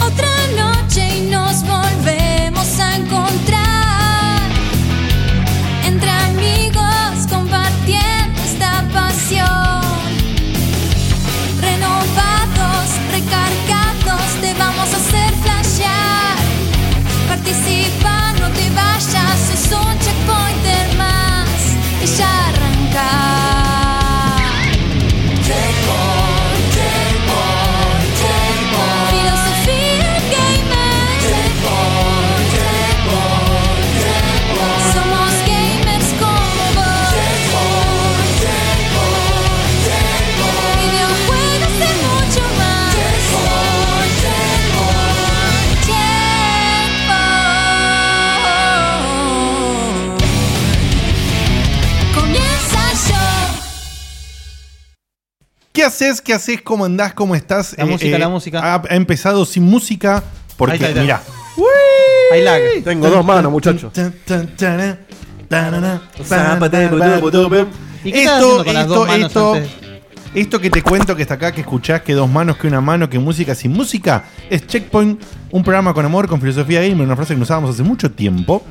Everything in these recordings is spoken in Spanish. Otra noche y nos volvemos a encontrar entre amigos compartiendo esta pasión. Renovados, recargados, te vamos a hacer flashear. Participa, no te vayas, es un checkpointer más y ya arrancar. Filosofía gamer. Somos gamers como vos. Videojuegos y mucho más. Checkpoint. Comienza yo. ¿Qué haces? ¿Qué haces? ¿Cómo andás? ¿Cómo estás? La música, la música. Ha, ha empezado sin música Ahí porque, está, ahí está. mirá. Hay lag. Tengo dos manos, muchachos. ¿Y qué estabas haciendo con las dos manos esto, antes? esto que te cuento que está acá, que escuchás que dos manos, que una mano, que música sin música, es Checkpoint, un programa con amor, con filosofía gamer, una frase que no usábamos hace mucho tiempo.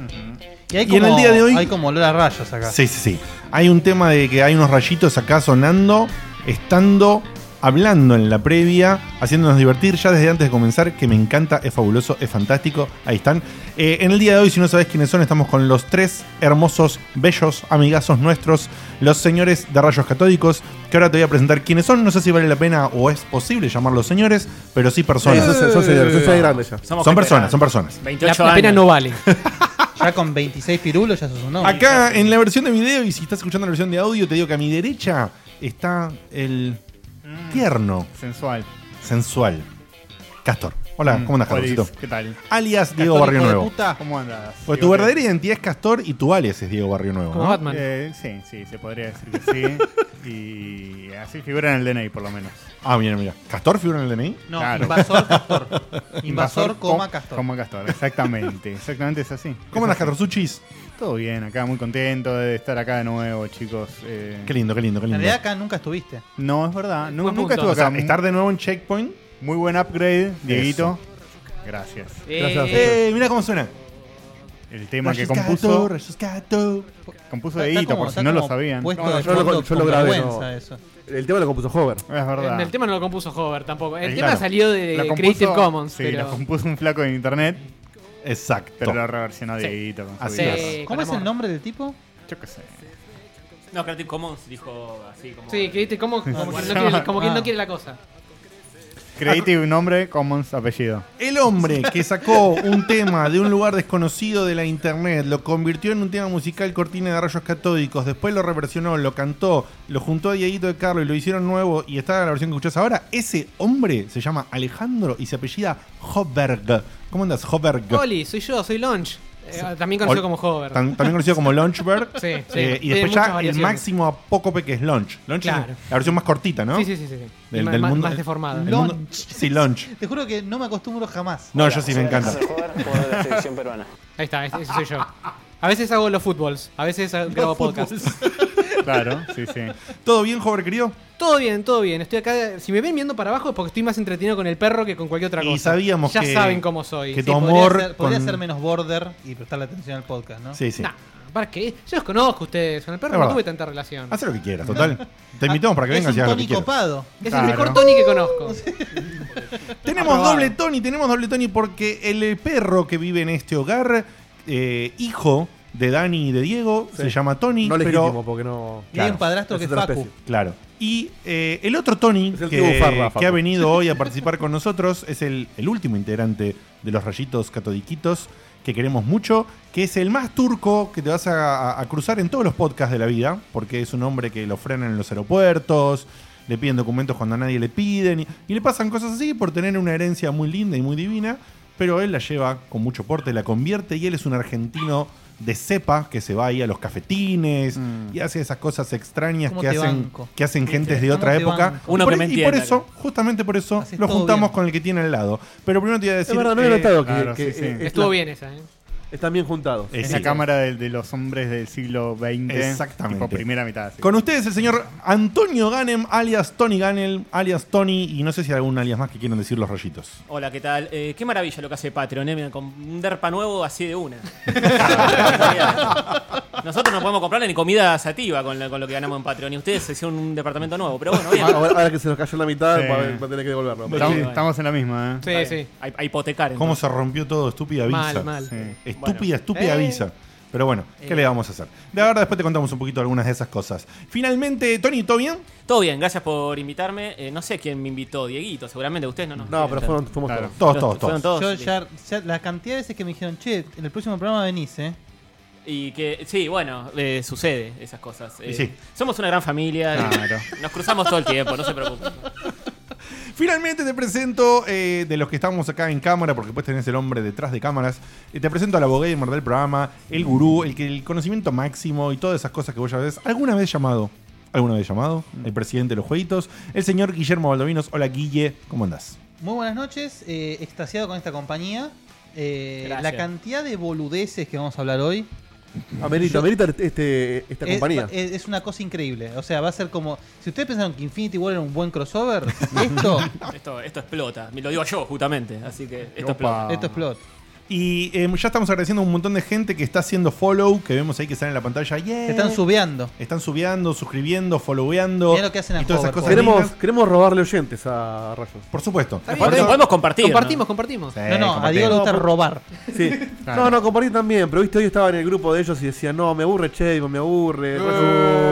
Y, hay Y en como, el día de hoy- Hay como olor a rayos acá. Sí, sí, sí. Hay un tema de que hay unos rayitos acá sonando, estando, hablando en la previa, haciéndonos divertir ya desde antes de comenzar, que me encanta, es fabuloso, es fantástico. Ahí están. Eh, en el día de hoy, si no sabés quiénes son, estamos con los tres hermosos, bellos, amigazos nuestros, los señores de rayos catódicos, que ahora te voy a presentar quiénes son. No sé si vale la pena o es posible llamarlos señores, pero sí personas. Sí, sos- sos señor, sos grande ya. Son personas, son personas. 28 la, la pena años. no vale. Ya con 26 pirulos ya sos un hombre. Acá en la versión de video, y si estás escuchando la versión de audio, te digo que a mi derecha está el tierno, Sensual. sensual Castor. Hola, Ah, ¿cómo andás, Olis, Castorcito? ¿Qué tal? Alias Diego Mm, Castor, Barrio hijo de Nuevo. puta. ¿Cómo andas? Pues tu Digo, verdadera identidad es Castor y tu alias es Diego Barrio Nuevo, Como ¿no? Batman. eh, sí, sí, se podría decir que sí. y así figura en el DNI, por lo menos. Ah, mira, mira. ¿Castor figura en el DNI? No, Claro. invasor, castor. Invasor, coma, co- castor. Coma castor, exactamente. Exactamente es así. ¿Cómo Es andas, así. Castorzuchis? Todo bien, acá muy contento de estar acá de nuevo, chicos. eh, Qué lindo, qué lindo, qué En lindo. realidad acá nunca estuviste. no, es verdad. nu- Buen nunca punto. estuve O acá. sea, estar de nuevo en Checkpoint. Muy buen upgrade, Dieguito. Gracias. Gracias. Eh, ¡Eh! Mira cómo suena. El tema que Rayos compuso, Castor, Rayos Castor. compuso Está Dieguito, como- por si está no lo como sabían. Puesto No, no, de yo lo- fondo yo lo con grabé, vergüenza no. eso. El tema lo compuso Hover. Es verdad. El tema no lo compuso Hover tampoco. El Eh, tema claro. salió de Lo compuso- Creative Commons. Sí, pero... lo compuso un flaco de internet, Exacto. pero lo reversionó Sí. Dieguito con su Así guitarra. es. ¿Cómo con es el amor. nombre del tipo? Yo qué sé. No, No, Creative Creative Commons dijo así como. Sí, Creative Commons como, Como que, se no quiere, llama. como que Ah. no quiere la cosa. Creative nombre, Commons apellido. El hombre que sacó un tema de un lugar desconocido de la internet, lo convirtió en un tema musical cortina de rayos catódicos, después lo reversionó, lo cantó, lo juntó a Dieguito de Carlos y lo hicieron nuevo y está la versión que escuchás ahora. Ese hombre se llama Alejandro y se apellida Hoberg. ¿Cómo andas, Hoberg? Oli, soy yo, soy Launch. Eh, también conocido Ol- como Hover. Tan- también conocido como Launchberg. Sí, sí. Eh, y Tiene después muchas ya el variaciones. máximo apócope que es Launch. Launch Claro. es la versión más cortita, ¿no? Sí, sí, sí. sí, sí. Del- más, del más- mundo- más deformado. El mundo- Launch. Sí, Launch. Te juro que no me acostumbro jamás. No, yo sí me encanta. jugador de la selección peruana. Ahí está, ese ese soy yo. A veces hago los fútbols, a veces hago- grabo podcast. Claro, sí, sí. ¿Todo bien, Hover, querido? Todo bien, todo bien. Estoy acá. Si me ven viendo para abajo es porque estoy más entretenido con el perro que con cualquier otra Y cosa. sabíamos ya que- saben cómo soy. que Sí, tu podría amor ser- Podría con- ser menos border y prestarle atención al podcast, ¿no? Sí, sí. Nah, ¿para qué? Yo los conozco a ustedes. Con el perro Es no verdad. tuve tanta relación. Haz lo que quieras, total. Te invitamos para que vengas y y hagas lo que quieras. copado. Es Claro. el mejor Tony que conozco. Tenemos doble Tony, tenemos doble Tony porque el perro que vive en este hogar, eh, hijo de Dani y de Diego, Sí. se llama Tony, No pero legítimo, porque no. Y hay Claro. un padrastro Es que es otra Facu. especie. claro. Y eh, el otro Tony Es el que, tío Bufarra, Facu. que ha venido hoy a participar con nosotros es el, el último integrante de los rayitos catodiquitos que queremos mucho, que es el más turco que te vas a, a- a cruzar en todos los podcasts de la vida, porque es un hombre que lo frenan en los aeropuertos, le piden documentos cuando a nadie le piden, y, y le pasan cosas así por tener una herencia muy linda y muy divina. pero él la lleva con mucho porte, la convierte y él es un argentino de cepa que se va ahí a los cafetines y hace esas cosas extrañas Mm. ¿Cómo que te hacen, banco? que hacen ¿Viste? gentes de ¿Cómo otra te época. banco? Y Uno por, que me y por entienda, eso, justamente por eso, Haces lo todo juntamos bien. con el que tiene al lado. Pero primero te iba a decir... eh, Es verdad, no he notado que, claro, que, sí, sí. eh, eh, Estuvo bien esa, ¿eh? están bien juntados. eh, Es sí. la cámara de, de los hombres del siglo XX. Exactamente. Tipo primera mitad. sí. Con ustedes el señor Antonio Ganem, alias Tony Ganem, alias Tony, y no sé si hay algún alias más que quieran decir los rayitos. Hola, ¿qué tal? Eh, qué maravilla lo que hace Patreon, ¿eh? Mira, Con un derpa nuevo así de una. Nosotros no podemos comprarle ni comida sativa con, la- con lo que ganamos en Patreon. Y ustedes se hicieron un departamento nuevo, pero bueno, bien. Ah, Ahora, ahora que se nos cayó en la mitad, Sí. va, va a tener que devolverlo. Estamos, Sí. estamos en la misma, ¿eh? Sí, sí. A, a hipotecar. entonces. ¿Cómo se rompió todo? Estúpida visa. Mal, mal. Sí. Estúpida, Bueno. estúpida Eh. visa. Pero bueno, ¿qué le vamos a hacer? De verdad, después te contamos un poquito algunas de esas cosas. Finalmente, Tony, ¿todo bien? Todo bien, gracias por invitarme. Eh, no sé quién me invitó, Dieguito, seguramente ustedes no. No, No, pero fueron, fuimos Claro. todos. Todos, todos, todos. Fueron todos. Yo sí. ya, ya la cantidad de veces que me dijeron, che, en el próximo programa venís, ¿eh? Y que, sí, bueno, eh, sucede esas cosas. Eh, Y sí. Somos una gran familia. eh, Claro. Nos cruzamos todo el tiempo, no se preocupen. Finalmente te presento, eh, de los que estamos acá en cámara, porque después tenés el hombre detrás de cámaras, eh, te presento al abogamer del programa, el gurú, el que el conocimiento máximo y todas esas cosas que vos ya ves. ¿Alguna vez llamado? ¿Alguna vez llamado? Mm. El presidente de los jueguitos, el señor Guillermo Baldovinos. Hola, Guille, ¿cómo andás? Muy buenas noches, eh, extasiado con esta compañía. Eh, Gracias. la cantidad de boludeces que vamos a hablar hoy Amerita, amerita este, esta es, compañía. es- es una cosa increíble. O sea, va a ser como. Si ustedes pensaron que Infinity War era un buen crossover, esto, Esto, esto explota. Lo digo yo, justamente. Así que Opa. esto explota. esto es plot. Y eh, ya estamos agradeciendo a un montón de gente que está haciendo follow, que vemos ahí que sale en la pantalla. Yeah. Te están subeando. Están subiando, suscribiendo, followando. Mirá lo que hacen a y todas esas Hoverboard. cosas queremos, lindas. queremos robarle oyentes a Rayos. Por supuesto. Está bien, está Aparte, bien. podemos compartir. Compartimos, compartimos. Eh, Sí, No, no, a compartí. Diego le gusta robar. Sí. No, no, compartí también, pero viste, hoy estaba en el grupo de ellos y decían, no, me aburre Chevy, me aburre.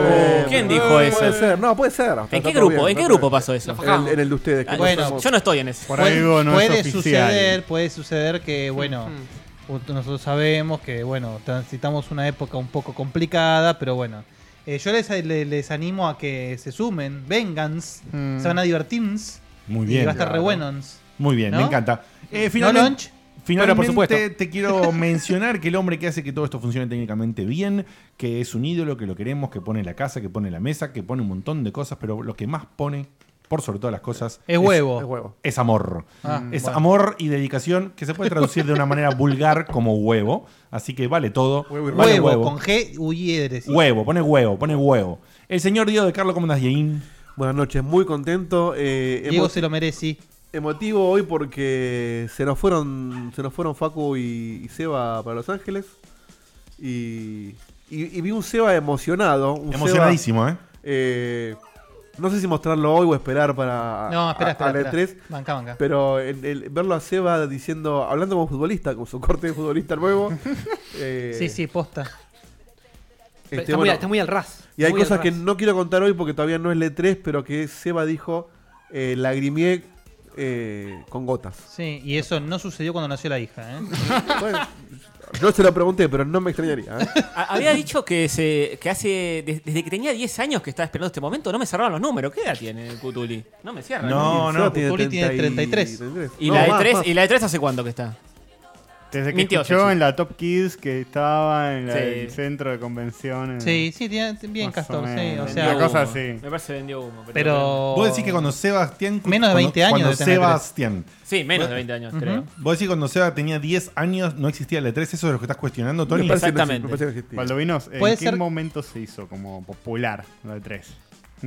Eh, ¿Quién dijo eso? Puede ser, no, puede ser. Está- ¿En qué está todo grupo? bien, ¿En qué está grupo todo bien. pasó eso? En, el- en el de ustedes. que Ah, Bueno. nosotros- yo no estoy en eso. Por algo no es puede oficial. suceder, puede suceder que, bueno, Mm. ut- nosotros sabemos que, bueno, transitamos una época un poco complicada, pero bueno. Eh, yo les, les, les animo a que se sumen, vengan, Mm. se van a divertir. Muy Y va a bien. estar re buenos. Muy bien, ¿No? me encanta. Eh, ¿No, finalmente, Lonch? finalmente Pero, por supuesto. te quiero mencionar que el hombre que hace que todo esto funcione técnicamente bien, que es un ídolo, que lo queremos, que pone la casa, que pone la mesa, que pone un montón de cosas, pero lo que más pone, por sobre todas las cosas, Es huevo. Es huevo. es amor. Ah, es bueno. amor y dedicación que se puede traducir de una manera vulgar como huevo. Así que vale todo. Huevo y vale huevo, huevo. con G, Uyeres. Huevo, pone huevo, pone huevo. El señor Diego de Carlos, ¿cómo andás, Dieguín? Buenas noches, muy contento. eh, Diego emo- se lo merece. Emotivo hoy porque se nos fueron, se nos fueron Facu y, y Seba para Los Ángeles. Y, y- y vi un Seba emocionado. un Seba, Emocionadísimo, ¿eh? eh, no sé si mostrarlo hoy o esperar para No, espera, a- E espera. a la Eh, espera. E3, Banca, banca. Pero el, el verlo a Seba diciendo, hablando como futbolista, con su corte de futbolista nuevo. eh, Sí, sí, posta. este, Pero está, muy, bueno, está muy al ras. y hay Muy al cosas que ras. no quiero contar hoy porque todavía no es L3, pero que Seba dijo, eh, lagrimié eh, con gotas. Sí, y eso no sucedió cuando nació la hija, ¿eh? Mm. Bueno, yo se lo pregunté, pero no me extrañaría. ¿eh? Ha- Había dicho que se que hace des- desde que tenía 10 años que estaba esperando este momento, no me cerraban los números. ¿Qué edad tiene el Cutuli? No me cierran. No, Seba no. Juli tiene 33. ¿Y, No, la más, de 3, más. ¿Y la de 3 hace cuánto que está? Desde que Mintió, escuchó sí. en la Top Kids que estaba en la- Sí. el centro de convenciones. Sí, sí, tiene- bien, Más o Castor, sí. O menos. sea, Una Vendió cosa humo. así. Me parece que vendió humo. Pero, pero... Vos decís que cuando Sebastián. Menos de 20 años Cuando, debe cuando tener la E3. Sebastián. Sí, menos de 20 años, creo. Vos decís que cuando Seba tenía 10 años no existía la E3, eso es lo que estás cuestionando, Me Tony. parece que no- Exactamente. me parece que no existía. Baldovinos, ¿en Puede qué ser- momento se hizo como popular la E de 3?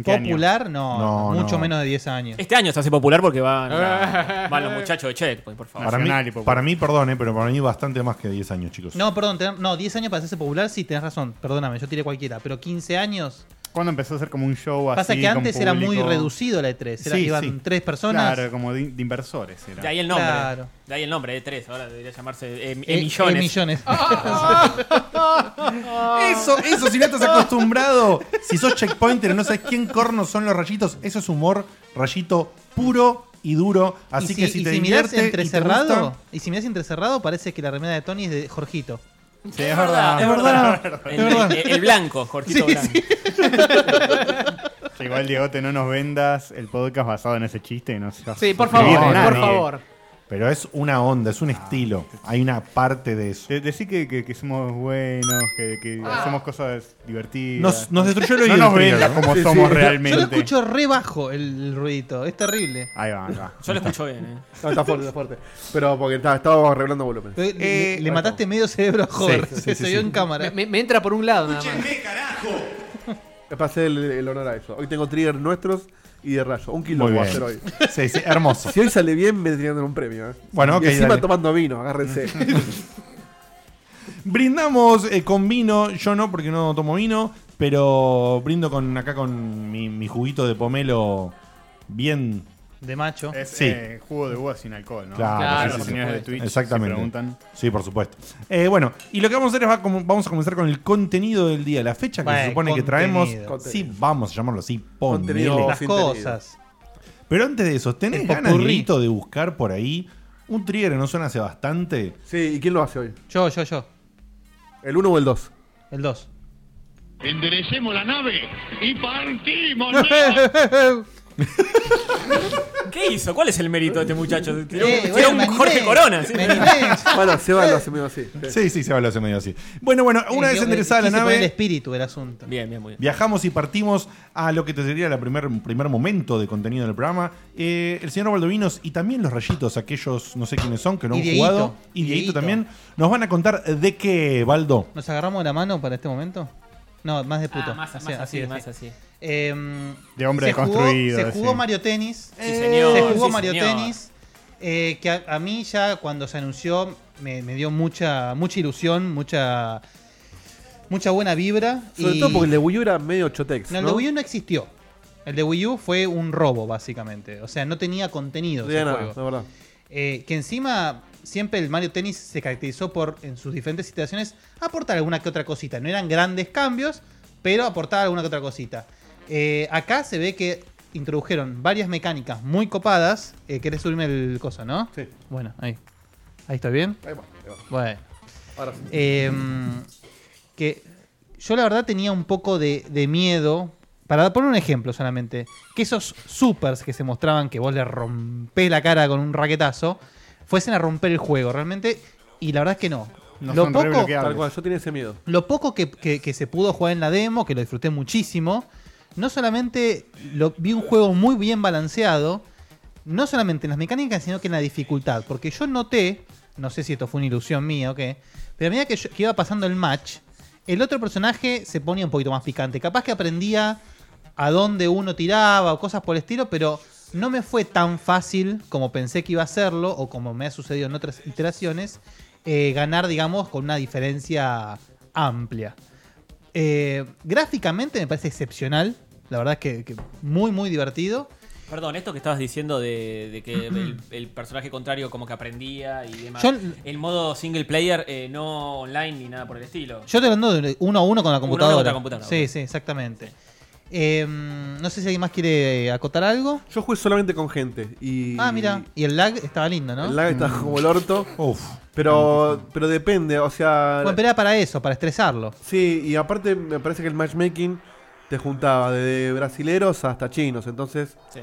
Popular, no, No, mucho no. menos de 10 años. Este año se hace popular porque van, la- van los muchachos de Checkpoint, por favor. Para mí, Nacional y popular. para mí, perdón, eh, pero para mí bastante más que 10 años, chicos. No, perdón, tener- no, 10 años para hacerse popular, sí, tenés razón, perdóname, yo tiré cualquiera, pero 15 años... ¿Cuándo empezó a ser como un show así? Pasa que con antes era muy público? reducido la E3, era Sí, que iban sí. tres personas. eh, Claro, como de, de inversores era. De ahí el nombre. Claro. De ahí el nombre, de 3. Ahora debería llamarse eh, mi- eh, eh, millones. eh, millones. Ah, Eso, eso, si no estás acostumbrado, si sos checkpointer y no sabes quién corno son los rayitos, eso es humor, rayito puro y duro. Así y si, que si y te si mirás divierte y te entrecerrado, gusta- y si mirás entrecerrado, parece que la remera de Tony es de Jorgito. Sí, es verdad. es verdad. El, el- el blanco, Jorgito Blanco. Igual, Diegote, no nos vendas el podcast basado en ese chiste y no seas Sí, por suscribir favor, a por nadie. favor. Pero es una onda, es un estilo. Hay una parte de eso. De- Decí que, que- que somos buenos, que, que Ah. hacemos cosas divertidas. Nos, nos destruyó lo no nos vendas identitario. como somos realmente. Yo lo escucho re bajo el, el ruidito, es terrible. Ahí va, ahí va. Yo lo escucho bien, ¿eh? No, está fuerte, está fuerte. Pero porque está- estábamos arreglando volumen. Le- le- le mataste medio cerebro a Jorge, sí, sí, se sí, vio sí. en cámara. Me, me- me entra por un lado nada más. Es para hacer el, el honor a eso. Hoy tengo trigger nuestros y de rayo. Un kilo Muy voy a bien. hacer hoy. Sí, sí, hermoso. Si hoy sale bien, me tiran un premio. ¿eh? Bueno, ok, Y encima dale. tomando vino, agárrense. Brindamos eh, con vino, yo no porque no tomo vino, pero brindo con acá con mi, mi juguito de pomelo bien. De macho. Es Sí. eh, jugo de uva sin alcohol, ¿no? Claro, Claro, Los sí, sí, señores sí. de Twitch Exactamente. se preguntan. Sí, por supuesto. Eh, bueno, y lo que vamos a hacer es va- como- vamos a comenzar con el contenido del día, la fecha que Bueno, se supone que contenido. traemos. Sí, Contenido. vamos a llamarlo así, Contenido. ponele. Las sin cosas. Pero antes de eso, ¿tenés El ganas popurrí. Dieguito, de buscar por ahí un trigger que no suena hace bastante? sí, ¿y quién lo hace hoy? Yo, yo, yo. ¿El 1 o el 2? El 2. Enderecemos la nave y ¡Oh, partimos. ¿Qué hizo? ¿Cuál es el mérito de este muchacho? Tiró, Eh, tiró bueno, un me animé. Jorge Corona. ¿sí? Me animé. Bueno, Seba lo hace medio así. Sí. Sí, sí, se va, lo hace medio así. Bueno, bueno, una Eh, vez yo, eh, enderezada la quise poner El nave. espíritu del asunto. Bien, bien, muy bien. Viajamos y partimos a lo que te sería el primer, primer momento de contenido del programa. Eh, el señor Baldovinos y también los rayitos, aquellos no sé quiénes son, que no Y han Dieguito. jugado. Y Y Dieguito Dieguito. también. Nos van a contar de qué, Baldo. ¿Nos agarramos de la mano para este momento? No, más de puto. Ah, más, O más sea, así, es, más sí. así. Eh, De hombre se jugó- construido, Se jugó sí. Mario Tennis. Sí, señor, Eh, Se jugó sí, Mario señor. Tennis. eh, que a, a mí ya cuando se anunció me, me dio mucha mucha ilusión, mucha mucha buena vibra. Sobre y- todo porque el de Wii U era medio chotex. No, No, el de Wii U no existió. El de Wii U fue un robo, básicamente. O sea, no tenía contenido. No ese tenía nada, juego. la verdad. Eh, que encima siempre el Mario Tennis se caracterizó por, en sus diferentes situaciones, aportar alguna que otra cosita. No eran grandes cambios, pero aportaba alguna que otra cosita. Eh, acá se ve que introdujeron varias mecánicas muy copadas. Eh, ¿Querés subirme el cosa, no? Sí. Bueno, ahí. Ahí está bien. Ahí va, ahí va. Bueno. Ahora sí. Eh, que yo la verdad tenía un poco de, de miedo. Para poner un ejemplo solamente, que esos supers que se mostraban que vos le rompés la cara con un raquetazo, fuesen a romper el juego realmente, y la verdad es que no. No lo, son poco, rebloqueables. Tal cual, yo tenía ese miedo. lo poco que, que- que se pudo jugar en la demo, que lo disfruté muchísimo, no solamente lo, vi un juego muy bien balanceado, no solamente en las mecánicas, sino que en la dificultad. Porque yo noté, no sé si esto fue una ilusión mía o qué, pero a medida que, yo- que iba pasando el match, el otro personaje se ponía un poquito más picante. Capaz que aprendía a dónde uno tiraba o cosas por el estilo, pero no me fue tan fácil como pensé que iba a serlo o como me ha sucedido en otras iteraciones, eh, ganar, digamos, con una diferencia amplia. Eh, gráficamente me parece excepcional. La verdad es que- que muy, muy divertido. Perdón, esto que estabas diciendo de, de que el, el personaje contrario como que aprendía y demás. Yo- El modo single player, eh, no online ni nada por el estilo. Yo te lo ando de uno a uno con la uno con computadora. la computadora, Sí, ok. sí, exactamente. Eh, no sé si alguien más quiere eh, acotar algo. Yo jugué solamente con gente. Y, Ah, mira, y el lag estaba lindo, ¿no? El lag está como el orto. Mm. Uf. Pero, pero depende, o sea. Bueno, pero era para eso, para estresarlo. Sí, y aparte me parece que el matchmaking te juntaba desde brasileros hasta chinos. Entonces Sí.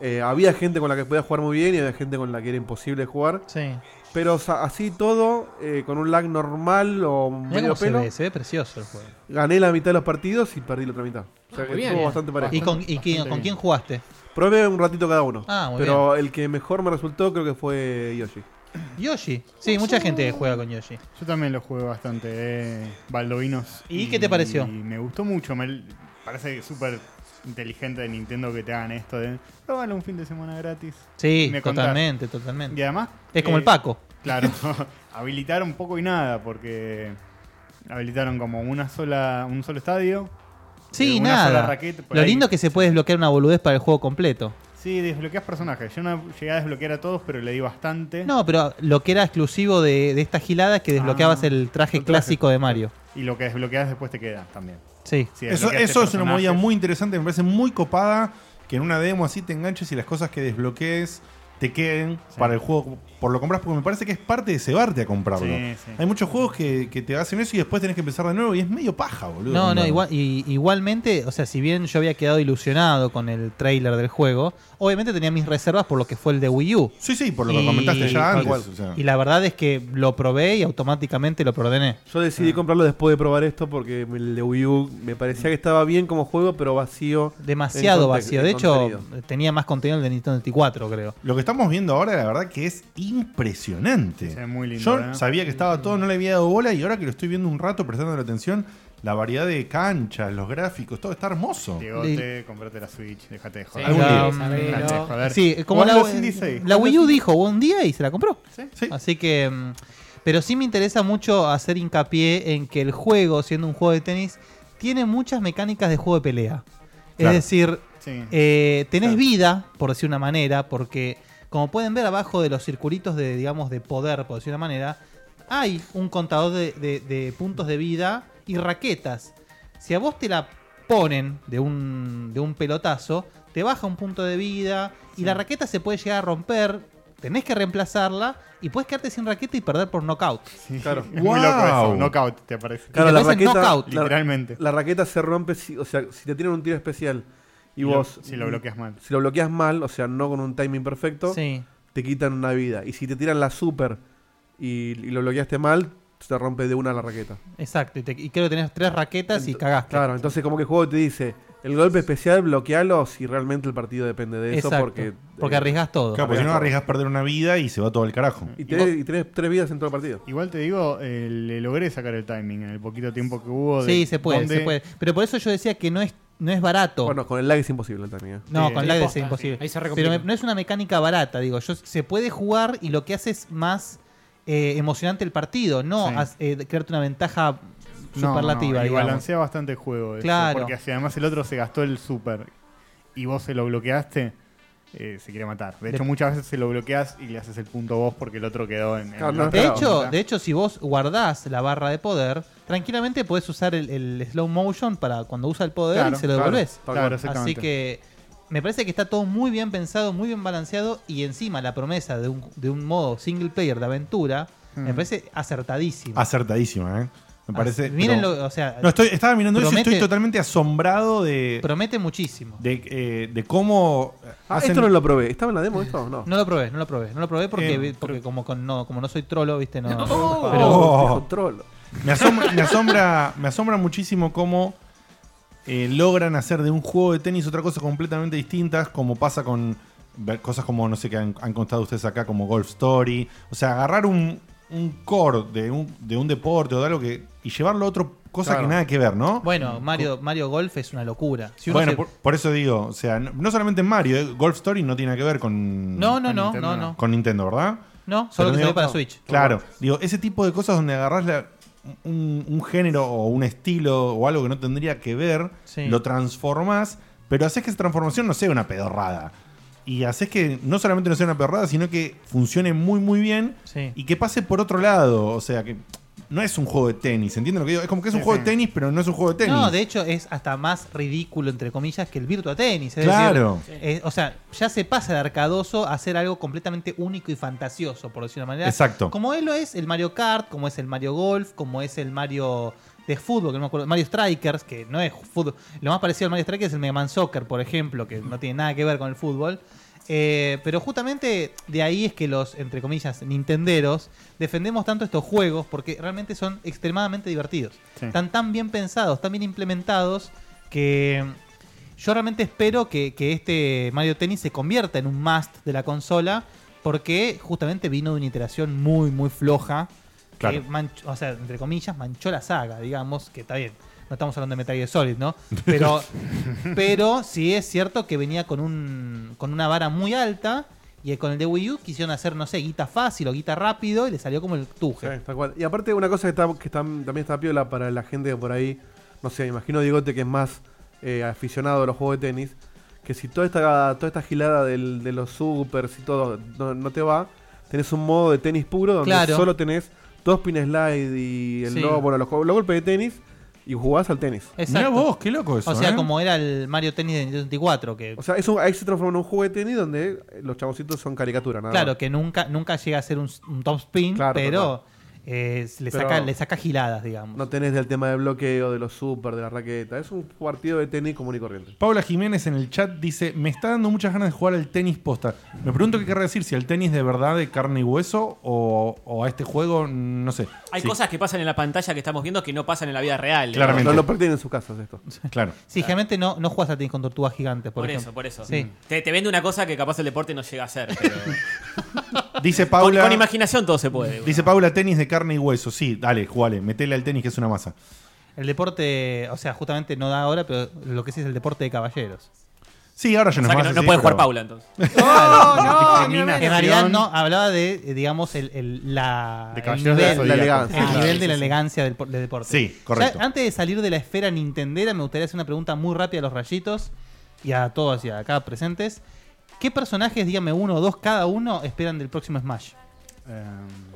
eh, había gente con la que podía jugar muy bien y había gente con la que era imposible jugar. Sí. Pero o sea, así todo, eh, con un lag normal o Mirá medio cómo se pelo, ve, se ve precioso el juego. gané la mitad de los partidos y perdí la otra mitad. O sea Ah, que muy bien. estuvo bastante parejo. ¿Y con, y quién- bastante con bien. quién jugaste? Probé un ratito cada uno. Ah, muy pero el que mejor me resultó creo que fue Yoshi. Yoshi. Sí, mucha gente juega con Yoshi. Yo también lo jugué bastante, eh, Baldovinos. ¿Y qué te pareció? Y me gustó mucho, me l- parece súper inteligente de Nintendo que te hagan esto de "Róbalo un fin de semana gratis. Sí, Me contás. totalmente, Y totalmente. además... Es como eh, el Paco. Claro, habilitaron poco y nada porque habilitaron como una sola, un solo estadio. Sí, eh, una sola nada. raqueta, por Lo ahí. lindo que se puede desbloquear una boludez para el juego completo. Sí, desbloqueas personajes. Yo no llegué a desbloquear a todos, pero le di bastante. No, pero lo que era exclusivo de, de esta gilada es que desbloqueabas Ah, el traje el traje. clásico de Mario. Y lo que desbloqueas después te queda también. Sí. Si Eso, desbloqueaste eso es una personajes- movida muy interesante, me parece muy copada que en una demo así te enganches y las cosas que desbloquees te te queden para el juego por lo compras, porque me parece que es parte de cebarte a comprarlo. Sí, sí. Hay muchos juegos que, que te hacen eso y después tenés que empezar de nuevo y es medio paja, boludo. No, no, comprarlo. igual, y- igualmente, o sea, si bien yo había quedado ilusionado con el trailer del juego, obviamente tenía mis reservas por lo que fue el de Wii U. Sí, sí, por lo Y- que comentaste ya tal antes. cual. o sea. Y la verdad es que lo probé y automáticamente lo perdoné. Yo decidí comprarlo después de probar esto porque el de Wii U me parecía que estaba bien como juego, pero vacío. en Demasiado conte- vacío. en De hecho, contenido. tenía más contenido el de Nintendo 64, creo. Lo que estamos viendo ahora, la verdad que es impresionante. Sí, muy lindo, ¿eh? Yo ¿verdad? sabía que estaba todo, no le había dado bola y ahora que lo estoy viendo un rato prestando la atención, la variedad de canchas, los gráficos, todo está hermoso. Diegote, comprate la Switch, déjate de joder. algún no, día. Isabelo. Déjate de joder. Sí, como la, Windows 16. la Wii U dijo un día y se la compró. Sí. Así que. mm, Pero sí me interesa mucho hacer hincapié en que el juego, siendo un juego de tenis, tiene muchas mecánicas de juego de pelea. Claro. Es decir, Sí. eh, tenés vida, por decir una manera, porque como pueden ver abajo de los circulitos de, digamos, de poder, por decir una manera, hay un contador de, de- de puntos de vida y raquetas. Si a vos te la ponen de un, de un pelotazo, te baja un punto de vida y la raqueta se puede llegar a romper, tenés que reemplazarla y puedes quedarte sin raqueta y perder por knockout. Claro. Es muy loco Wow. eso. Knockout, te aparece. Claro, te la ves en raqueta, knockout, la- Literalmente. La raqueta se rompe, si, o sea, si te tienen un tiro especial y, Y lo- vos. si lo bloqueas mal. Si lo bloqueas mal, o sea, no con un timing perfecto, Sí. te quitan una vida. Y si te tiran la super y, y lo bloqueaste mal, se te rompe de una la raqueta. Exacto, y, te- y creo que tenés tres raquetas y Ento- cagaste. Claro, entonces como que el juego te dice, el golpe especial bloquealo si realmente el partido depende de eso, Exacto, porque... porque eh, arriesgas todo. Claro, porque si no arriesgas perder una vida y se va todo el carajo. Y tenés, y tenés tres vidas en todo el partido. Igual te digo, eh, le logré sacar el timing en el poquito tiempo que hubo. de Sí, se puede, dónde- se puede. Pero por eso yo decía que no es, no es barato. Bueno, con el lag es imposible también. ¿eh? no, sí, con sí, lag es posta, imposible. sí, ahí se Pero recomplica. me- no es una mecánica barata, digo. Yo, se puede jugar y lo que hace es más eh, emocionante el partido, no Sí. as- eh, crearte una ventaja No, superlativa. no, y digamos. balancea bastante el juego. eso, Claro. porque si además el otro se gastó el super y vos se lo bloqueaste, eh, se quiere matar. De hecho, De- muchas veces se lo bloqueas y le haces el punto vos porque el otro quedó en. en Claro, el no, otro. De Claro. hecho, de hecho, si vos guardás la barra de poder, tranquilamente podés usar el, el slow motion para cuando usa el poder Claro, y se lo claro. devolvés. Tal Claro, cual. exactamente. Así que me parece que está todo muy bien pensado, muy bien balanceado y encima la promesa de un, de un modo single player de aventura me parece acertadísima. Acertadísima, ¿eh? Mm. Me parece. Mírenlo, pero- o sea, No, estoy, estaba mirando eso y Promete- estoy totalmente asombrado de, promete muchísimo. de, eh, de cómo. Ah, hacen- esto no lo probé. ¿Estaba en la demo esto? No. No lo probé, no lo probé, no lo probé porque, Eh, porque como, con- no, como no soy trolo, viste, no. Pero Pero Oh. dijo trolo. Me asombra, me asombra, me asombra muchísimo cómo eh, logran hacer de un juego de tenis otra cosa completamente distinta, como pasa con ver- cosas como, no sé, que han, han contado ustedes acá, como Golf Story. O sea, agarrar un, un core de un, de un deporte o de algo que, y llevarlo a otra cosa Claro. que nada que ver, ¿no? bueno, Mario, Mario Golf es una locura. Si uno bueno, se- por, por eso digo, o sea, no, no solamente en Mario, eh, Golf Story no tiene nada que ver con, no, no, con no, Nintendo no, no. no, con Nintendo, ¿verdad? no, solo que Pero salió digo, para no. Switch. Claro, digo, ese tipo de cosas donde agarrás la- un, un género o un estilo o algo que no tendría que ver, Sí. lo transformás, pero haces que esa transformación no sea una pedorrada. Y haces que no solamente no sea una pedorrada, sino que funcione muy, muy bien Sí. y que pase por otro lado. O sea, que no es un juego de tenis, ¿entienden lo que digo? Es como que es un Sí, juego sí. de tenis, pero no es un juego de tenis. No, de hecho es hasta más ridículo, entre comillas, que el Virtua Tennis. Es Claro. decir, eh, o sea, ya se pasa de arcadoso a hacer algo completamente único y fantasioso, por decirlo de una manera. Exacto. Como él lo es el Mario Kart, como es el Mario Golf, como es el Mario de fútbol, que no me acuerdo, Mario Strikers, que no es fútbol. Lo más parecido al Mario Strikers es el Mega Man Soccer, por ejemplo, que no tiene nada que ver con el fútbol. Eh, pero justamente de ahí es que los, entre comillas, nintenderos defendemos tanto estos juegos porque realmente son extremadamente divertidos. Sí. Están tan bien pensados, tan bien implementados que yo realmente espero que, que este Mario Tennis se convierta en un must de la consola porque justamente vino de una iteración muy, muy floja. Claro. Que manch- o sea, entre comillas, manchó la saga, digamos, que está bien. No estamos hablando de Metal Gear Solid, ¿no? Pero, pero sí es cierto que venía con, un, con una vara muy alta y con el de Wii U quisieron hacer, no sé, guita fácil o guita rápido y le salió como el Sí, tuje. tal cual. Y aparte, una cosa que, está, que está- también está piola para la gente que por ahí, no sé, imagino Digote que es más eh, aficionado a los juegos de tenis, que si toda esta, toda esta gilada del- de los supers y todo no, no te va, tenés un modo de tenis puro donde Claro. solo tenés dos pin slide y el Sí. Eh. lobo, bueno, los, co- los golpes de tenis y jugás al tenis. Mirá vos, qué loco eso. o sea, ¿eh? como era el Mario Tennis de Nintendo 64, que O sea, eso ahí se transforma en un juego de tenis donde los chaboncitos son caricaturas, nada claro, más. que nunca, nunca llega a ser un, un top spin, Claro, pero eh, le, Pero- saca, le saca giladas, digamos. No tenés el tema del bloqueo, de los super, de la raqueta. Es un partido de tenis común y corriente. Paula Jiménez en el chat dice: Me está dando muchas ganas de jugar al tenis posta. Me pregunto qué querrá decir, si al tenis de verdad de carne y hueso o, o a este juego, no sé. Hay Sí, cosas que pasan en la pantalla que estamos viendo que no pasan en la vida real. ¿eh? digamos. Claramente. No lo practiquen en sus casas esto. Claro. Sí, generalmente no, no juegas a tenis con tortugas gigantes, por, Por, eso, ejemplo. por eso. Sí. Te, te vende una cosa que capaz el deporte no llega a ser. pero- Dice con, Paula. con imaginación todo se puede. Dice Paula, tenis de carne y hueso. Sí, dale, jugale, metele al tenis que es una masa. El deporte, o sea, justamente no da ahora, pero lo que sí es el deporte de caballeros. Sí, ahora ya O no es sea que masa, no, no sí, puede jugar pero- Paula entonces. No, no, Discriminación. En realidad no, hablaba de, eh, digamos, el, el- la, De el Caballeros del nivel, Zodíaco. La elegancia. el Ah, nivel sí, de la sí, sí. elegancia del, por- del deporte. Sí, correcto. Ya, antes de salir de la esfera nintendera, me gustaría hacer una pregunta muy rápida a los rayitos y a todos y a acá presentes. ¿Qué personajes, dígame uno o dos cada uno, esperan del próximo Smash? Eh,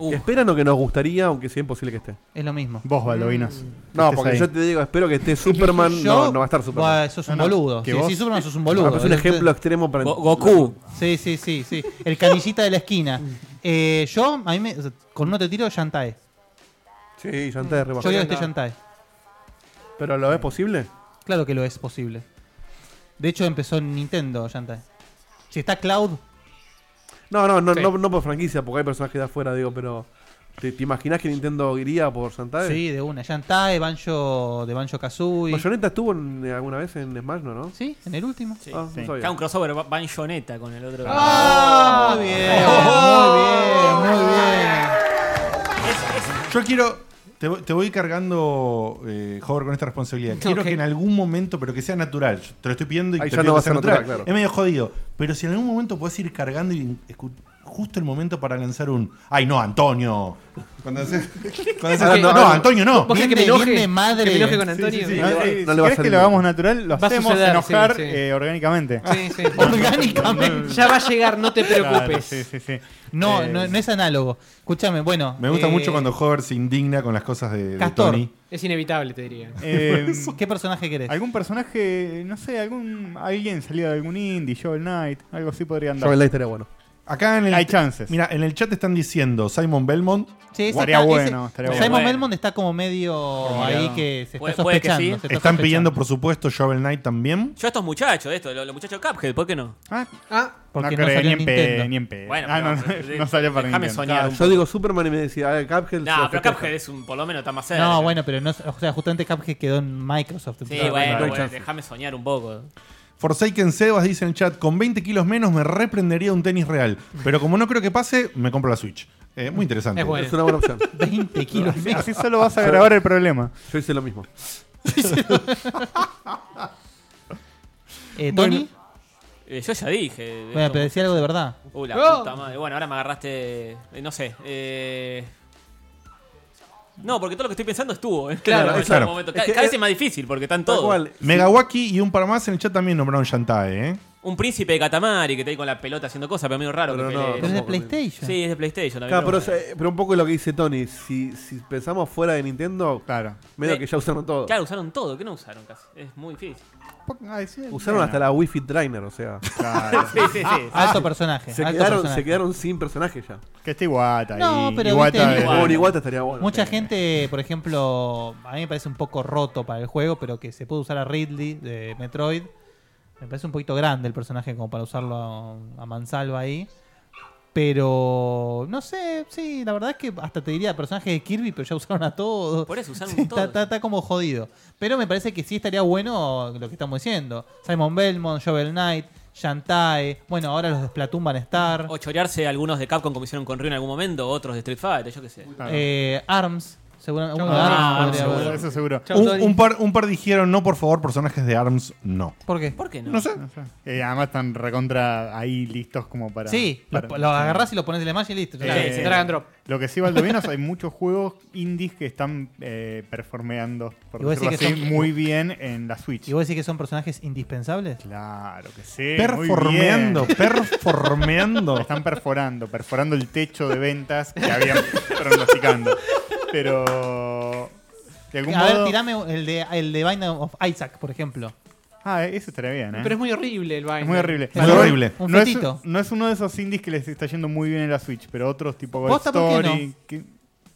Uh, Esperan lo que nos gustaría, aunque sea imposible que esté. Es lo mismo. Vos, Baldovinos. Mm. No, Estés porque ahí. yo te digo, espero que esté Superman. Yo- no, no va a estar Superman. Buah, sos un No, no, boludo. que Si vos- decís Superman, sos un Ah, boludo. este- pero es un ejemplo extremo para. Go- Goku. Sí, sí, sí, sí. El canillita de la esquina. Eh, yo, a mí me, con uno te tiro Yantae. Sí, Yo ya antes de digo que rebajar. este Yantae. Pero lo es posible. Claro que lo es posible. De hecho, empezó en Nintendo, Yantae. Si está Cloud, No, no, no, Sí. no, no por franquicia, porque hay personajes de afuera, digo, pero. ¿Te, te imaginas que Nintendo iría por Santa sí, de una. Yantae, Banjo, de Banjo Kazooie. ¿Mayoneta estuvo en- eh, alguna vez en Smash, no? no? Sí, en el último. Sí. Ah, sí. no sabía. Acá un crossover, ba- Banjoneta con el otro. Ah. Ah, Muy bien, Oh, muy bien, muy bien. Yo quiero. Te, voy- te voy cargando, eh, Hover, con esta responsabilidad. Quiero Ok. que en algún momento, pero que sea natural. Yo te lo estoy pidiendo y Ahí te ya pido no que va a sea ser natural, claro. Es medio jodido. Pero si en algún momento puedes ir cargando y escu- justo el momento para lanzar un. ¡Ay, no, Antonio! Cuando haces. cuando haces- Ok. no, Antonio, no. ¿Vos Bien querés que de- me bien enoje? de madre. ¿Que me enoje con Antonio? Sí, No, eh, no le va si a querés salir que lo bien. hagamos natural, lo Va a hacemos suceder, enojar sí, sí. eh, orgánicamente. Sí, sí. Orgánicamente. Ya va a llegar, no te Claro, preocupes. sí, sí, sí. No, Eh, no, no es análogo. Escúchame, bueno. Me gusta eh, mucho cuando Hover se indigna con las cosas de, de Castor. Tony. Es inevitable, te diría. eh, ¿Qué personaje querés? algún personaje, no sé, algún alguien salido de algún indie, Shovel Knight, algo así podría andar. Shovel Knight estaría bueno. Acá en el. Hay chances. Mira, en el chat están diciendo Simon Belmont. Sí, ese Estaría está- bueno, estaría Simon bueno. Belmont está como medio ahí que se Puede- está puede que sospechando. sí. se está Están sospechando. pidiendo, por supuesto, Shovel Knight también. Yo a estos muchachos, esto, los, los muchachos Cuphead, ¿por qué no? Ah, Ah, Porque no no, creo, salió ni en en pedo, Nintendo. eh, ni en pedo. Bueno, Ah, no, pero- no salió para Déjame Nintendo. soñar un Yo digo Superman y me decía, ah, Cuphead. se No, pero festeja. Cuphead es un, por lo menos está más cerca. No, bueno, pero no, o sea, justamente Cuphead quedó en Microsoft. Sí, entonces- bueno, no hay bueno, chance. déjame soñar un poco. Forsaken Sebas dice en el chat, con 20 kilos menos me reprendería un tenis real. Pero como no creo que pase, me compro la Switch. Eh, muy interesante. Es bueno. Es una buena opción. 20 kilos menos. Así solo vas a agravar el problema. Yo hice lo mismo. Eh, Tony, bueno, Eh, yo ya dije. de esto- pero decía algo de verdad. Uh, la ¡Oh! puta madre. Bueno, ahora me agarraste. eh, no sé. Eh... No, porque todo lo que estoy pensando estuvo. ¿eh? Claro, En ese claro. momento. Es Ca- que- cada vez es más difícil porque están Tal todos. cual. Megawaki y un par más en el chat también nombraron Shantae, ¿eh? Un príncipe de Katamari que está ahí con la pelota haciendo cosas, pero medio raro. Pero que no, pelee. Pero es de tampoco, PlayStation. Sí, es de PlayStation. la Claro, pero, verdad. es, eh, pero un poco lo que dice Tony, si, si pensamos fuera de Nintendo, Claro. medio Sí. que ya usaron todo. Claro, usaron todo. ¿Qué no usaron casi? Es muy difícil. Usaron hasta la Wi-Fi Trainer, o sea. Claro. Sí, sí, sí. Alto personaje. Se alto quedaron, personaje. se quedaron sin personajes ya. Que esté Iwata ahí. No, pero Iwata viste- es- Bueno. Bueno, Iguata estaría bueno. Mucha gente, por ejemplo, a mí me parece un poco roto para el juego, pero que se puede usar a Ridley de Metroid. Me parece un poquito grande el personaje como para usarlo a, a mansalva ahí. Pero no sé, sí, la verdad es que hasta te diría personaje de Kirby, pero ya usaron a todos. Por eso usaron Sí, todos. Está, está- está como jodido. Pero me parece que sí estaría bueno lo que estamos diciendo. Simon Belmont, Jovel Knight, Shantae. Bueno, ahora los de Splatoon van a estar. ah. O chorearse algunos de Capcom como hicieron con Ryu en algún momento, otros de Street Fighter, yo qué sé. Claro. Eh, Arms, seguramente. uno de Ah, Arms podría Arms, haber. Seguro, Eso seguro. Chau, Un, Tony. un par, un par dijeron, no, por favor, personajes de ARMS, no. ¿Por qué? ¿Por qué no? No sé. Eh, además están recontra ahí listos como para. Sí, lo, para- lo agarrás y lo pones en el Smash y listo. ya Eh, está. sí. Drag and drop. Lo que sí, Valdovinos, hay muchos juegos indies que están eh, performeando, por Y vos decirlo decís que así, son- muy bien en la Switch. ¿Y vos decís que son personajes indispensables? Claro que sí. performeando, muy bien. performeando. Están perforando, perforando el techo de ventas que habían pronosticando. Pero. De algún A ver, modo- tirame el de, el de Binding of Isaac, por ejemplo. Ah, eso estaría bien, ¿eh? Pero es muy horrible el Binder. Es muy horrible. Muy horrible. Un no, es, fetito. no es uno de esos indies que les está yendo muy bien en la Switch, pero otros tipo Ghost ¿Posta por qué Story. que-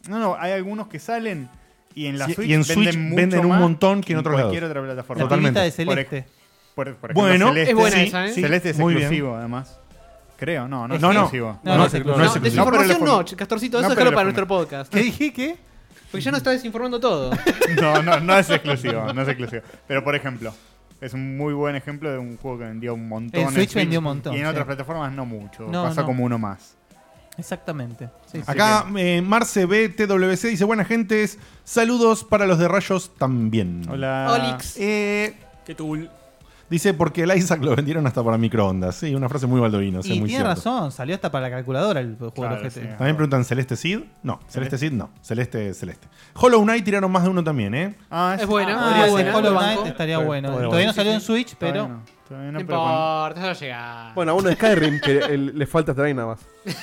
no, no, hay algunos que salen y en la Sí, Switch, y en venden, Switch mucho venden un más montón que en otros cualquier lados. otra plataforma. La Totalmente. primita de Por ej- Celeste. por- por ejemplo, Bueno, Celeste, es buena sí, esa, ¿eh? sí, Celeste es muy bien. exclusivo, además. Creo, no, no es No, no. exclusivo. No, no es No, exclusivo. no es exclusivo. desinformación No, pero no, lo- Castorcito, no, eso es pero solo lo para form- nuestro podcast. ¿Qué dije? ¿Qué? Porque ya nos está desinformando todo. No, no, no es exclusivo, no es exclusivo. Pero por ejemplo, es un muy buen ejemplo de un juego que vendió un montón. En Switch vendió un montón, Y en sí. otras plataformas no mucho. No, pasa no. como uno más. Exactamente. Sí, sí. Acá eh, Marce BTWC dice, buena gente, saludos para los de Rayos también. Hola. Olix. Eh, Qué tool. dice, porque el Isaac lo vendieron hasta para microondas. Sí, una frase muy baldovina, sí, y muy tiene cierto. razón, salió hasta para la calculadora el juego Claro, de los sí. GT. También preguntan, ¿Celeste Sid? No, ¿Eh? Celeste Sid no. Celeste, Celeste. Hollow Knight tiraron más de uno también, ¿eh? Ah, Es bueno, Ah, podría bueno, ser. Hollow Lo Knight banco. estaría Pero- bueno. podría- Todavía no sí, salió en sí. Switch, pero. Todavía no, todavía no, No pero cuando- importa, ya llega. Bueno, a uno de Skyrim que el- le falta traer nada más. Eh,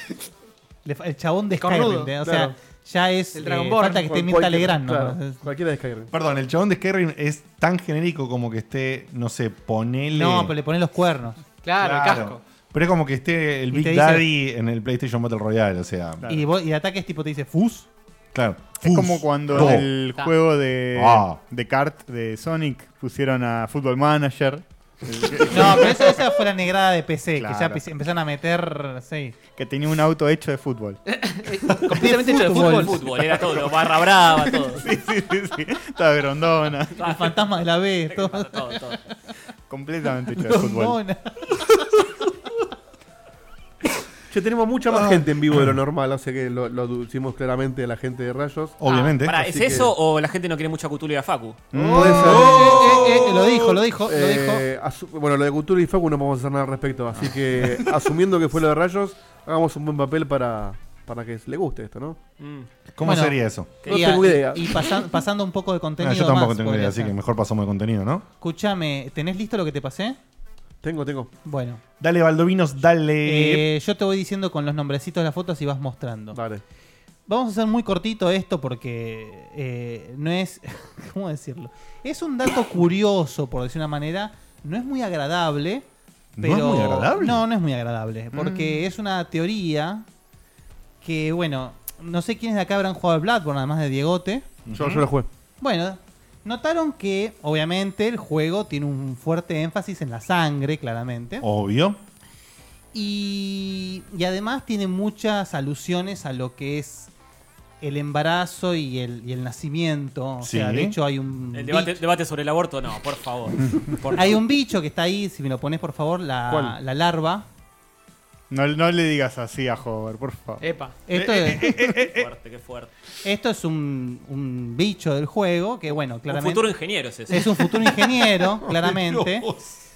le fa- El chabón de Cornudo, Skyrim, ¿eh? o sea, claro. ya es. El eh, Dragonborn. falta que esté Cual- Mirta cualquier- Legrand, ¿no? claro, Es- Cualquiera de Skyrim. Perdón, el chabón de Skyrim es tan genérico como que esté, no sé, ponele... No, pero le ponen los cuernos. Claro, el casco. Pero es como que esté el Y Big te dice- Daddy en el PlayStation Battle Royale, o sea, claro. Claro. Y, vos- y ataques tipo te dice Fus. Es Uf, como cuando no. el Está. juego de, Ah. de kart de Sonic pusieron a Football Manager. No, pero esa, esa fue la negrada de PC, que ya Claro. PC empezaron a meter. Sí. que tenía un auto hecho de fútbol. Completamente hecho de fútbol. Fútbol, era todo. Barra brava, todo. Sí, sí, sí, sí. Estaba grondona. El fantasma de la B, todo. Todo, todo. Completamente hecho de fútbol. Mona. Che, tenemos mucha Ah. más gente en vivo de lo normal, o sea que lo, lo deducimos claramente de la gente de Rayos. Obviamente. Ah, Pará, así ¿es que- eso o la gente no quiere mucho a Cthulhu y a Facu? Mm. Puede ser. Eh, eh, eh, lo dijo, lo dijo, lo dijo. Eh, asu- bueno, lo de Cultura y Facu no podemos hacer nada al respecto, así que Ah. asumiendo que fue lo de Rayos, hagamos un buen papel para, para que le guste esto, ¿no? Mm. ¿Cómo Bueno. sería eso? No y, tengo idea. y pasan- pasando un poco de contenido. Ah, yo tampoco más, tengo idea, podría así ser. que mejor pasamos de contenido, ¿no? Escuchame, ¿tenés listo lo que te pasé? Tengo, tengo. Bueno. Dale, Baldovinos, dale. Eh, yo te voy diciendo con los nombrecitos de las fotos y vas mostrando. Dale. Vamos a hacer muy cortito esto porque eh, no es. ¿Cómo decirlo? Es un dato curioso, por decir una manera. No es muy agradable. ¿No es Pero, muy agradable? No, no es muy agradable. Porque es una teoría que, bueno, no sé quiénes de acá habrán jugado al Bloodborne, además de Diegote. yo, yo lo jugué. Bueno, notaron que, obviamente, el juego tiene un fuerte énfasis en la sangre, claramente. Obvio. Y, y además tiene muchas alusiones a lo que es el embarazo y el, y el nacimiento. O Sí. sea, de hecho hay un, El debate, bicho, debate sobre el aborto, no, por favor. Por- hay un bicho que está ahí, si me lo pones por favor, la, ¿Cuál? la larva. No, no le digas así a Hover, por favor. Epa. Esto, Eh, es, Qué fuerte, qué fuerte. esto es un, un bicho del juego que, bueno, Un claramente... futuro ingeniero es ese. Es un futuro ingeniero, claramente.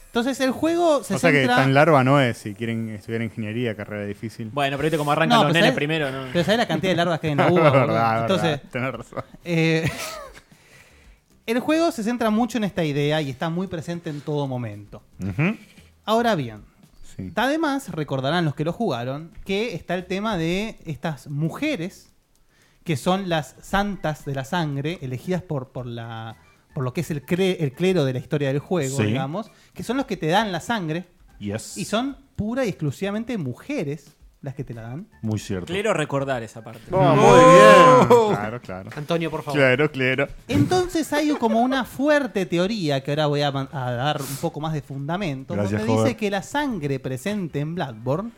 Entonces el juego se o sea que centra... tan larva no es si quieren estudiar ingeniería, carrera difícil. Bueno, pero viste cómo arrancan No, los pero nenes ¿sabes? primero, ¿no? Pero ¿sabés la cantidad de larvas que hay en la uva? boludo? verdad, Entonces, verdad, tenés razón. eh, el juego se centra mucho en esta idea y está muy presente en todo momento. Ujú. Ahora bien, Sí. además recordarán los que lo jugaron que está el tema de estas mujeres que son las santas de la sangre elegidas por, por la por lo que es el, cre- el clero de la historia del juego, Sí. digamos, que son los que te dan la sangre Yes. y son pura y exclusivamente mujeres las que te la dan. Muy cierto. Clero recordar esa parte. Oh, muy bien. Claro, claro. Antonio, por favor. Claro, claro. Entonces hay como una fuerte teoría que ahora voy a, man- a dar un poco más de fundamento, Gracias, donde joven. dice que la sangre presente en Bloodborne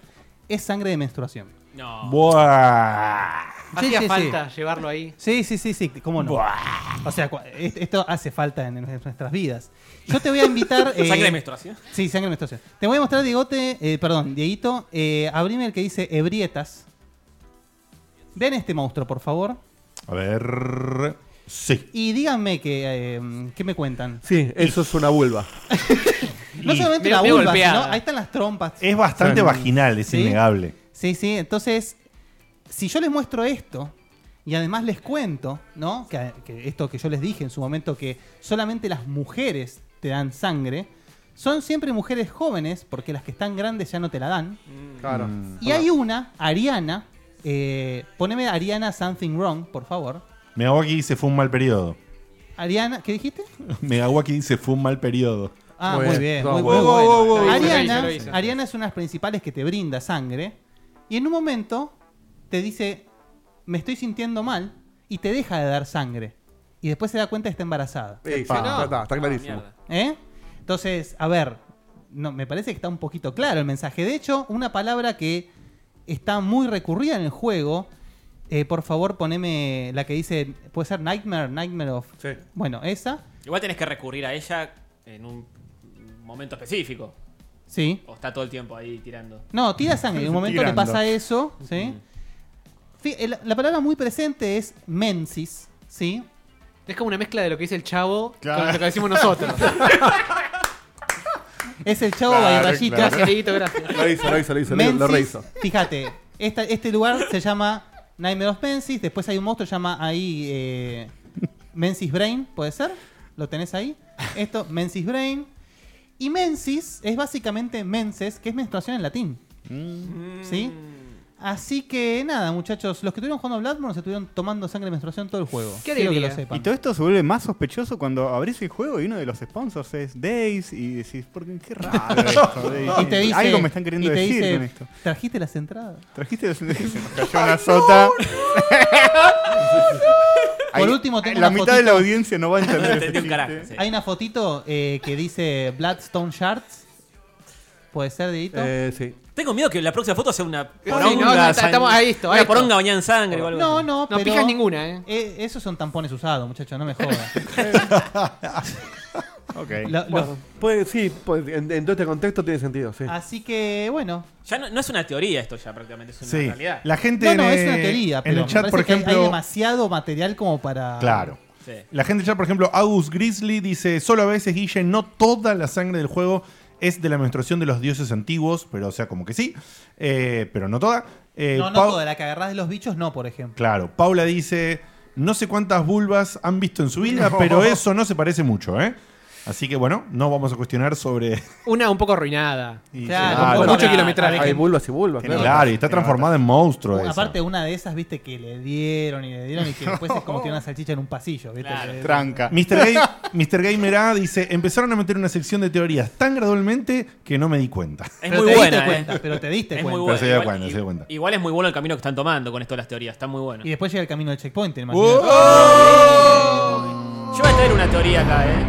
es sangre de menstruación. No. Buah. Hacía Sí, sí, falta llevarlo ahí. Sí, sí, sí, sí, cómo no. O sea, cua- est- esto hace falta en en nuestras vidas. Yo te voy a invitar. eh, ¿Sangre de menstruación? Sí, sangre de menstruación. Te voy a mostrar, Diegote, eh, perdón, Dieguito, eh, abrime el que dice ebrietas. Ven este monstruo, por favor. A ver. Sí. Y díganme que, eh, qué me cuentan. Sí, eso es una vulva. No solamente Medio- la medio vulva, golpeada. sino ahí están las trompas. Es bastante vaginal, es ¿Sí? innegable. Sí, sí, entonces, si yo les muestro esto y además les cuento, ¿no? Que, que esto que yo les dije en su momento, que solamente las mujeres te dan sangre, son siempre mujeres jóvenes, porque las que están grandes ya no te la dan. Claro. Y hay una, Ariana, eh, poneme Ariana Something Wrong, por favor. Miyawaki se fue un mal periodo. Ariana, ¿qué dijiste? Megawaki dice fue un mal periodo. Ah, Muy muy bien. bien. No, muy, bueno. muy bueno. wow, wow. Ariana, Lo hizo, lo hizo. Ariana es una de las principales que te brinda sangre. Y en un momento te dice, me estoy sintiendo mal. Y te deja de dar sangre. Y después se da cuenta que está embarazada. Sí, sí, Ah, ya está, está ah, clarísimo. mierda. ¿Eh? Entonces, a ver, no, me parece que está un poquito claro el mensaje. De hecho, una palabra que está muy recurrida en el juego. eh, por favor, poneme la que dice, puede ser Nightmare, Nightmare of... Sí. Bueno, esa, Igual tenés que recurrir a ella en un momento específico. sí. O está todo el tiempo ahí tirando. No, tira sangre. En un momento Tirando. le pasa eso, ¿sí? Fi- el- La, palabra muy presente es mensis, ¿sí? Es como una mezcla de lo que dice el chavo Claro. con lo que decimos nosotros. Es el chavo Claro, Bairrayita. claro. gracias, Dieguito, gracias. Lo hizo, lo hizo, lo hizo, lo- lo Mensis, rehizo. Fíjate, esta- este lugar se llama Nightmare of Mensis. Después hay un monstruo que se llama ahí eh, Mensis Brain, ¿puede ser? ¿Lo tenés ahí? Esto, Mensis Brain. Y Mensis es básicamente menses, que es menstruación en latín. ¿Sí? Así que nada, muchachos, los que estuvieron jugando a Bloodborne se estuvieron tomando sangre de menstruación todo el juego. Qué Quiero que alegría. lo sepan. Y todo esto se vuelve más sospechoso cuando abrís el juego y uno de los sponsors es Days y decís, ¿por qué, qué raro esto? Days. Y te dice, Algo me están queriendo y te decir dice, con esto. ¿Trajiste las entradas? Trajiste los se nos cayó una sota. Ahí- Por último, tengo la una mitad de la fotito. audiencia no va a No entender. ese entendí un chiste. carajo. sí. Hay una fotito eh, que dice Bloodstone Shards. ¿Puede ser, Dedito? Eh, sí. Tengo miedo que la próxima foto sea una no, poronga. no, está- sang- estamos- ahí esto, ahí Una esto. poronga bañada en sangre o algo no, así. no, No pero... pijas ninguna, ¿eh? eh, esos son tampones usados, muchachos, no me jodas. Ok. Lo- lo- Puede, sí, puede- en, en todo este contexto tiene sentido, sí. Así que, bueno. Ya no, no es una teoría esto ya prácticamente, es una Sí. realidad. La gente No, no, en, es una eh, teoría, en pero el chat, me por parece que hay- hay ejemplo. demasiado material como para... Claro. Sí. La gente ya, por ejemplo, Agus Grizzly dice, solo a veces, Guille, no toda la sangre del juego es de la menstruación de los dioses antiguos, pero o sea, como que sí, eh, pero no toda. Eh, No, no Pau- toda, la que agarrás de los bichos no, por ejemplo. Claro, Paula dice, no sé cuántas vulvas han visto en su vida, pero eso no se parece mucho, ¿eh? Así que bueno, no vamos a cuestionar sobre... Una un poco arruinada. Y- Claro, Ah, con bueno, mucho claro. kilometraje. Hay vulvas y vulvas, claro, claro. y está transformada en monstruo. esa. Uh, Aparte, una de esas, viste, que le dieron y le dieron y que después es como tiene una salchicha en un pasillo, viste. Claro. Que- Tranca. Mr. Ga- Mr. Gamer A dice, empezaron a meter una sección de teorías tan gradualmente que no me di cuenta. Es Pero muy te diste buena, cuenta, eh. pero te diste Es cuenta. muy Pero buena. se dio Igual, cuenta, se dio i- cuenta. igual es muy bueno el camino que están tomando con esto de las teorías, está muy bueno. Y después llega el camino del Uh, checkpoint, ¡Oh! imagínate. Yo voy a traer una teoría acá, eh.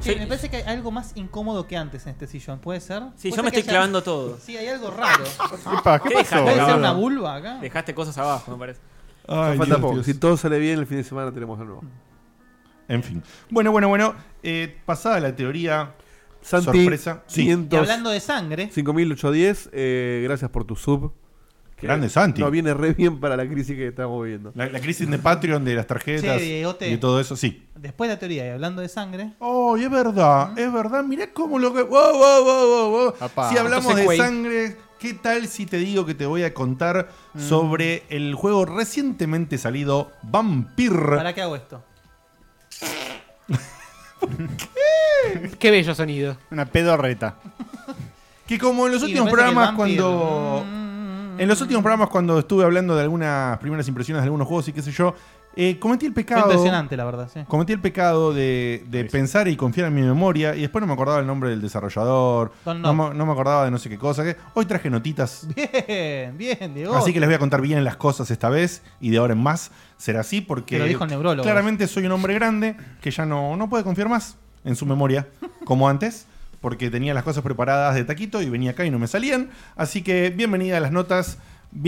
Che, Yo- me parece que hay algo más incómodo que antes en este sillón, ¿puede ser? ¿Puede Sí, yo ser me que estoy haya- clavando todo. Sí, hay algo raro. Epa, ¿Qué ¿Qué pasó? ¿Puede dejaste? ser boludo. una vulva acá? Dejaste cosas abajo, me parece. Ay, Ya falta Dios, poco. Dios. Si todo sale bien, el fin de semana tenemos algo nuevo. En fin. Bueno, bueno, bueno. eh, pasada la teoría. Santi, Sorpresa. Sí. Y 500, hablando de sangre, 5810, eh, gracias por tu sub. Que Grande, Santi. Nos viene re bien para la crisis que estamos viviendo. La, la crisis de Patreon, de las tarjetas Che, Diegote. y de todo eso, sí. después de la teoría y hablando de sangre, Oh, es verdad, es verdad. Mirá cómo lo que. Wow, wow, wow, wow, wow. Apá. Si hablamos Entonces, de güey. sangre, ¿qué tal si te digo que te voy a contar Mm. sobre el juego recientemente salido Vampir? ¿para qué hago esto? Qué bello sonido. Una pedorreta. Que como en los Y me últimos parece que el programas, Vampir- cuando. Mm, En los últimos programas, cuando estuve hablando de algunas primeras impresiones de algunos juegos y qué sé yo, eh, cometí el Fue pecado. impresionante, la verdad, sí. Cometí el pecado de, de pensar y confiar en mi memoria y después no me acordaba el nombre del desarrollador, Don no, No. me- no me acordaba de no sé qué cosa. que- Hoy traje notitas, Bien, bien, Diego. así que les voy a contar bien las cosas esta vez y de ahora en más será así porque Te lo dijo el neurólogo. claramente soy un hombre grande que ya no, no puede confiar más en su memoria como antes porque tenía las cosas preparadas de taquito y venía acá y no me salían. Así que bienvenida a las notas,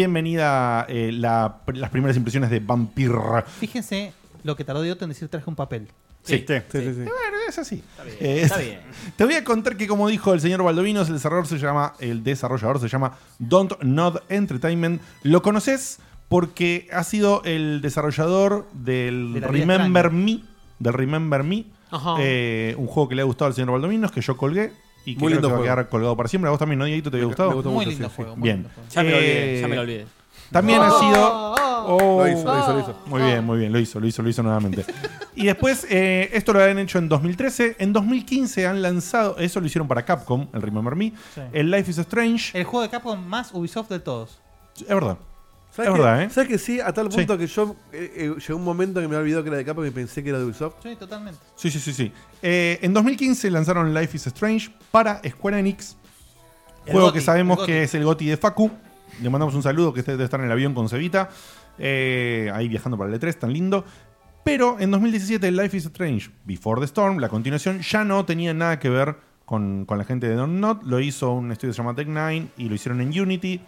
bienvenida eh, la- las primeras impresiones de Vampir. Fíjense lo que tardó Diego en decir traje un papel. Sí. Sí, sí, sí. Bueno, es así. Eh, Está bien. Te voy a contar que, como dijo el señor Baldovinos, el desarrollador se llama, el desarrollador se llama Don't Nod Entertainment. ¿Lo conoces? Porque ha sido el desarrollador del De la vida Remember extraña. Me, del Remember Me, Ajá. eh, un juego que le ha gustado al señor Baldovinos, que yo colgué y que Muy creo lindo que va a juego. quedar colgado para siempre. ¿A vos también, no, Dieguito, te había Me- gustado? me gustó Muy mucho, lindo sí, juego. sí. muy Bien. lindo juego. Ya me lo Eh, olvidé, ya me lo olvidé. También ha sido... Oh. Lo hizo, lo hizo, lo hizo. Muy bien, muy bien, lo hizo, lo hizo, lo hizo nuevamente. Ah. Y después, eh, esto lo habían hecho en 2013. En 2015 han lanzado, eso lo hicieron para Capcom, el Remember Me, Sí. Eh. el Life is Strange. El juego de Capcom más Ubisoft de todos. Es verdad. ¿Sabes Es que- verdad, ¿eh? ¿Sabes que sí? A tal Sí. punto que yo. eh, eh, llegó un momento que me había olvidado que era de capa y pensé que era de Ubisoft. Sí, totalmente. Sí, sí, sí, sí. Eh, en 2015 lanzaron Life is Strange para Square Enix. El juego GOTY, que sabemos el GOTY. que es el GOTI de Facu. Le mandamos un saludo que usted debe estar en el avión con Cevita. Eh, ahí viajando para el E3, tan lindo. Pero en 2017 Life is Strange Before the Storm, la continuación, ya no tenía nada que ver con, con la gente de Don't Not. Lo hizo un estudio que se llama Tech9 y lo hicieron en Unity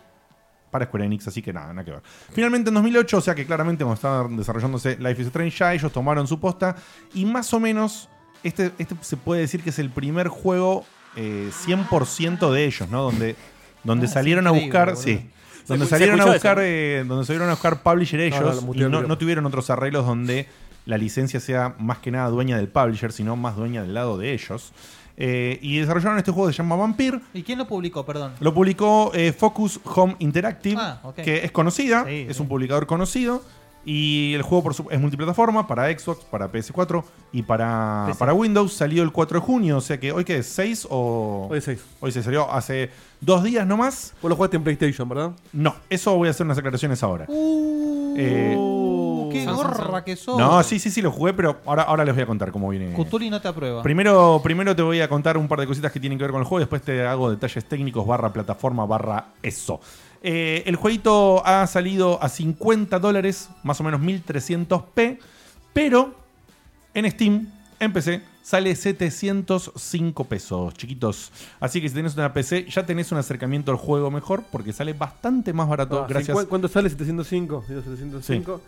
para Square Enix, así que nada, nada que ver. Finalmente en 2008, o sea que claramente cuando estaba desarrollándose Life is Strange, ya ellos tomaron su posta y más o menos este, este se puede decir que es el primer juego eh, 100% de ellos, ¿no? Donde, donde Ah, es salieron a increíble, buscar, boludo. sí, donde se salieron a escuchó buscar, eso, ¿no? eh, donde salieron a buscar publisher ellos no, lo muteé y el no, micrófono. no tuvieron otros arreglos donde la licencia sea más que nada dueña del publisher, sino más dueña del lado de ellos. Eh, y desarrollaron este juego que se llama Vampire, ¿Y quién lo publicó? Perdón. lo publicó eh, Focus Home Interactive, Ah, ok. que es conocida, Sí, es sí. un publicador conocido. Y el juego por su- es multiplataforma para Xbox, para PS4 y para, PC. para Windows. Salió el 4 de junio, o sea que hoy que es 6 o... Hoy es 6. Hoy se salió hace dos días nomás. Vos lo jugaste en PlayStation, ¿verdad? No, eso voy a hacer unas aclaraciones ahora. Uh, Eh, qué San, san, gorra san. que sos. no, sí, sí, sí, lo jugué, pero ahora, ahora les voy a contar cómo viene. Cutuli no te aprueba. Primero, primero te voy a contar un par de cositas que tienen que ver con el juego, después te hago detalles técnicos, barra plataforma, barra eso. Eh, el jueguito ha salido a 50 dólares, más o menos 1300p, pero en Steam, en PC, sale 705 pesos, chiquitos. Así que si tenés una PC, ya tenés un acercamiento al juego mejor, porque sale bastante más barato, Ah, gracias. cincu- ¿Cuánto sale? ¿705? Digo, 705.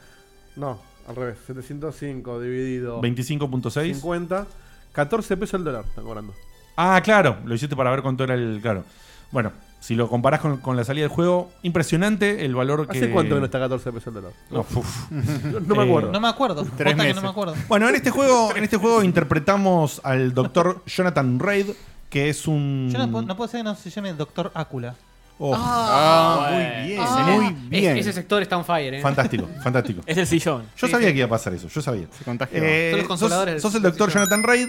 No, al revés. 705 dividido 25.6. 50. 14 pesos el dólar, están cobrando. Ah, claro, lo hiciste para ver cuánto era el. Claro. Bueno, si lo comparás con, con la salida del juego, impresionante el valor que. ¿Hace cuánto que no está 14 pesos el dólar? No, uf. No, no me Eh, acuerdo. No me acuerdo. Tres Posta que meses. no me acuerdo. Bueno, en este juego, en este juego interpretamos al doctor Jonathan Reid, que es un. Yo no puedo, no puedo ser que no se llame Doctor Ácula. Oh, Ah, Ah, Ah, muy bien, muy Es- bien. ese sector está on fire, ¿eh? fantástico, fantástico. Es el sillón. Yo sabía que iba a pasar eso, yo sabía. Se contagió. Eh, Son los sos, consoladores sos el del doctor sistema. Jonathan Reid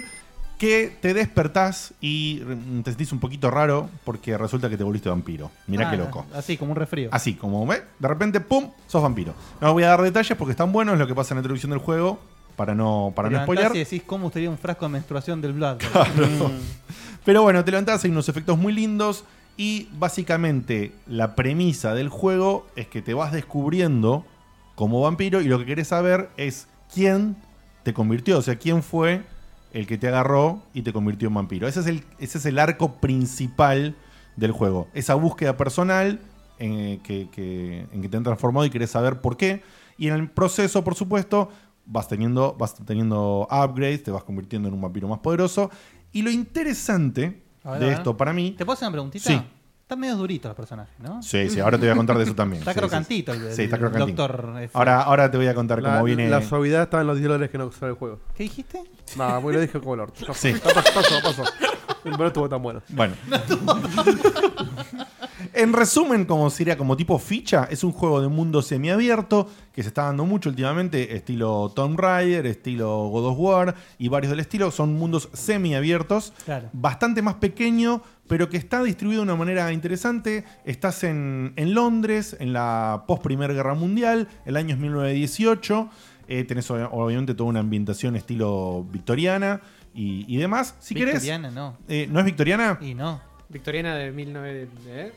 que te despertás y mm, te sentís un poquito raro porque resulta que te volviste vampiro. Mirá Ah, qué loco. Así, como un resfrío. Así, como ve, de repente, ¡pum! sos vampiro. No voy a dar detalles porque están buenos lo que pasa en la introducción del juego. Para no, para Te no levantás spoiler. Y decís cómo estaría un frasco de menstruación del Blood. Pero bueno, te levantás, hay unos efectos muy lindos. Y básicamente la premisa del juego es que te vas descubriendo como vampiro y lo que querés saber es quién te convirtió, o sea, quién fue el que te agarró y te convirtió en vampiro. Ese es el, ese es el arco principal del juego. Esa búsqueda personal en eh, que, que- en que te han transformado y querés saber por qué. Y en el proceso, por supuesto, vas teniendo, vas teniendo upgrades, te vas convirtiendo en un vampiro más poderoso. Y lo interesante A ver, a de ver. esto para mí... ¿Te puedo hacer una preguntita? Sí. Están medio duritos los personajes, ¿no? Sí, sí, ahora te voy a contar de eso también. Está Sí, sí, sí. crocantito el, Sí, está el crocantito. doctor. eh, F. Ahora, ahora te voy a contar La, cómo viene... la suavidad estaba en los 10 dólares que no sale el juego. ¿Qué dijiste? Nada, porque lo dije como el orto. Ya Sí. fue. Ya Pasó, pasó, pasó. Pero no estuvo tan bueno. Bueno. en resumen, como sería como tipo ficha, es un juego de mundo semiabierto que se está dando mucho últimamente, estilo Tomb Raider, estilo God of War y varios del estilo. Son mundos semiabiertos, Claro. bastante más pequeño, pero que está distribuido de una manera interesante. Estás en, en Londres, en la post Primera Guerra Mundial, el año es 1918. Eh, tenés obvia- obviamente toda una ambientación estilo victoriana y, y demás. Si querés. Victoriana, no. Eh, ¿No es victoriana? Y no. Victoriana de 19... ¿eh?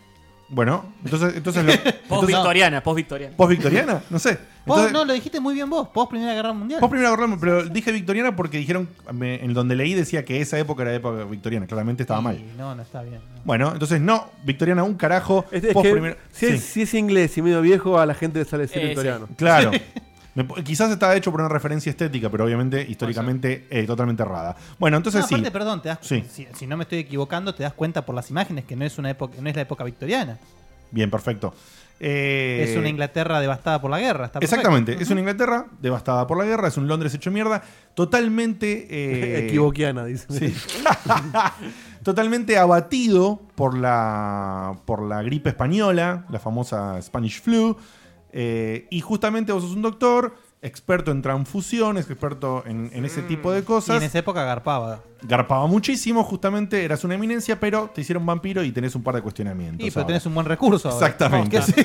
Bueno, entonces, entonces lo- Post entonces- victoriana, post victoriana. ¿Post victoriana? No sé. Vos Entonces, no, lo dijiste muy bien vos. Post Primera Guerra Mundial. post primera guerra, pero dije victoriana porque dijeron, me- en donde leí decía que esa época era época victoriana, claramente estaba Y mal. No, no está bien. no. Bueno, entonces no, victoriana un carajo. Es, es post que primera- si, sí, es, si es inglés y medio viejo, a la gente le sale decir Eh, sí. victoriano. Claro. Me po- quizás estaba hecho por una referencia estética, pero obviamente históricamente eh, totalmente errada. Bueno, No, entonces sí. aparte, perdón, te das, Sí. si, si no me estoy equivocando, te das cuenta por las imágenes que no es una época, no es la época victoriana. Bien, perfecto. Eh, es una Inglaterra devastada por la guerra. Está perfecto. Exactamente, es una Inglaterra devastada por la guerra, es un Londres hecho mierda, totalmente eh, Equivoquiana, dice. Sí. Totalmente abatido por la, por la gripe española, la famosa Spanish flu. Eh, y justamente vos sos un doctor, experto en transfusiones, experto en, en ese tipo de Mm, Y en cosas. esa época garpaba. garpaba muchísimo, justamente, eras una eminencia, pero te hicieron vampiro y tenés un par de cuestionamientos. Y pero ahora. tenés un buen recurso. ahora. Exactamente. ¿Qué haces?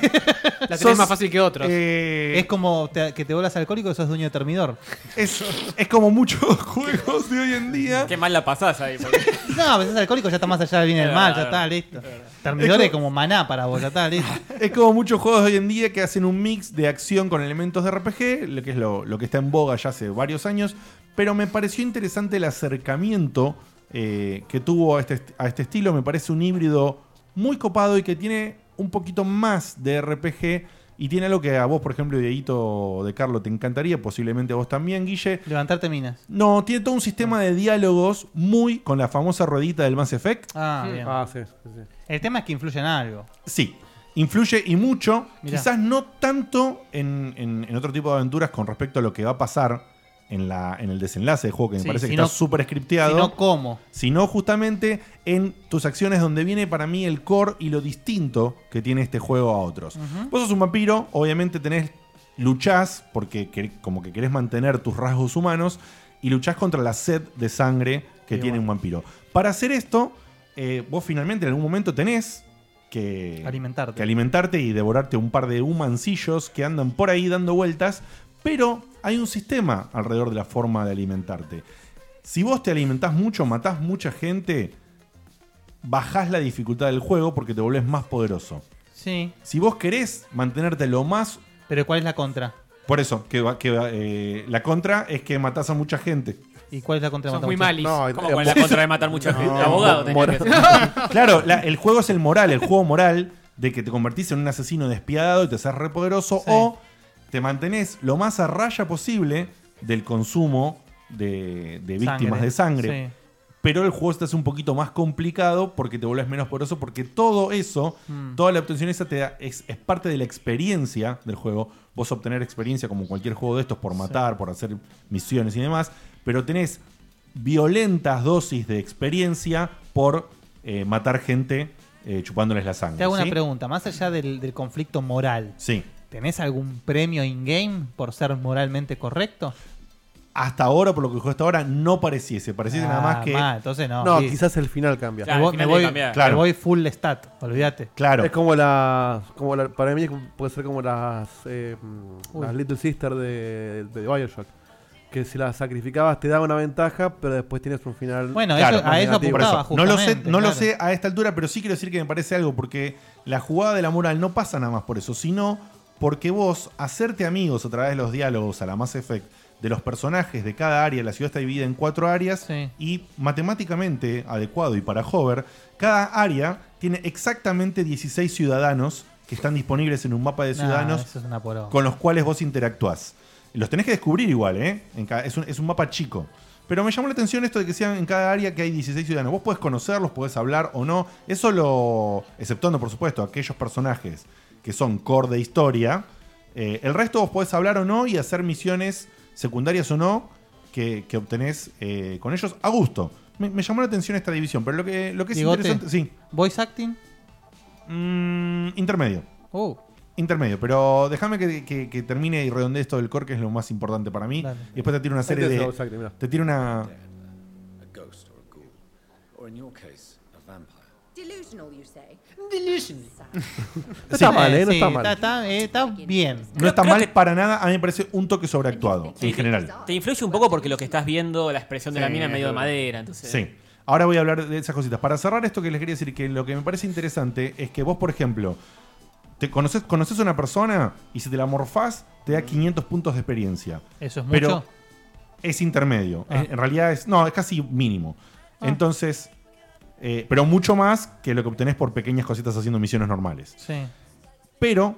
La tenés Sos- más fácil que otros. Eh, Es como te- que te vuelas alcohólico y sos dueño de termidor. es, es como muchos juegos de hoy en día. Qué mal la pasás ahí. porque- No, pero sos alcohólico, ya está más allá del bien y del mal, ya está, listo. Termidor es como maná para vos, ya está, listo. Es como muchos juegos de hoy en día que hacen un mix de acción con elementos de RPG, lo que es lo, lo que está en boga ya hace varios años, pero me pareció interesante el acercamiento eh, que tuvo a este, est- a este estilo, me parece un híbrido muy copado y que tiene un poquito más de RPG y tiene algo que a vos, por ejemplo, Dieguito de Carlo, te encantaría, posiblemente a vos también, Guille. Levantarte minas. No, tiene todo un sistema de diálogos muy con la famosa ruedita del Mass Effect. Ah, bien. Ah, sí, sí, sí. El tema es que influye en algo. Sí, influye y mucho. Mirá. Quizás no tanto en, en- en otro tipo de aventuras con respecto a lo que va a pasar en, la, en el desenlace del juego, que me Sí, parece que sino- está súper Si scripteado. no, Sino, ¿cómo? justamente en tus acciones, donde viene para mí el core y lo distinto que tiene este juego a otros. Vos sos un vampiro, obviamente tenés. Luchás, porque quer- como que querés mantener tus rasgos humanos, y luchás contra la sed de sangre que Sí, tiene bueno. un vampiro. Para hacer esto, eh, vos finalmente en algún momento tenés que Alimentarte. que alimentarte y devorarte un par de humancillos que andan por ahí dando vueltas, pero hay un sistema alrededor de la forma de alimentarte. Si vos te alimentás mucho, matás mucha gente, bajás la dificultad del juego porque te volvés más poderoso. Sí. Si vos querés mantenerte lo más... Pero ¿cuál es la contra? Por eso, que, va- que va- eh, la contra es que matás a mucha gente. ¿Y cuál es la contra? Sos Mata muy mucho. malis. No, Como eh, con la vos- contra de matar mucha gente. No, Abogado mo- tenés mora- que ser. Claro, la- el juego es el moral, el juego moral de que te convertís en un asesino despiadado y te haces repoderoso Sí. o te mantenés lo más a raya posible del consumo de, de víctimas de sangre. Sí. Pero el juego se te hace un poquito más complicado porque te volvés menos poderoso porque todo eso, Hmm. toda la obtención esa te da- es, es parte de la experiencia del juego. Vos obtener experiencia como cualquier juego de estos por matar, por hacer misiones y demás, pero tenés violentas dosis de experiencia por eh, matar gente eh, chupándoles la sangre. Te hago ¿sí? una pregunta. Más allá del, del conflicto moral, Sí. ¿tenés algún premio in-game por ser moralmente correcto? Hasta ahora, por lo que juego hasta ahora, no pareciese. Pareciese nada más Ah, que. mal, entonces no. No, sí. quizás el final cambia. Claro, me, voy- me al final te voy, cambiás. me Claro. voy full stat, olvídate. Claro. Es como la, como la- Para mí es como- puede ser como las. eh, mm, Uy. las Little Sister de, de Bioshock. Que si las sacrificabas te da una ventaja, pero después tienes un final. Bueno, Claro, eso, más a eso negativo. Por eso, apuntaba no lo sé, justamente, no lo claro. sé a esta altura, pero sí quiero decir que me parece algo, porque la jugada de la moral no pasa nada más por eso, sino porque vos hacerte amigos a través de los diálogos a la Mass Effect de los personajes de cada área, la ciudad está dividida en cuatro áreas Sí. y matemáticamente adecuado y para Hover, cada área tiene exactamente 16 ciudadanos que están disponibles en un mapa de Nah, ciudadanos eso es una poronga. con los cuales vos interactuás. Los tenés que descubrir igual, ¿eh? En ca- es, un, es un mapa chico. Pero me llamó la atención esto de que sean en cada área que hay 16 ciudadanos. Vos podés conocerlos, podés hablar o no. Eso lo. Exceptuando, por supuesto, aquellos personajes que son core de historia. Eh, el resto vos podés hablar o no y hacer misiones secundarias o no que, que obtenés eh, con ellos a gusto. Me, me llamó la atención esta división, pero lo que, lo que es Bigote. interesante. Sí. Voice acting. Mm, intermedio. Uh, Intermedio, pero déjame que, que- que termine y redondee esto del core, que es lo más importante para mí. Dale. Y después te tiro una Ahí serie tenés el de. voice acting, mirá. Te tiro una. a ghost or a ghoul, or in your case, a vampire. Delusional, you say. No está mal, ¿eh? No sí, está mal. Está, eh, está bien. No está creo mal que- para nada, a mí me parece un toque sobreactuado, Sí, en sí. general. Te influye un poco porque lo que estás viendo, la expresión de la Sí, mina es medio de es verdad. madera. Entonces, Sí. Ahora voy a hablar de esas cositas. Para cerrar esto que les quería decir, que lo que me parece interesante es que vos, por ejemplo, te conoces, conoces a una persona y si te la morfás, te Mm. da 500 puntos de experiencia. Eso es mucho. Pero es intermedio. Ah. En realidad es. No, es casi mínimo. Entonces. eh, pero mucho más que lo que obtenés por pequeñas cositas haciendo misiones normales. sí. Pero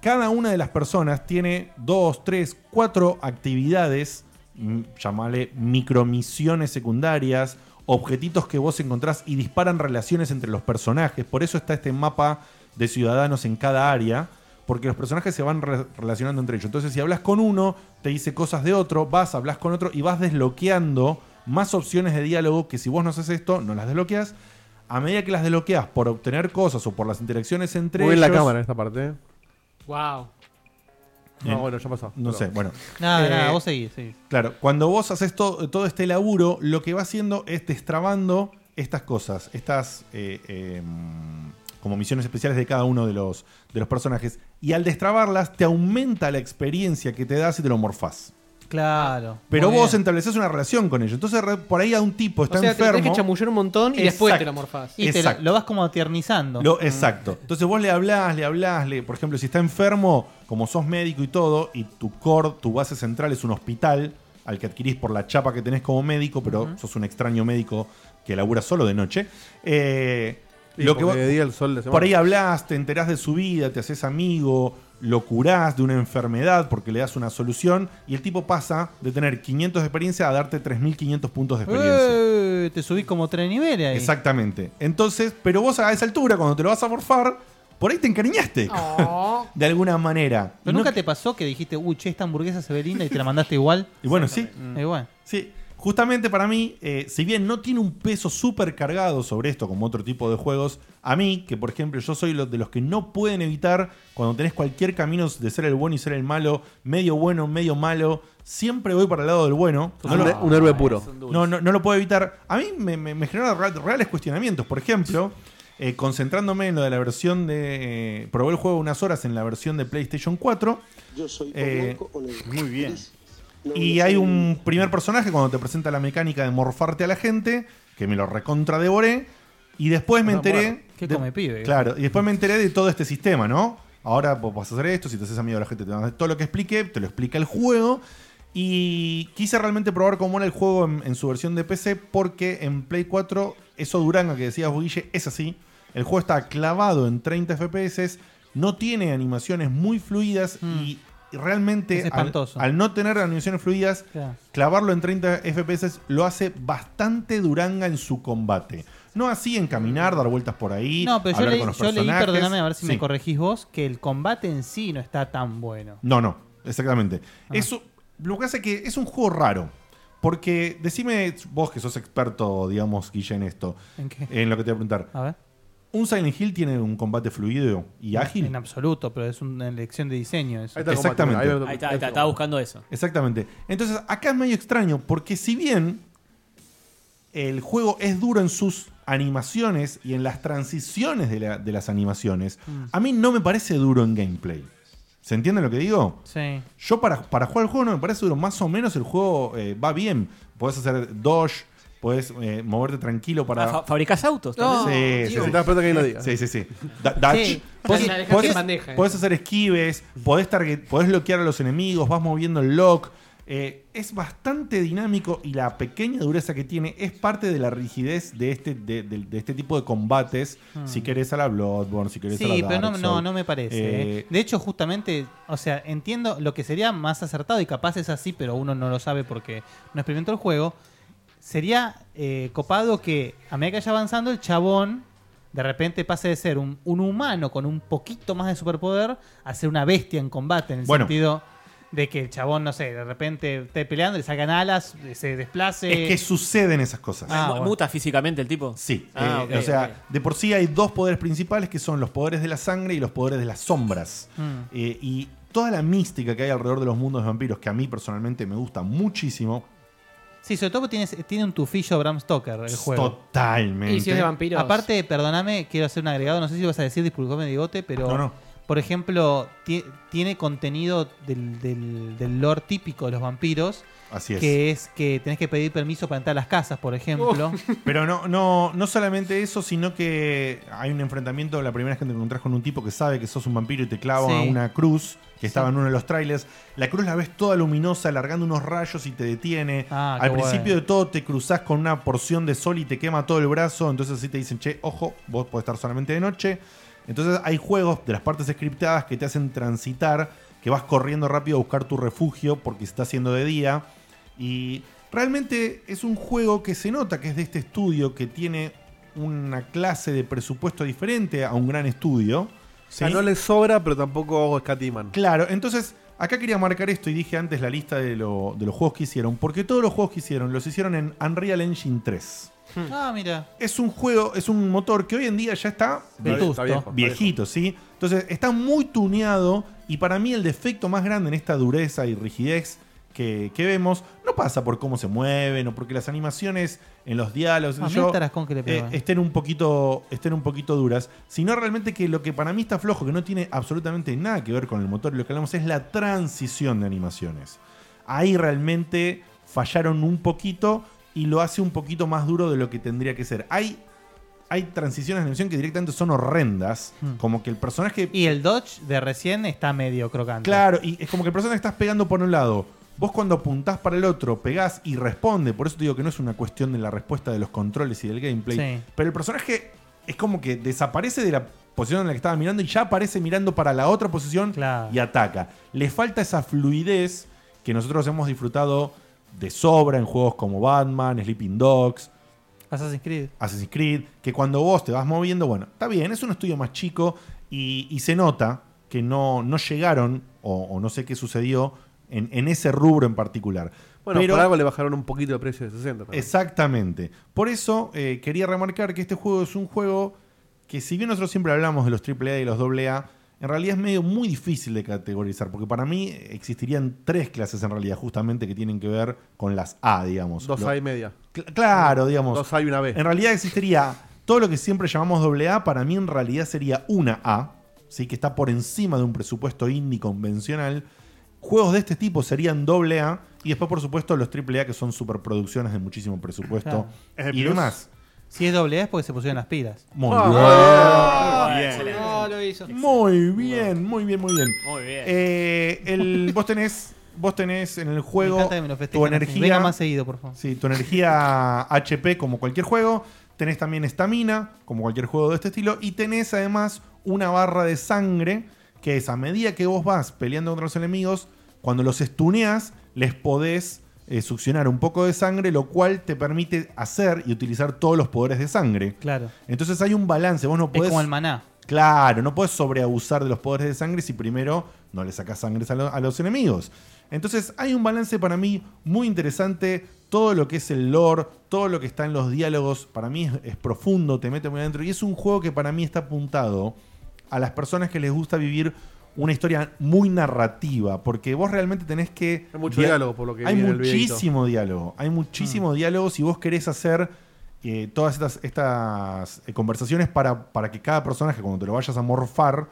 cada una de las personas tiene dos, tres, cuatro actividades, mm, llamale micromisiones secundarias, objetitos que vos encontrás y disparan relaciones entre los personajes. Por eso está este mapa de ciudadanos en cada área. Porque los personajes se van re- relacionando entre ellos. Entonces, si hablas con uno, te dice cosas de otro, vas, hablas con otro y vas desbloqueando más opciones de diálogo que si vos no haces esto, no las desbloqueas. A medida que las desbloqueas por obtener cosas o por las interacciones entre Muy bien ellos. la cámara en esta parte. ¿eh? Wow. No, bueno, ya pasó. No Perdón. sé, bueno. Nada, Eh, nada, vos seguís. seguís. Claro, cuando vos haces to- todo este laburo, lo que va haciendo es destrabando estas cosas, estas eh, eh, como misiones especiales de cada uno de los, de los personajes. Y al destrabarlas, te aumenta la experiencia que te das y te lo morfás. Claro. Pero Muy vos bien. estableces una relación con ellos. Entonces, re- por ahí a un tipo está o sea, te enfermo. tenés que chamullar un montón y después te lo morfás. Y te lo, Exacto. lo vas como tiernizando. Lo- exacto. Entonces vos le hablás, le hablás, le, por ejemplo, si está enfermo, como sos médico y todo, y tu core, tu base central es un hospital al que adquirís por la chapa que tenés como médico, pero sos un extraño médico que labura solo de noche. eh, Sí, lo que porque vos- de día el sol le hace por mal. ahí hablas, te enterás de su vida, te haces amigo, lo curás de una enfermedad porque le das una solución y el tipo pasa de tener 500 de experiencia a darte 3.500 puntos de experiencia. Eh, te subís como tres niveles ahí. Exactamente. Entonces, pero vos a esa altura, cuando te lo vas a morfar, por ahí te encariñaste. De alguna manera. Pero nunca te pasó que dijiste, uy, che, esta hamburguesa se ve linda y te la mandaste igual. Eh, Y bueno, sí. Igual. Sí. Justamente para mí, eh, si bien no tiene un peso súper cargado sobre esto como otro tipo de juegos, a mí, que por ejemplo yo soy lo- de los que no pueden evitar cuando tenés cualquier camino de ser el bueno y ser el malo, medio bueno, medio malo, siempre voy para el lado del bueno. Sos un he- un héroe puro. No, no, no lo puedo evitar. A mí me, me, me generan real- reales cuestionamientos. Por ejemplo, eh, concentrándome en lo de la versión de... eh, probé el juego unas horas en la versión de PlayStation 4. Yo soy Eh, Muy bien. y hay un primer personaje cuando te presenta la mecánica de morfarte a la gente, que me lo recontra devoré. Y después me Ah, enteré. bueno. ¿Qué de- come pibe? Claro, y después me enteré de todo este sistema, ¿no? Ahora vos vas a hacer esto, si te haces amigo de la gente, te van a hacer todo lo que expliqué, te lo explica el juego. Y quise realmente probar cómo era el juego en, en su versión de PC, porque en Play 4, eso Durango que decías vos, Guille, es así. El juego está clavado en 30 FPS, no tiene animaciones muy fluidas y realmente Hmm. Es al- espantoso. al no tener animaciones fluidas, Claro. clavarlo en 30 FPS lo hace bastante Duranga en su combate. No así en caminar, dar vueltas por ahí. No, pero yo hablar leí, con los yo leí, personajes. perdóname, a ver si Sí. me corregís vos, que el combate en sí no está tan bueno. No, no, exactamente. Eso, lo que hace que es un juego raro. Porque decime vos que sos experto, digamos, Guille, en esto. ¿En qué? lo que te voy a preguntar. A ver. ¿Un Silent Hill tiene un combate fluido y ágil? En absoluto, pero es una elección de diseño. eso. Exactamente. Ahí está, ahí está, estaba buscando eso. Exactamente. Entonces, acá es medio extraño, porque si bien el juego es duro en sus animaciones y en las transiciones de, la- de las animaciones, Mm. a mí no me parece duro en gameplay. ¿Se entiende lo que digo? Sí. Yo para, para jugar el juego no me parece duro. Más o menos el juego eh, va bien. Podés hacer dodge, podés eh, moverte tranquilo para... Ah, fa- fabricás autos Sí, también. No, sí, tío. sí. Te das cuenta que ahí lo diga. Sí, sí, sí. Da- Dutch. Sí, Podés- la dejaste podés- en bandeja, eh. podés hacer esquives, podés, target- podés bloquear a los enemigos, vas moviendo el lock. Eh, es bastante dinámico y la pequeña dureza que tiene es parte de la rigidez de este, de, de- de este tipo de combates. Hmm. Si querés a la Bloodborne, si querés a la Sí, pero no, Dark no, Souls. no me parece. Eh, ¿eh? De hecho, justamente, o sea, entiendo lo que sería más acertado y capaz es así, pero uno no lo sabe porque no experimentó el juego. Sería eh, copado que a medida que vaya avanzando el chabón de repente pase de ser un, un humano con un poquito más de superpoder a ser una bestia en combate, en el Bueno. sentido de que el chabón, no sé, de repente esté peleando, le sacan alas, se desplace. Es que suceden esas cosas. Ah, bueno. ¿Muta físicamente el tipo? Sí. Ah, Eh, ok, o sea, ok. de por sí hay dos poderes principales que son los poderes de la sangre y los poderes de las sombras. Mm. Eh, y toda la mística que hay alrededor de los mundos de vampiros, que a mí personalmente me gusta muchísimo, Sí, sobre todo porque tiene, tiene un tufillo Bram Stoker el juego. Totalmente. Y si es de vampiros. Aparte, perdóname, quiero hacer un agregado. No sé si lo vas a decir, disculpame, bigote, pero. No, no. Por ejemplo, ti- tiene contenido del, del, del lore típico de los vampiros. Así es. Que es que tenés que pedir permiso para entrar a las casas, por ejemplo. Pero no, no, no solamente eso, sino que hay un enfrentamiento. La primera vez que te encontrás con un tipo que sabe que sos un vampiro y te clava Sí. una cruz que estaba en uno de los trailers. La cruz la ves toda luminosa, alargando unos rayos y te detiene. Ah, Al qué principio bueno. de todo te cruzás con una porción de sol y te quema todo el brazo. Entonces así te dicen, che, ojo, vos podés estar solamente de noche. Entonces hay juegos de las partes scriptadas que te hacen transitar, que vas corriendo rápido a buscar tu refugio porque se está haciendo de día. Y realmente es un juego que se nota que es de este estudio que tiene una clase de presupuesto diferente a un gran estudio. O sea, ¿sí? no les sobra, pero tampoco escatiman. Claro, entonces acá quería marcar esto y dije antes la lista de, lo- de los juegos que hicieron, porque todos los juegos que hicieron los hicieron en Unreal Engine 3. Ah, mira. Es un juego, es un motor que hoy en día ya está Vetusto. Está viejo, está viejito, ¿sí? Entonces está muy tuneado y para mí el defecto más grande en esta dureza y rigidez que, que vemos no pasa por cómo se mueven o porque las animaciones en los diálogos A qué sé mí yo, eh, el Tarascón que le pegaba. estén, un poquito, estén un poquito duras, sino realmente que lo que para mí está flojo, que no tiene absolutamente nada que ver con el motor y lo que hablamos es la transición de animaciones ahí realmente fallaron un poquito y lo hace un poquito más duro de lo que tendría que ser. Hay, hay transiciones de animación que directamente son horrendas, como que el personaje... Mm. Y el dodge de recién está medio crocante. Claro, y es como que el personaje estás pegando por un lado. Vos cuando apuntás para el otro, pegás y responde. Por eso te digo que no es una cuestión de la respuesta de los controles y del gameplay. Sí. Pero el personaje es como que desaparece de la posición en la que estaba mirando y ya aparece mirando para la otra posición y ataca. Le falta esa fluidez que nosotros hemos disfrutado de sobra en juegos como Batman, Sleeping Dogs, Assassin's Creed. Assassin's Creed, que cuando vos te vas moviendo, bueno, está bien, es un estudio más chico y, y se nota que no, no llegaron, o, o no sé qué sucedió, en, en ese rubro en particular. Bueno, Pero- por algo le bajaron un poquito el precio de 60. también. Exactamente. Por eso eh, quería remarcar que este juego es un juego que si bien nosotros siempre hablamos de los AAA y los AA, en realidad es medio muy difícil de categorizar, porque para mí existirían tres clases en realidad, justamente que tienen que ver con las A, digamos. Dos Lo- A y media. Cl- claro, digamos. Dos A y una B. En realidad existiría todo lo que siempre llamamos AA, para mí en realidad sería una A, ¿sí? que está por encima de un presupuesto indie convencional. Juegos de este tipo serían AA y después, por supuesto, los AAA que son superproducciones de muchísimo presupuesto Claro. y demás. Si es doble A es porque se pusieron las pilas. Muy Ah, bien. ah, Muy bien. excelente. No, lo hizo. Muy bien, muy bien, muy bien. Muy bien. Eh, el, vos tenés, vos tenés en el juego encanta que me lo festejen tu así. energía. Venga más seguido, por favor. Sí, tu energía HP como cualquier juego. Tenés también estamina, como cualquier juego de este estilo. Y tenés además una barra de sangre, que es a medida que vos vas peleando contra los enemigos, cuando los estuneas, les podés eh, succionar un poco de sangre, lo cual te permite hacer y utilizar todos los poderes de sangre. Claro. Entonces hay un balance, vos no podés. como el maná. Claro, no podés sobreabusar de los poderes de sangre si primero no le sacas sangre a, lo- a los enemigos. Entonces hay un balance para mí muy interesante. Todo lo que es el lore, todo lo que está en los diálogos, para mí es, es profundo, te mete muy adentro. Y es un juego que para mí está apuntado a las personas que les gusta vivir una historia muy narrativa. Porque vos realmente tenés que. Hay mucho dia- diálogo, por lo que Hay vi en el Mm. videíto. muchísimo diálogo. Hay muchísimo diálogo si vos querés hacer eh, todas estas, estas eh, conversaciones para, para que cada personaje, cuando te lo vayas a morfar,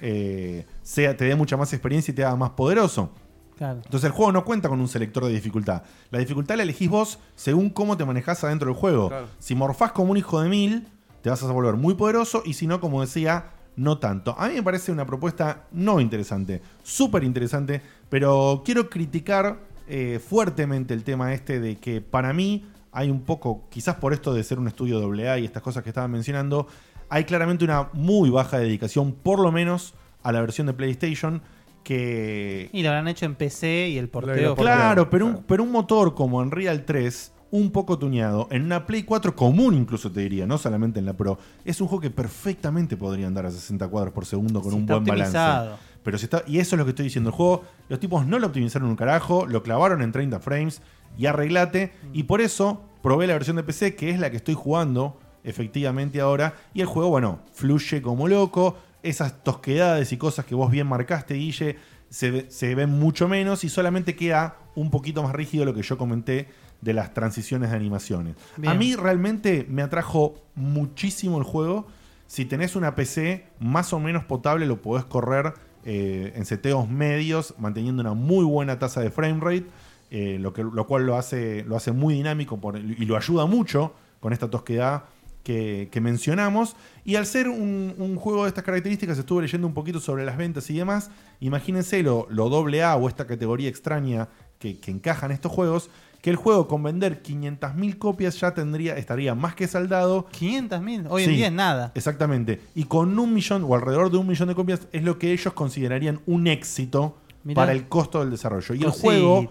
eh, sea, te dé mucha más experiencia y te haga más poderoso. Claro. Entonces el juego no cuenta con un selector de dificultad. La dificultad la elegís vos según cómo te manejás adentro del juego. Claro. Si morfás como un hijo de mil, te vas a volver muy poderoso y si no, como decía, no tanto. A mí me parece una propuesta no interesante, súper interesante, pero quiero criticar eh, fuertemente el tema este de que para mí hay un poco, quizás por esto de ser un estudio AA y estas cosas que estaba mencionando, hay claramente una muy baja dedicación, por lo menos a la versión de PlayStation, que, Y lo habrán hecho en PC y el porteo. Claro, pero, un, pero un motor como Unreal 3, un poco tuñado, en una Play 4 común incluso te diría, no solamente en la Pro, es un juego que perfectamente podría andar a 60 cuadros por segundo con Si un está buen optimizado. balance. Pero si está, y eso es lo que estoy diciendo, el juego, los tipos no lo optimizaron un carajo, lo clavaron en 30 frames y arreglate, Mm. y por eso probé la versión de PC, que es la que estoy jugando efectivamente ahora, y el juego, bueno, fluye como loco, esas tosquedades y cosas que vos bien marcaste, Guille, se, ve- se ven mucho menos y solamente queda un poquito más rígido lo que yo comenté de las transiciones de animaciones. Bien. A mí realmente me atrajo muchísimo el juego. Si tenés una PC más o menos potable, lo podés correr eh, en seteos medios, manteniendo una muy buena tasa de frame rate, eh, lo, que, lo cual lo hace, lo hace muy dinámico por- y lo ayuda mucho con esta tosquedad que, que mencionamos. Y al ser un, un juego de estas características, estuve leyendo un poquito sobre las ventas y demás. Imagínense lo, lo doble A o esta categoría extraña que, que encajan estos juegos. Que el juego con vender 500.000 copias ya tendría, estaría más que saldado. 500.000, hoy en día es nada. Exactamente. Y con un millón o alrededor de un millón de copias es lo que ellos considerarían un éxito Mirá. para el costo del desarrollo. Y el Cosita. juego,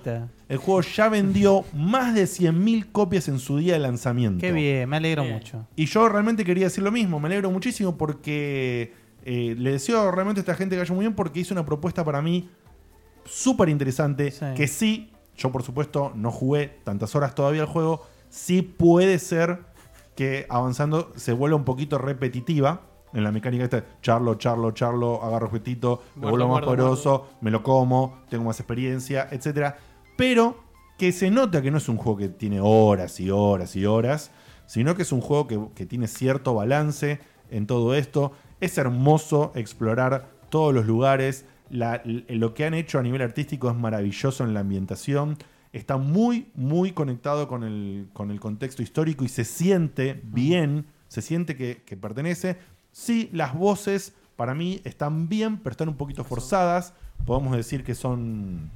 el juego ya vendió más de 100.000 copias en su día de lanzamiento. Qué bien, me alegro mucho. Y yo realmente quería decir lo mismo, me alegro muchísimo porque eh, le deseo realmente a esta gente que haya muy bien porque hizo una propuesta para mí súper interesante, que sí, yo por supuesto no jugué tantas horas todavía al juego, sí puede ser que avanzando se vuelve un poquito repetitiva en la mecánica esta. Charlo, charlo, charlo, agarro objetito, me Muerto, vuelvo más muerto, poderoso, me lo como, tengo más experiencia, etc. Pero que se nota que no es un juego que tiene horas y horas y horas, sino que es un juego que, que tiene cierto balance en todo esto. Es hermoso explorar todos los lugares. La- l- lo que han hecho a nivel artístico es maravilloso en la ambientación. Está muy, muy conectado con el, con el contexto histórico y se siente bien, se siente que, que pertenece. Sí, las voces para mí están bien, pero están un poquito forzadas. Podemos decir que son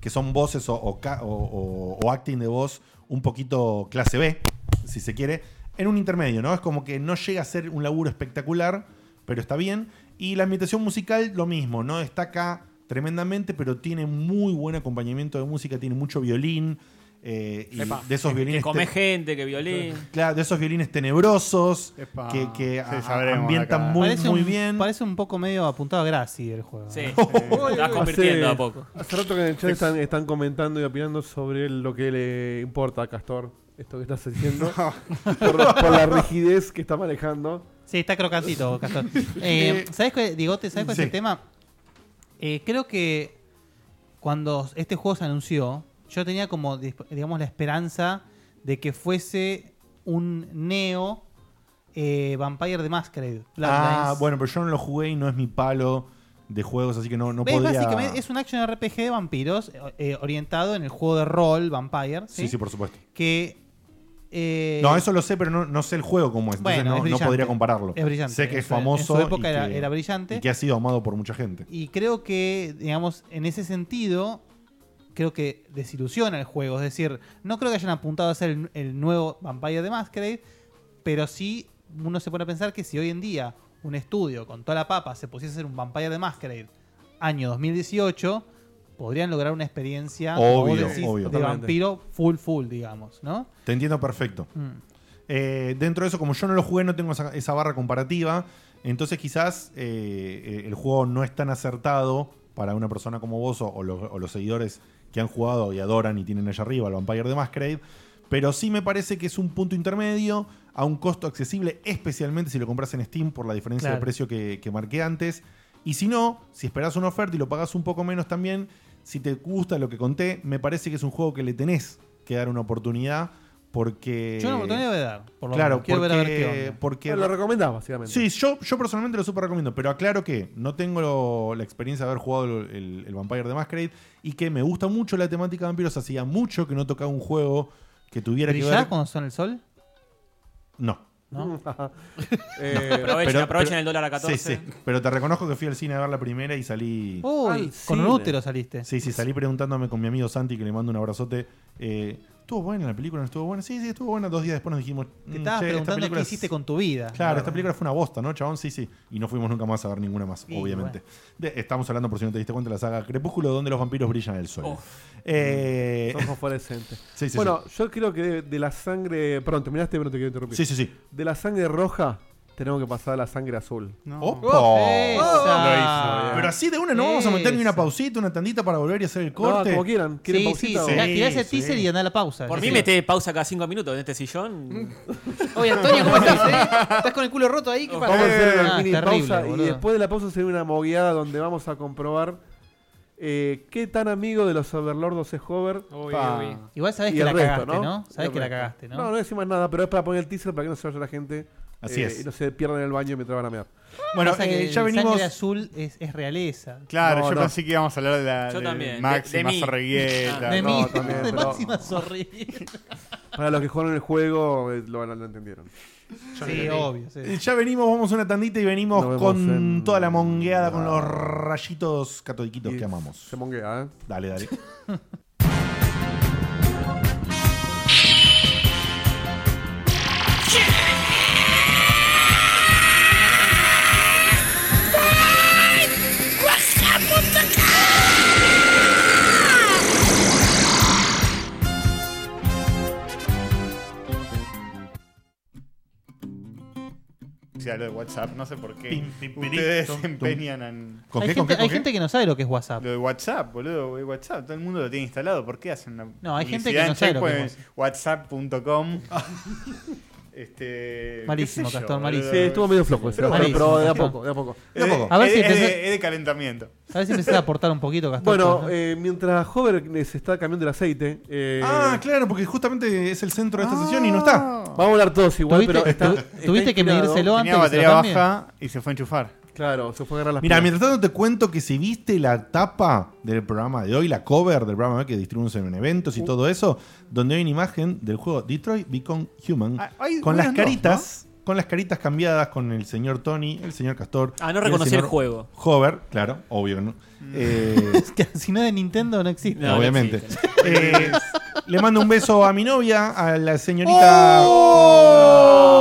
que son voces o, o ca- o- o- o acting de voz un poquito clase B, si se quiere, en un intermedio, ¿no? Es como que no llega a ser un laburo espectacular, pero está bien. Y la ambientación musical, lo mismo, ¿no? Está acá tremendamente, pero tiene muy buen acompañamiento de música, tiene mucho violín. eh, y Epa. de esos Que- violines. Que come te- gente, que violín. Claro, de esos violines tenebrosos Epa. que, que Sí, a- sabremos ambientan muy, muy un, bien. Parece un poco medio apuntado a Grassy el juego. Sí. ¿eh? Te vas convirtiendo a poco. Hace rato que en el chat están, están comentando y opinando sobre lo que le importa a Castor, esto que estás diciendo, por, la- por la rigidez que está manejando. Sí, está crocantito, Castor. Eh, ¿Sabes qué, Digote? ¿Sabes cuál es Sí. el tema? Eh, creo que cuando este juego se anunció, yo tenía como, disp- digamos, la esperanza de que fuese un Neo eh, Vampire de Masquerade. Ah, Bloodlines. bueno, pero yo no lo jugué y no es mi palo de juegos, así que no, no Es podía. básicamente es un action RPG de vampiros eh, eh, orientado en el juego de rol Vampire. sí, Sí, sí, por supuesto. Que. eh, No, eso lo sé, pero no, no sé el juego cómo es. Bueno, entonces es no- no, brillante. podría compararlo. Es brillante. Sé que En es su- e-, en famoso. su época y era- que- era brillante. Y que ha sido amado por mucha gente. Y creo que, digamos, en ese sentido, creo que desilusiona el juego. Es decir, no creo que hayan apuntado a ser el, el nuevo Vampire de Masquerade, pero sí uno se pone a pensar que si hoy en día un estudio con toda la papa se pusiese a hacer un Vampire de Masquerade año 2018, podrían lograr una experiencia Obvio, como decís, obvio. de Totalmente. vampiro full full, digamos, ¿no? Te entiendo perfecto. Mm. Eh, dentro de eso, como yo no lo jugué, no tengo esa, esa barra comparativa. Entonces, quizás eh, eh, el juego no es tan acertado para una persona como vos o, o los, o los seguidores que han jugado y adoran y tienen allá arriba el Vampire de Masquerade. Pero sí me parece que es un punto intermedio a un costo accesible, especialmente si lo compras en Steam por la diferencia de Claro. precio que, que marqué antes. Y si no, si esperás una oferta y lo pagás un poco menos también, si te gusta lo que conté, me parece que es un juego que le tenés que dar una oportunidad porque... Yo una oportunidad le voy a dar, por lo Eh, Claro, menos. Quiero ver a porque, ver qué onda. porque- Ah, Lo recomendás, básicamente. Sí, yo, yo personalmente lo super recomiendo, pero aclaro que no tengo lo- la experiencia de haber jugado el, el- el Vampire de Masquerade y que me gusta mucho la temática de vampiros. Hacía mucho que no tocaba un juego que tuviera que ¿Brillás ver... cuando son el sol? No. ¿No? Eh, Aprovechen, aprovechen el dólar a 14. Sí, sí. Pero te reconozco que fui al cine a ver la primera y salí. Uy, Al con un cine. útero saliste. Sí, sí, salí preguntándome con mi amigo Santi, que le mando un abrazote. eh, ¿Estuvo buena la película? ¿No estuvo buena? Sí, sí, estuvo buena. Dos días después nos dijimos. Te "Mm, estabas che, esta preguntando película qué es- hiciste con tu vida. Claro, esta película fue una bosta, ¿no, chabón? Sí, sí. Y no fuimos nunca más a ver ninguna más, Y obviamente. De- estamos hablando, por si no te diste cuenta, de la saga Crepúsculo, donde los vampiros brillan en el sol. Eh, Son fosforescentes. Sí, sí, bueno, yo creo que de, de la sangre. Perdón, terminaste, pero no te quiero interrumpir. Sí, sí, sí. De la sangre roja, tenemos que pasar a la sangre azul. ¡Opa! eh. Lo eh. hizo, bien. Oh. Pero así de una no vamos a meter ni una pausita, una tandita para volver y hacer el corte. como quieran. ¿Quieren Sí, pausita sí, o- tirá- tirá ese teaser y andá a la pausa. Por Sí, mí sí. mete pausa cada 5 minutos en este sillón. Oye, Antonio, ¿cómo estás? eh? ¿Estás con el culo roto ahí? ¿Qué pasa? Vamos a hacer una Ah, mini terrible, pausa boludo. y después de la pausa se ve una mogueada donde vamos a comprobar eh, qué tan amigo de los overlordos es Hover. Uy, Pa. uy. Igual sabés Y que el la cagaste, ¿no? Y Sabés el que la resto. cagaste, ¿no? No, no decimos nada, pero es para poner el teaser para que no se vaya la gente. eh, Así es. Y no se pierdan en el baño mientras van a mear. Bueno, Pasa que eh, ya el venimos. Sangre azul es, es realeza. Claro, No, yo no. pensé que íbamos a hablar de la Yo de también, de- de Máxima mí. Zorreguieta. Ah. De mí, también, de pero- máxima zorrilla. Para los que jugaron el juego, eh, lo, lo entendieron. Sí, obvio. sí. Eh, Ya venimos, vamos a una tandita y Nos venimos vemos con en- toda la mongueada, con los rayitos catodiquitos Y que amamos. Se monguea, ¿eh? Dale, dale. Lo de WhatsApp, no sé por qué. Pim, pim, pirim, Ustedes tum, se empeñan en. ¿Con hay qué, con gente, qué, con hay qué? gente que no sabe lo que es WhatsApp. Lo de WhatsApp, boludo, de WhatsApp. Todo el mundo lo tiene instalado. ¿Por qué hacen una No, hay gente publicidad que no en sabe lo que Checkpoint? WhatsApp.com. Este, Malísimo, qué sé yo, Castor, boludo. malísimo. Sí, estuvo medio flojo ese, eh, bueno, Malísimo, Castor. De a Es de- poco. A ver si es de- empezás- es de calentamiento. A ver si empezás a aportar un poquito, Castor. Bueno, eh, mientras Hover se está cambiando el aceite. eh, Ah, claro, porque justamente es el centro de esta sesión y no está. Ah. Vamos a hablar todos igual, Tuviste- pero está- tu- está tuviste que inspirado. medírselo Tenía antes que se batería lo cambie. baja y se fue a enchufar. Claro, se fue a agarrar las Mira, pilas. mientras tanto te cuento que si viste la tapa del programa de hoy, la cover del programa de hoy que distribuimos en Uh. eventos y todo eso, donde hay una imagen del juego Detroit Become Human Ah, hay con las buenas dos, caritas, con las caritas cambiadas con el señor Tony, el señor Castor. Ah, no y reconocí el señor juego. Hover, claro, obvio, ¿no? Mm. Eh, Es que si no es de Nintendo no existe. No, obviamente. Eh, le mando un beso a mi novia, a la señorita ¡Oh!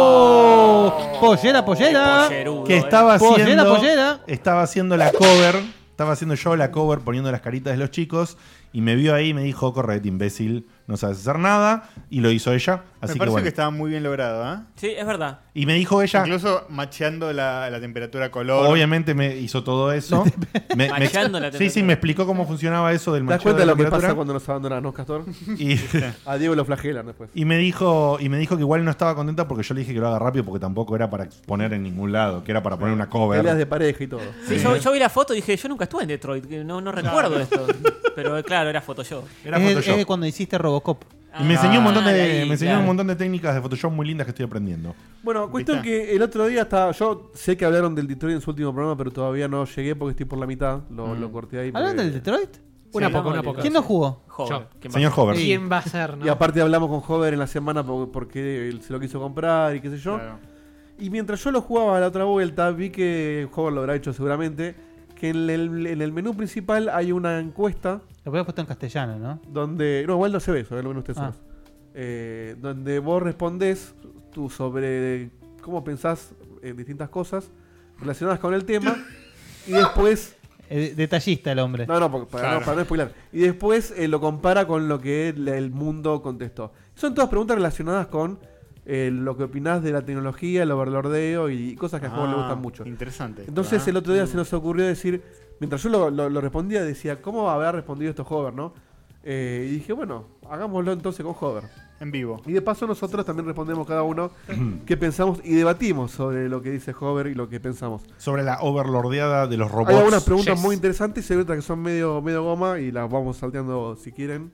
Pollera, pollera. eh. que estaba haciendo Pollera, pollera. estaba haciendo la cover, estaba haciendo yo la cover poniendo las caritas de los chicos y me vio ahí y me dijo, "Correte, imbécil, no sabes hacer nada" y lo hizo ella, Me así que parece bueno. que estaba muy bien logrado, ¿ah? Sí, es verdad. Y me dijo ella, Incluso macheando la, la temperatura color. obviamente me hizo todo eso. Me- me- Machando la sí, sí, me explicó cómo funcionaba eso del ¿Te das macheo cuenta de lo que temperatura. pasa cuando nos abandonan, no, Castor? Y- a Diego lo flagelan después. Y me dijo, y me dijo que igual no estaba contenta porque yo le dije que lo haga rápido porque tampoco era para poner en ningún lado, que era para poner una cover. Peleas de pareja y todo. Sí, yo, yo vi la foto y dije, yo nunca estuve en Detroit, que no, no recuerdo esto. Pero claro, era Photoshop. Es, es de cuando hiciste Robocop. Y me enseñó un montón de, Ah, de ahí, me enseñó claro. un montón de técnicas de Photoshop muy lindas que estoy aprendiendo. Bueno, cuestión que el otro día estaba. Yo sé que hablaron del Detroit en su último programa, pero todavía no llegué porque estoy por la mitad. Mm. Lo, lo corté ahí. ¿Hablan del Detroit? Una poca, una poca. ¿Quién no jugó? Hover. ¿Quién va a Señor ser? Hover. ¿Quién va a ser? no? Y aparte hablamos con Hover en la semana por- porque él se lo quiso comprar y qué sé yo. Y mientras yo lo jugaba la otra vuelta, vi que Hover lo habrá hecho seguramente. Que en el, en el menú principal hay una encuesta Lo había puesto en castellano, ¿no? donde. No, igual no se ve eso, eh, lo ven ustedes Ah. solos. Eh, donde vos respondés tú sobre cómo pensás en distintas cosas relacionadas con el tema. y después. Eh, detallista el hombre. No, no, porque- para, Claro. no, para no spoiler. Y después eh, lo compara con lo que el, el mundo contestó. Son todas preguntas relacionadas con eh, lo que opinás de la tecnología, el overlordeo y cosas que a Juan le Ah, gustan mucho. Interesante. esto, Entonces ¿ah? el otro día se nos ocurrió decir, mientras yo lo, lo- lo respondía, decía, ¿cómo habrá respondido esto Hover, no? Eh, y dije, bueno, hagámoslo entonces con Hover. En vivo. Y de paso nosotros también respondemos cada uno qué pensamos y debatimos sobre lo que dice Hover y lo que pensamos. Sobre la overlordeada de los robots. Hay algunas preguntas Yes. muy interesantes y hay otras que son medio, medio goma y las vamos salteando si quieren.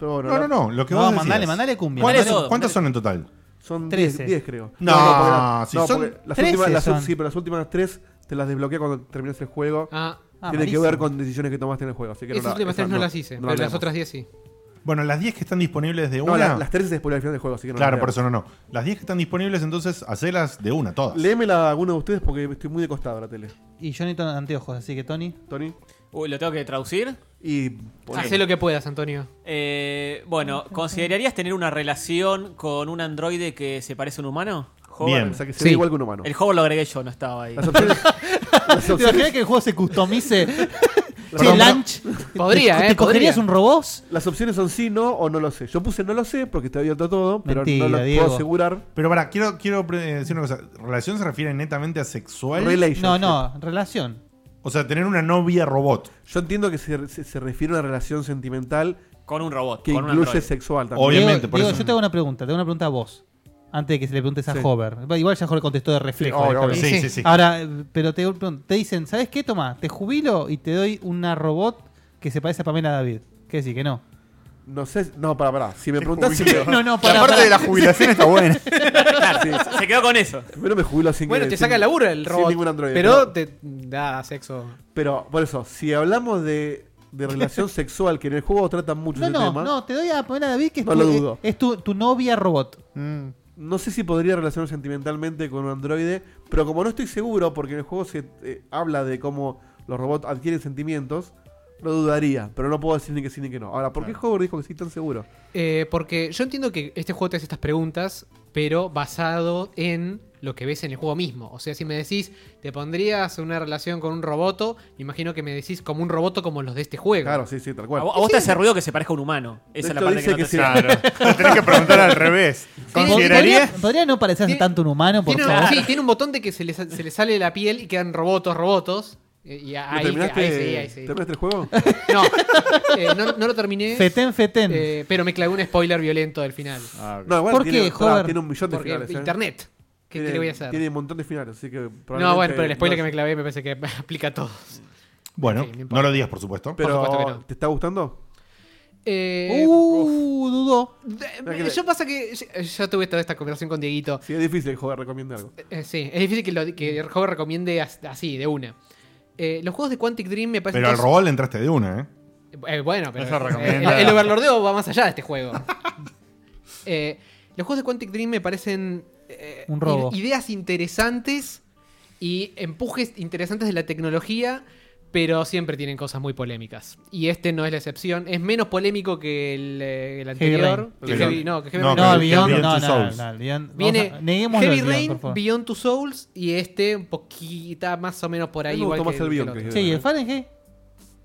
Pero bueno, No, la- no, no. Lo que No, vos decías. mandale, mandale cumbia. ¿Cuántas, Mandale todo, cuántas mandale. son en total? Son Trece. 10, creo. No, porque- si no, son- porque las Trece últimas, las- son. sí, pero las últimas tres te las desbloqueé cuando terminas el juego. Ah, Ah, Tiene que malísimo. ver con decisiones que tomaste en el juego. Así que no esas la- últimas esas tres no, las hice, no pero las leemos. otras 10 sí. Bueno, las 10 que están disponibles de No, una. la- las tres se spoilean al final del juego, así que no claro, las por eso no, no. Las 10 que están disponibles, entonces, hacelas de una, todas. leemos. Léemela a alguno de ustedes porque estoy muy de costado a la tele. Y yo necesito anteojos, así que Tony. Tony. Uy, ¿lo tengo que traducir? Y. Hacé lo que puedas, Antonio. Eh, bueno, ¿considerarías tener una relación con un androide que se parece a un humano? Hover. Bien. O sea que se Sí. ve igual que un humano. El Hover lo agregué yo, no estaba ahí. Las opciones. ¿Te las imaginas opciones, que el juego se customice? che, Perdón, Lunch. Podría, ¿Te, eh, ¿Te cogerías podría. un robot? las opciones son sí, no o no lo sé. Yo puse no lo sé porque está abierto todo, pero Mentira, no lo Diego. puedo asegurar. Pero pará, quiero, quiero pre- decir una cosa. ¿Relación se refiere netamente a sexual? Relationship. No, no, relación. o sea, tener una novia robot. Yo entiendo que se, se- se refiere a una relación sentimental Con un robot, que con un incluye androide. sexual también. Obvio. Obviamente, Diego, por Diego, eso- yo te hago una pregunta, te hago una pregunta a vos. Antes de que se le preguntes a Sí. Hover. Igual ya Hover contestó de reflejo. Sí, obvio, esta vez. obvio. Sí, Sí. sí, sí. Ahora, eh, pero te, te dicen, ¿sabes qué? Toma, te jubilo y te doy una robot que se parece a Pamela David. ¿Qué decir? Que no. No sé, no, para, para. Si me preguntás si No, no, la pará, parte pará. de la jubilación está buena. Se quedó con eso. primero me jubilo sin Bueno, que- te sin- saca el laburo el sin robot. ningún androide, pero te da sexo. Pero por eso, si hablamos de, de relación sexual, que en el juego tratan mucho No, ese no, tema, no, te doy a Pamela David que es, No tu, lo dudo. es- es tu, tu novia robot. no sé si podría relacionar sentimentalmente con un androide, pero como no estoy seguro, porque en el juego se eh, habla de cómo los robots adquieren sentimientos, lo dudaría, pero no puedo decir ni que sí ni que no. Ahora, ¿por qué Hover dijo que sí tan seguro? Eh, porque yo entiendo que este juego te hace estas preguntas, pero basado en lo que ves en el juego mismo. O sea, si me decís, te pondrías una relación con un roboto, me imagino que me decís como un roboto como los de este juego. Claro, sí, sí, tal A cual. Ah, vos, a vos te hace ruido que se parezca a un humano. Esa es la Esto parte que no dice te que sí. hace- Claro. Lo tenés que preguntar al revés. ¿Podría, ¿Considerarías? podría no parecerse Tiene- tanto un humano, por Tiene un- favor? sí, tiene un botón de que se le, sa- se le sale la piel y quedan robotos, robotos. Eh, Y ¿Lo ahí, terminaste- ahí sí, ahí sí. terminaste el juego? No, eh, no, no lo terminé. Fetén, fetén. Eh, pero me clavé un spoiler violento del final. No, igual ¿Por tiene, qué, pará, joder? Tiene un millón de Porque finales. ¿eh? internet. ¿Qué- qué le voy a hacer? Tiene un montón de finales, así que probablemente. No, bueno, pero el spoiler no- que me clavé me parece que aplica a todos. Bueno, Ok, no lo digas, por supuesto. Pero, Por supuesto que no. ¿te está gustando? Eh, Uh, dudó. eh, yo pasa que yo, yo tuve toda esta conversación con Dieguito. Sí, es difícil, joder, recomienda algo. Eh, sí, es difícil que, lo, que el juego recomiende as- así, de una. Eh, los juegos de Quantic Dream me parecen. Pero al todos- robot le entraste de una, ¿eh? Eh, bueno, pero Eso eh, recomienda. el, el overlordeo va más allá de este juego. Eh, los juegos de Quantic Dream me parecen eh, Un robo. i- ideas interesantes y empujes interesantes de la tecnología, pero siempre tienen cosas muy polémicas. Y este no es la excepción. Es menos polémico que el, eh, el Heavy anterior. Rain. que Heavy Heavy- Rain. no, que Heavy No, Rain pero No, el Beyond, Beyond no, Two no, Souls. no, el Beyond- vamos Viene a- neguémoslo Heavy el Beyond, por Rain, favor. Beyond Two Souls y este un poquita más o menos por ahí. A mí me igual gustó que más el Beyond otro. que Sí, ¿y el Fahrenheit?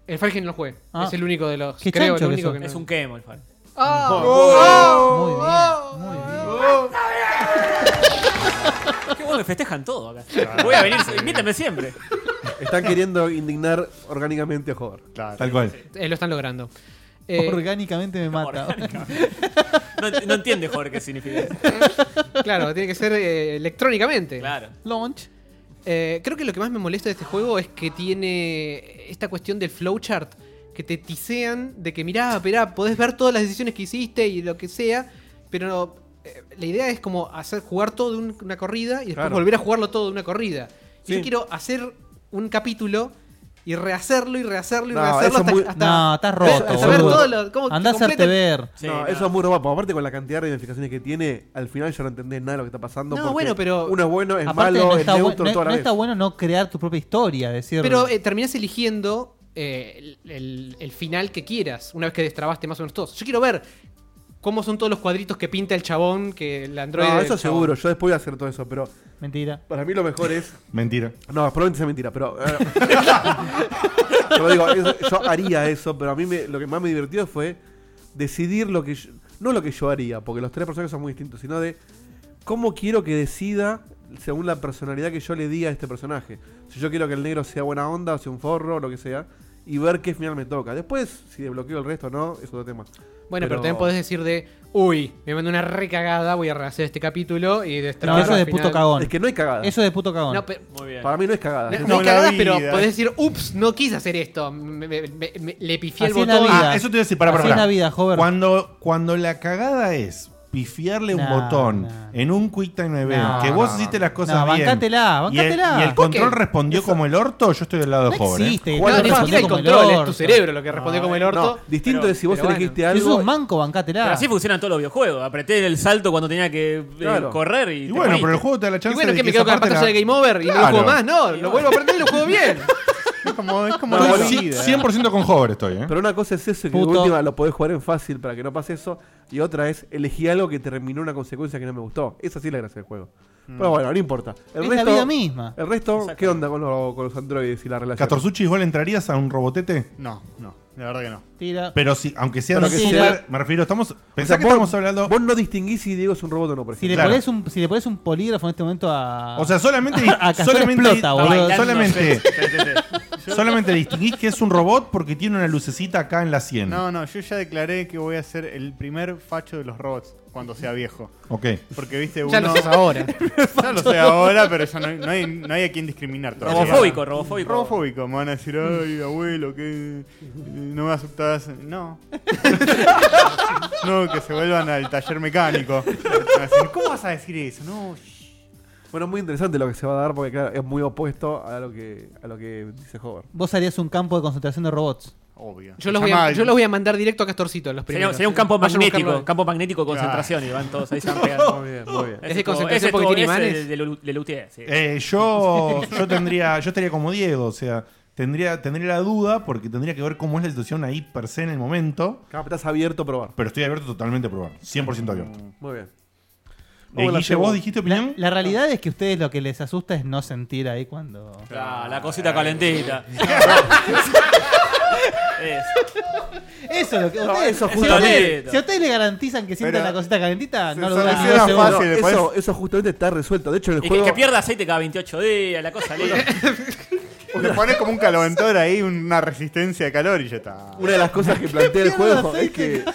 El Falcon no lo jugué. Ah. Es el único de los. Qué creo, el chancho que único sos. que no- Es un quemo el fan. Ah. Oh, Muy bien, muy bien. Qué bueno que festejan todo acá. Voy a venir, invítame siempre. Están queriendo indignar orgánicamente a joder. Tal cual. Eh, lo están logrando. Eh, Orgánicamente me mata. No, no entiende, joder, qué significa eso. claro, tiene que ser eh, electrónicamente. Claro. Launch. Eh, creo que lo que más me molesta de este juego es que tiene esta cuestión del flowchart que te tisean de que mirá, esperá, podés ver todas las decisiones que hiciste y lo que sea, pero eh, la idea es como hacer jugar todo de un- una corrida y después Claro. volver a jugarlo todo de una corrida. Y Yo Sí. quiero hacer un capítulo y rehacerlo y rehacerlo y No, eso rehacerlo hasta, muy- hasta- No, estás hasta roto. ver boludo. todo lo- cómo Andá a hacerte completa- ver. Sí, no, no. eso es muy robo. Aparte con la cantidad de ramificaciones que tiene, al final ya no entendés nada de lo que está pasando. No, porque bueno, pero- Uno es bueno, es Aparte, malo, no, es está bu- neutro no- toda la no vez. está bueno no crear tu propia historia, decir. Pero eh, terminás eligiendo eh, el, el- el final que quieras, una vez que destrabaste más o menos todos. Yo quiero ver cómo son todos los cuadritos que pinta el chabón, que el androide. no, del eso chabón. seguro. Yo después voy a hacer todo eso, pero Mentira. para mí lo mejor es. Mentira. No, probablemente sea mentira, pero. eh, yo lo digo, eso- yo haría eso, pero a mí me- lo que más me divertió fue decidir lo que. yo- no lo que yo haría, porque los tres personajes son muy distintos, sino de cómo quiero que decida según la personalidad que yo le di a este personaje. Si yo quiero que el negro sea buena onda, o sea un forro, o lo que sea, y ver qué final me toca. Después, si desbloqueo el resto o no, es otro tema. Bueno, pero, Pero- también podés decir de, uy, me mandó una recagada, voy a rehacer este capítulo y No, destrabar. eso es de al final". puto cagón. Es que no hay cagada. Eso es de puto cagón. No, pero. Muy bien. Para mí no es cagada. no- Ah, Es- no la cagás, vida. pero podés decir, ups, no quise hacer esto. me- me- me- me- le pifié el Así es botón. la vida. Ah, eso te iba a decir, para, para, Así es la vida, joven. Cuando, cuando la cagada es pifiarle un No, botón no. en un Quick Time Event, No, que vos no, hiciste no. las cosas No, bien. bancátela, y el- bancátela. Y el, control ¿Por qué? respondió como el orto, yo estoy del lado No de joven. ¿eh? existe. Juan No, no, ni Rafa, siquiera el como el control, es tu orto. cerebro lo que respondió como el orto. no, distinto Pero- de si vos pero bueno. elegiste Si sos algo. un manco, bancátela. Ah. Pero así funcionan todos los videojuegos. Apreté el salto cuando tenía que eh, Claro. correr y. Y te bueno, moriste. pero el juego te da la Y chance bueno, de que me esa quedo con la parte pantalla la- de Game Over y no lo Claro. juego más, no, lo vuelvo a aprender y lo juego bien. Es como, es como No, la bueno, vida. Cien- 100% con hover estoy, ¿eh? Pero una cosa es eso, que de Puto. última lo podés jugar en fácil para que no pase eso. Y otra es elegir algo que terminó una consecuencia que no me gustó. Esa sí es la gracia del juego. Pero bueno, no importa. El Es la resto, vida misma. El resto, ¿qué onda con, lo- con los androides y la relación? Catorzuchi, ¿vos le entrarías a un robotete? No, no, la verdad que no. Tira. Pero si, aunque sean Pero que super, sea- me refiero, estamos. O sea, Pensá que vos- estamos hablando. Vos no distinguís si Diego es un robot o no, por Si ejemplo. le, Claro. pones un, si le pones un polígrafo en este momento a. O sea, solamente. A Castor solamente explota, boludo. Ah, solamente, Sí, sí, sí. solamente distinguís que es un robot porque tiene una lucecita acá en la sien. No, no, yo ya declaré que voy a ser el primer facho de los robots cuando sea viejo. Ok. Porque viste uno. Ya lo haces ahora. Ya lo sé ahora, pero ya no, hay- no hay, no hay a quien discriminar todavía. Robofóbico, robofóbico. Robofóbico, me van a decir, ay, abuelo, que no me aceptás. No. no, que se vuelvan al taller mecánico. Van a decir, ¿Cómo vas a decir eso? No, shh". Bueno, muy interesante lo que se va a dar porque claro, es muy opuesto a lo que, a lo que dice Hover. Vos harías un campo de concentración de robots. obvio. Yo los, voy a, yo los voy a mandar directo a Castorcito, los Sería, primeros. sería un campo Vayan a magnético, buscarlo. campo magnético concentración y van todos ahí se van pegando. Muy bien, muy bien. Es de como- concentración porque como- tiene ese imanes. De, de, de Luthier, E, sí. Eh, yo, yo tendría, yo estaría como Diego, o sea, tendría, tendría la duda porque tendría que ver cómo es la situación ahí per se en el momento. Acá estás abierto a probar. Pero estoy abierto totalmente a probar, 100% abierto. Mm. Muy bien. Eh, Vamos a la Guille, ¿vos segunda. dijiste La, opinión? la realidad es que a ustedes lo que les asusta es no sentir ahí cuando. Ah, la cosita calentita. Es. Eso es lo que. Ustedes, eso es si, a ustedes, justamente. si a ustedes les garantizan que sientan Pero- la cosita calentita, Se no lo dudan ni soluciona dos fácil. segundos. No, después- eso, eso justamente está resuelto. De hecho, en el Y que, juego. que pierda aceite cada 28 días, la cosa linda. Le pones como un caloventor ahí, una resistencia de calor y ya está. Una de las cosas que plantea el juego este es que.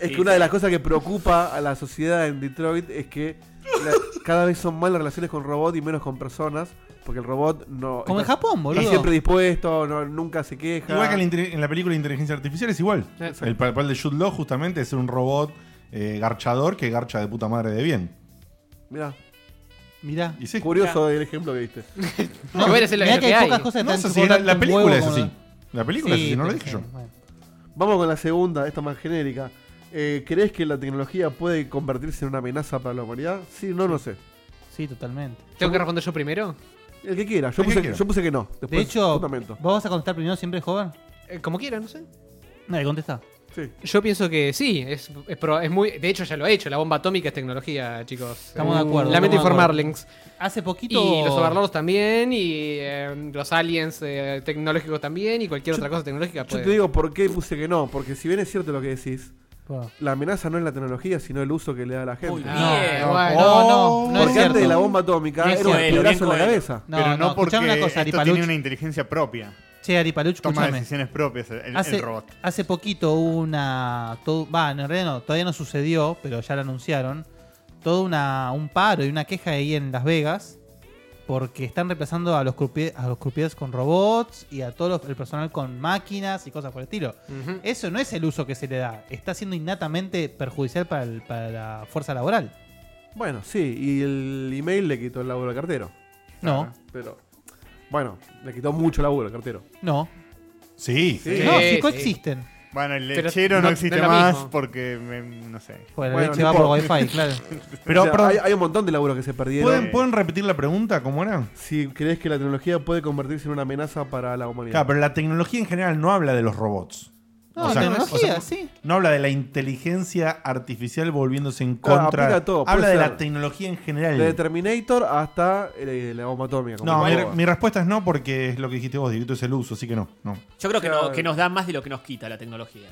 Es que una de las cosas que preocupa a la sociedad en Detroit es que la- cada vez son más las relaciones con robot y menos con personas. Porque el robot no. Como en está- Japón, boludo. Está siempre dispuesto, no- nunca se queja. Igual que en la, inte- en la película de inteligencia artificial es igual. Exacto. El papel de Jude Law justamente es ser un robot eh, garchador que garcha de puta madre de bien. Mirá. Mirá. Y sí. Curioso el ejemplo que diste. No, bueno, es lo- Mirá es lo que que hay hay. pocas cosas que No te sé han si era- chupado la tanto un película es huevo así. como- La película es Sí, así, no lo te dije yo. dijeron, Vamos con la segunda, esta más genérica. Eh, ¿Crees que la tecnología puede convertirse en una amenaza para la humanidad? Sí, no, no sé. Sí, totalmente. ¿Tengo que responder yo primero? El que quiera, yo, El que puse, quiera. yo puse que no. de Después, hecho, fundamento. ¿vos vas a contestar primero siempre, joven? Eh, como quiera, no sé. Nadie contesta. Yo pienso que sí, es, es pro- es muy. De hecho, ya lo he hecho. La bomba atómica es tecnología, chicos. Uh, Estamos de acuerdo, Lamento estamos de acuerdo. informarles. Hace poquito. Y los overlords también, y eh, los aliens eh, tecnológicos también, y cualquier otra cosa tecnológica Yo puede. te digo por qué puse que no, porque si bien es cierto lo que decís, Pa. la amenaza no es la tecnología, sino el uso que le da la gente. Ah. Muy bien, Ah, No, bueno, no, no es Porque cierto. antes de la bomba atómica No es era un cierto. pedazo en la Bien cabeza. No, Pero no, no, porque escuchame una cosa, esto Aripaluch. tiene una inteligencia propia. Che, Aripaluch, Toma escúchame. decisiones propias el, el hace, robot. hace poquito hubo una. todo- Va, en realidad no, todavía no sucedió, pero ya lo anunciaron. Todo una, un paro y una queja ahí en Las Vegas. Porque están reemplazando a los, croupier- a los croupiers con robots y a todo los- el personal con máquinas y cosas por el estilo. Ujú. Eso no es el uso que se le da. Está siendo innatamente perjudicial para, el- para la fuerza laboral. Bueno, sí, y el email le quitó el laburo al cartero. No. Ah, Pero, bueno, le quitó mucho laburo al cartero. No. Sí. Sí. No, sí, coexisten. Bueno, el Pero lechero no, no- existe no es lo más mismo. porque, me- no sé. Bueno, Bueno, leche no va por importa. wifi, claro. O sea, hay, hay un montón de laburos que se perdieron. ¿Pueden, pueden repetir la pregunta? ¿Cómo era? Si crees que la tecnología puede convertirse en una amenaza para la humanidad. Claro, pero la tecnología en general no habla de los robots. No, tecnología, sí. No habla de la inteligencia artificial volviéndose en Claro, contra. aplica a todo, habla puede de ser. la tecnología en general. Desde Terminator hasta eh, la bomba atómica. como no, el mi, juego. mi respuesta es no porque es lo que dijiste vos, Dieguito, es el uso, así que no. no. Yo creo que, Claro. no- que nos da más de lo que nos quita la tecnología.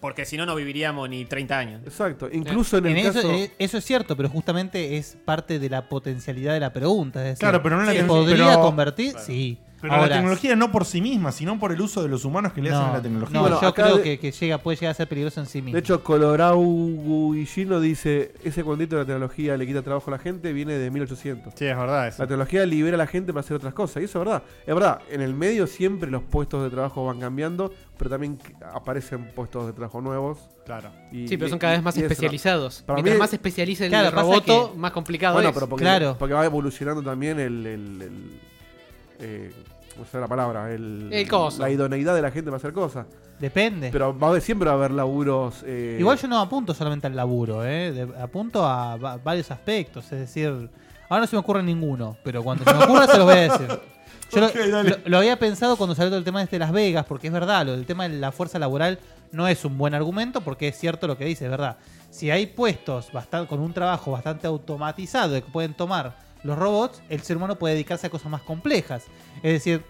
Porque si no, no viviríamos ni 30 años. Exacto. eso, eh, eso es cierto, pero justamente es parte de la potencialidad de la pregunta. Es decir, Claro, pero no la ¿se tecnología- podría pero- convertir? Sí. Pero Ahora, la tecnología no por sí misma, sino por el uso de los humanos que le hacen no, a la tecnología. no, yo acá creo de- que, que llega, puede llegar a ser peligroso en sí mismo. De hecho, Colorado Gugino dice, ese cuentito de la tecnología le quita trabajo a la gente viene de 1800. Sí, es verdad eso. La tecnología libera a la gente para hacer otras cosas. Y eso es verdad. Es verdad, en el medio siempre los puestos de trabajo van cambiando, pero también c- aparecen puestos de trabajo nuevos. Claro. Sí, pero son cada vez más especializados. Mientras más se especializa el robot roboto, más complicado bueno, es. pero porque, porque va evolucionando también el... el- el- eh, ¿cómo se llama la palabra? El, El coso. La idoneidad de la gente para hacer cosas. Depende. Pero va a haber- siempre va a haber laburos... eh, Igual yo no apunto solamente al laburo, ¿eh? De- apunto a va- varios aspectos. Es decir, ahora no se me ocurre ninguno, pero cuando se me ocurra se los voy a decir. Yo lo- Ok, lo, dale. lo había pensado cuando salió todo el tema este de Las Vegas, porque es verdad, lo del tema de la fuerza laboral no es un buen argumento, porque es cierto lo que dice, es verdad. Si hay puestos bastan- con un trabajo bastante automatizado que pueden tomar los robots, el ser humano puede dedicarse a cosas más complejas. Es decir,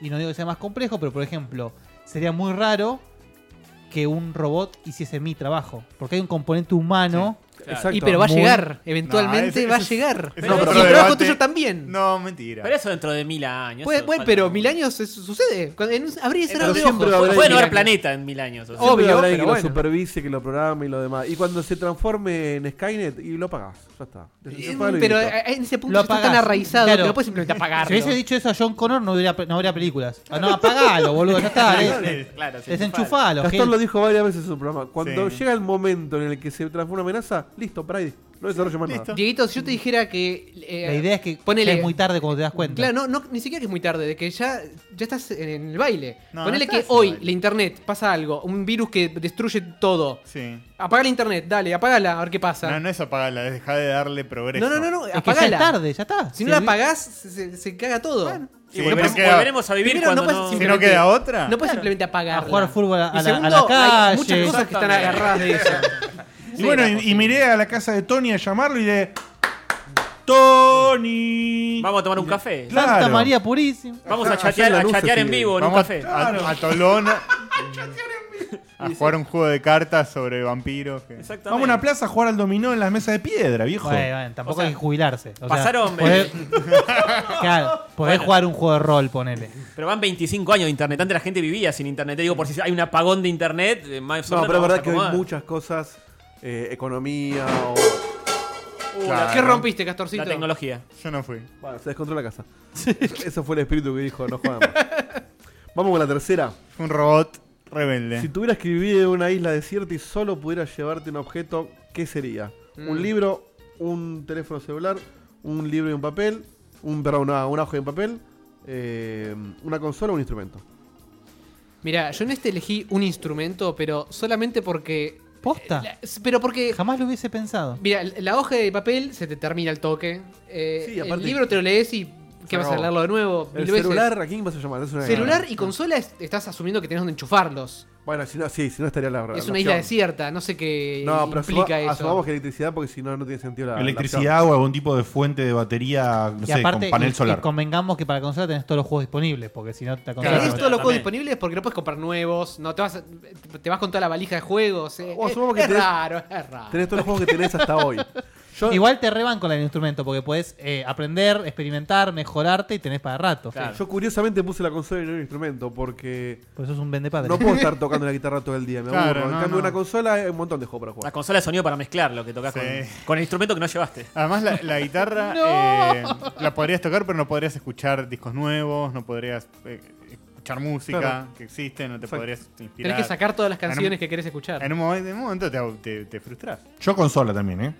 y no digo que sea más complejo, pero por ejemplo, sería muy raro que un robot hiciese mi trabajo, porque hay un componente humano. Y pero va a llegar, eventualmente ese- va a ese es- llegar. ese pero es otro el trabajo debate. tuyo también. No, mentira. Pero eso dentro de mil años. Puede- eso bueno, falta pero mucho. mil años es- sucede. Cuando- en- Abrí y cerrar Pero de siempre ojos. va a haber- Pueden Pueden haber haber planeta en mil años, o sea. Siempre Obvio, habrá alguien pero que bueno. lo supervise, que lo programe y lo demás. Y cuando se transforme en Skynet y lo pagás, ya está. Eh, Desapagalo y pero listo. eh, en ese punto ya está tan apagás. arraizado Claro. que no puedes simplemente apagarlo. Si hubiese dicho eso a John Connor, no habría, no habría películas. Ah, No, apagalo, boludo, ya Ah, está. eh. Claro, sí, Desenchufalo. Gastón Gil. lo dijo varias veces en su programa. Cuando Sí. llega el momento en el que se transforma en amenaza, listo, para ahí. No desarrollo más nada. Dieguito, si yo te dijera que. eh, La idea es que ponele- ya es muy tarde cuando te das cuenta. Claro, no, no, ni siquiera que es muy tarde, de que ya, ya estás en el baile. No, Ponele no que estás en el hoy baile. la internet pasa algo, un virus que destruye todo. Sí. Apaga la internet, dale, apagala, a ver qué pasa. No, no es apagarla, es dejar de darle progreso. No, no, no, no, Es que ya apagala. es tarde, ya está. Si no Sí. la apagás, se, se- se caga todo. Sí, Volvemos- pero queda- volveremos a vivir Primero, cuando no puedes no- Si no simplemente- queda otra. No puedes simplemente apagarla. A jugar fútbol a, Y a la, a segundo, la hay calle. muchas cosas que están agarradas de eso. Y bueno, y, y miré a la casa de Tony a llamarlo y de. ¡Tony! Vamos a tomar un café. Claro. Santa María Purísima. Vamos a Hacer chatear, la a luz, chatear en sí. vivo en un Vamos café. a, a, a Tolona. A jugar un juego de cartas sobre vampiros. que- Vamos a una plaza a jugar al dominó en las mesas de piedra, viejo. Bueno, bueno, tampoco hay que jubilarse. O sea, pasaron- podés- claro, podés Bueno. jugar un juego de rol, ponele. Pero van 25 años de internet. Antes la gente vivía sin internet. Te digo, por si hay un apagón de internet, eh, más o No, pero es menos vamos a verdad que acomodar. hay muchas cosas, eh, economía o... Uh, la- ¿Qué rompiste, Castorcito? La tecnología. Yo no fui. Bueno, se descontroló la casa. Eso fue el espíritu que dijo, no jugamos. Vamos con la tercera. Un robot rebelde. Si tuvieras que vivir en una isla desierta y solo pudieras llevarte un objeto, ¿qué sería? Mm. ¿Un libro, un teléfono celular, un libro y un papel, un, perdón, una, una hoja y un papel, eh, una consola o un instrumento? Mira, yo en este elegí un instrumento, pero solamente porque. eh, ¿Posta? Eh, pero porque. Jamás lo hubiese pensado. Mira, la hoja de papel se te termina al toque. Eh, Sí, el aparte- libro te lo lees y. Se ¿Qué vas a acabó. leerlo de nuevo? El Mil veces. celular, ¿a quién vas a llamar? Es una- Celular y consola es- estás asumiendo que tenés donde enchufarlos. Bueno, si no, sí, si no estaría la verdad. es una isla desierta, no sé qué No, pero implica asuma- eso. asumamos que electricidad porque si no, no tiene sentido la la Electricidad o algún tipo de fuente de batería, no Y sé, aparte, con panel y- y solar. convengamos que para consola tenés todos los juegos disponibles, porque si no te Tenés todos los consola. juegos disponibles porque no puedes comprar nuevos, no te vas, a- te vas con toda la valija de juegos. eh. O Oh, Es, asumamos que es tenés- raro, es raro. Tenés todos los juegos que tenés hasta hoy. Igual te reban con el instrumento, porque podés eh, aprender, experimentar, mejorarte y tenés para rato. Yo curiosamente puse la consola y no el instrumento porque. Pues sos un vendepadre. No puedo estar tocando la guitarra todo el día, me Claro, aburro. En no, cambio, no. una consola hay un montón de juegos para La jugar. consola de sonido para mezclar lo que tocas Sí. con, con el instrumento que no llevaste. Además, la, la guitarra eh, la podrías tocar, pero no podrías escuchar discos nuevos, no podrías eh, escuchar música Claro. que existe, no te Exacto. podrías inspirar. Tenés que sacar todas las En un- canciones que querés escuchar. En un, momen- en un momento te, te, te frustras. Yo consola también, ¿eh?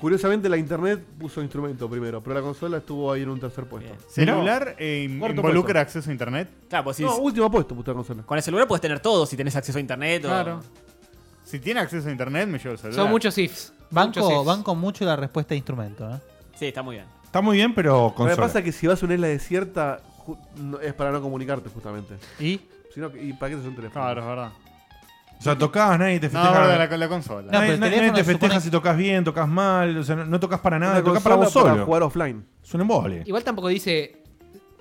Curiosamente, la internet puso instrumento primero, pero la consola estuvo ahí en un tercer puesto. Celular eh, Cuarto involucra puesto. acceso a internet. Claro, pues si- No, último puesto puso la consola. Con el celular puedes tener todo si tenés acceso a internet. o- Claro. Si tiene acceso a internet, me llevo el celular. ifs. Banco, Muchos ifs. banco mucho la respuesta de instrumento. ¿eh? Sí, está muy bien. Está muy bien, pero Lo que consola. pasa es que si vas a una isla desierta ju- no- es para no comunicarte, justamente. ¿Y? Si no, ¿Y para qué te un teléfono? Claro, es verdad. O sea, tocabas, nadie te No, festeja. boludo, la- la consola. Nadie- No, pero el nadie teléfono te se festeja supone- si tocas bien, tocas mal, o sea, no, no tocas para nada, Una tocas para vos consola solo. para jugar offline. Es un embole. Igual tampoco dice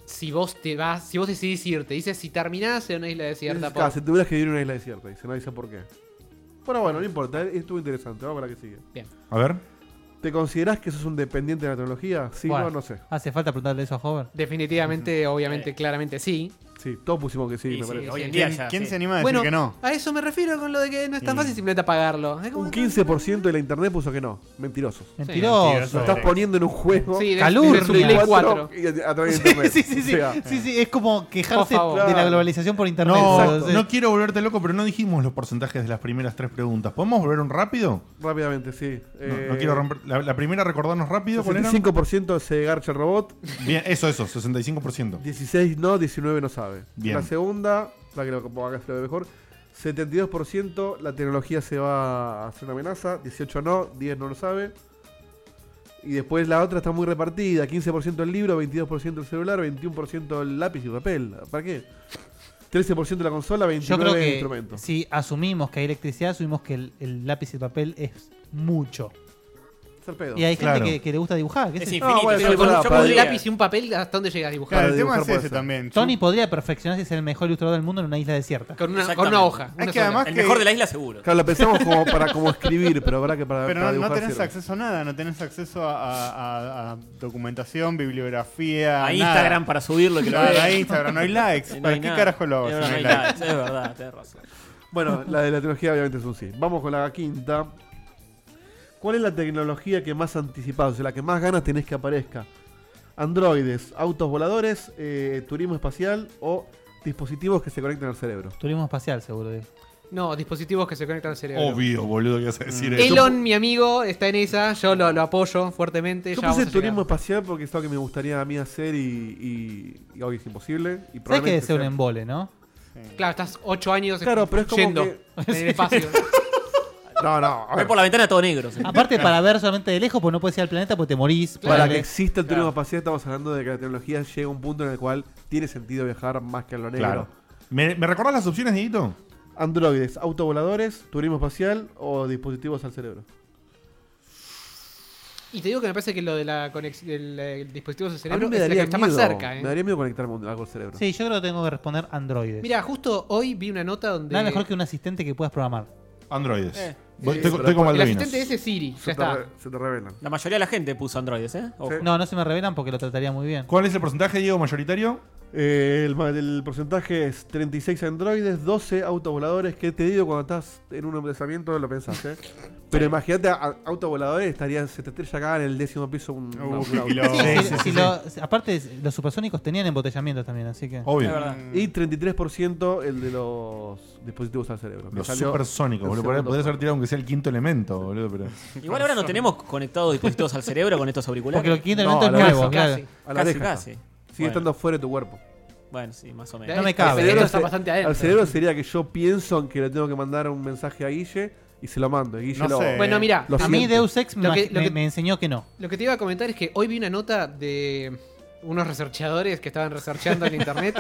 si vos te vas, si vos decidís irte, dice si terminás en una isla desierta. Dices, por- "Ah, si tuvieras que vivir en una isla desierta, dice, no dice por qué. Bueno, bueno, no importa, eh, estuvo interesante, vamos a ver la que sigue. Bien. A ver. ¿Te considerás que sos un dependiente de la tecnología? Sí, Bueno, no, no sé. ¿Hace falta preguntarle eso a Hover? Definitivamente, obviamente, Eh. claramente sí. Sí, todos pusimos que sí, me parece. ¿Quién- ¿Quién se anima a decir Bueno, que no? Mm. A eso me refiero con lo de que no es tan Y- fácil simplemente apagarlo. Es como- Un 15% de la internet puso que no. Mentirosos. Mentirosos. Lo estás poniendo en un juego. Sí, de- Calumnia. de Play Play 4 cuatro. y a- a través de Sí, internet. sí, sí, sí. pues. O sea, Sí, sí, es como quejarse Por favor. de la Claro. globalización por internet. No, O sea, no quiero volverte loco, pero no dijimos los porcentajes de las primeras tres preguntas. ¿Podemos volver un rápido? Rápidamente, sí. Eh, No, no quiero romper. La, la primera, recordarnos rápido. ¿cuál era? 65% se garcha el robot. Bien, eso, eso, 65%. 16 no, 19 no sabe. Bien. La segunda, la que lo, acá se lo ve mejor. 72% la tecnología se va a hacer una amenaza. 18 no, 10 no lo sabe. Y después la otra está muy repartida. 15% el libro, 22% el celular, 21% el lápiz y papel. ¿Para qué? 13% la consola, 29% yo creo el que instrumento. si asumimos que hay electricidad, asumimos que el, el lápiz y el papel es mucho. Es el pedo. Y hay gente Claro. que, que le gusta dibujar. ¿qué Es sé yo. infinito. bueno, Pero sí, con, pará, yo pará. con un lápiz y un papel, ¿hasta dónde llegas a dibujar? Claro, el tema dibujar es puede ese ser. también. Tony podría perfeccionarse y ser el mejor ilustrador del mundo en una isla desierta. Con una, con Exactamente. una hoja. Es una que sola. además El que- mejor de la isla, seguro. Claro, lo pensamos como para como escribir, pero verdad que para, para Pero no, no dibujar tenés sirve. acceso a nada, no tenés acceso a, a- a- a documentación, bibliografía. A nada. Instagram para subirlo y que lo Claro, vean. a Instagram, no hay likes. Eh, No ¿Para hay qué nada. carajo lo hago Es si verdad, no hay no hay likes? likes, Es verdad, tenés razón. Bueno, la de la tecnología obviamente es un sí. Vamos con la quinta. ¿Cuál es la tecnología que más anticipás? O sea, la que más ganas tenés que aparezca. Androides, autos voladores, eh, turismo espacial o dispositivos que se conecten al cerebro. Turismo espacial, seguro. digo. No, dispositivos que se conectan al cerebro. Obvio, boludo, que ibas a decir eso. Elon, mi amigo, está en esa. Yo lo, lo apoyo fuertemente. Yo ya vamos puse a llegar. turismo espacial porque es algo que me gustaría a mí hacer y, y- y hoy es imposible. Y ¿Sabes que probablemente debe ser un sea- embole, no? Claro, estás ocho años Claro, pero es como yendo que- en el espacio. No, no. a Ve ver, por la ventana todo negro. sí. Aparte, para ver solamente de lejos, pues no puedes ir al planeta porque te morís. Para Ponele. que exista el turismo espacial estamos hablando de que la tecnología llega a un punto en el cual tiene sentido viajar más que a lo negro. Claro. ¿Me, me recordás las opciones, Dieguito? Androides, autovoladores, turismo espacial o dispositivos al cerebro. Y te digo que me parece que lo de la conex- del eh, el dispositivo del A mí cerebro me es la que daría está miedo. más cerca. ¿eh? Me daría miedo conectarme algo al cerebro. Sí, yo creo que tengo que responder androides. Mira, justo hoy vi una nota donde. Nada mejor que un asistente que puedas programar. Androides. Eh. Voy- Sí, estoy, pero estoy como el Aldovinos. asistente ese es Siri, ya está. Se te revelan. La mayoría de la gente puso androides, ¿eh? Ojo. No, no se me revelan porque lo trataría muy bien. ¿Cuál es el porcentaje, Diego, mayoritario? Eh, el, ma- el porcentaje es 36 androides, 12 autovoladores. Que te digo, cuando estás en un emplazamiento lo pensás, ¿eh? Pero imagínate, a- a- autovoladores estarían, se te estrella acá en el décimo piso un. Uh, una- qué una- quilombo. Sí, sí, sí, lo- aparte, los supersónicos tenían embotellamientos también, así que. Obvio. Y 33% el de los dispositivos al cerebro. que Los salió supersónicos, el boludo. Podría- segundo Podría ser tirado aunque sea el quinto elemento, boludo, pero. Igual ahora no tenemos conectados dispositivos al cerebro con estos auriculares. Porque lo que quita el No, elemento a la es oreja, nuevo, claro. casi. A la Casi, oreja. casi. Sigue Bueno. estando fuera de tu cuerpo. Bueno, sí, más o menos. No me Al cabe. cerebro está se- bastante adentro. Al cerebro sería que yo pienso en que le tengo que mandar un mensaje a Guille y se lo mando. y Guille No lo, sé. Bueno, mira, lo A mí siente. Deus Ex me, Lo que- lo me- que- me enseñó que no. Lo que te iba a comentar es que hoy vi una nota de unos researchadores que estaban researchando en internet.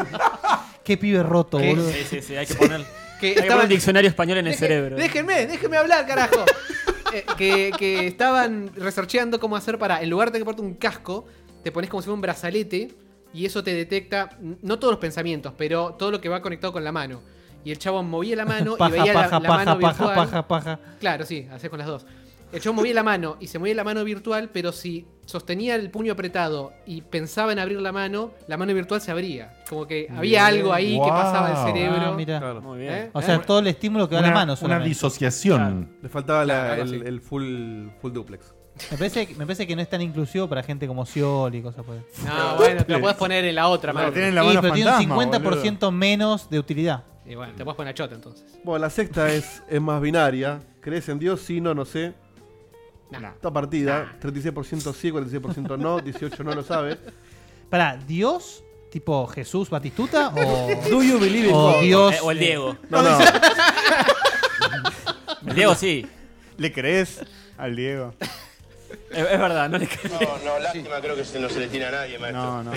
Qué pibe roto, ¿Qué? boludo. Sí, sí, sí, hay que poner, Que hay que poner estaban- el diccionario español en el Deje- cerebro. Déjenme, déjenme hablar, carajo. Eh, que, que estaban researcheando cómo hacer para, en lugar de que porte un casco, te pones como si fuera un brazalete y eso te detecta, n- no todos los pensamientos, pero todo lo que va conectado con la mano. Y el chabón movía la mano y Paja, veía la- paja, la, mano paja, virtual. paja, paja, paja. Claro, sí, haces con las dos. El chabón movía la mano y se movía la mano virtual, pero si sostenía el puño apretado y pensaba en abrir la mano, la mano virtual se abría. Como que había algo ahí que Wow. pasaba el cerebro. Ah, mira. Claro. Muy bien. ¿Eh? O sea, todo el estímulo que da la mano una solamente. disociación. Le faltaba la- Claro, algo el, así. el full, full duplex. Me parece, me parece que no es tan inclusivo para gente como Scioli y cosas por el No, bueno, te lo puedes poner en la otra mano. tienen la Sí, mano pero tiene fantasma, un 50% menos de utilidad. Y bueno, te puedes poner chota entonces. Bueno, la sexta es, es más binaria. ¿Crees en Dios? Sí, no, no sé. Nah. Esta partida, 36% sí, 46% no, 18% no lo sabe. Pará, ¿Dios? ¿Tipo Jesús Batistuta? ¿O, Do you believe in o God? Dios? Eh, o el Diego. Oh, No, no. El Diego sí. ¿Le crees al Diego? Es, es verdad, no le creo. No, no, lástima, creo que no se le tiene a nadie, No, no.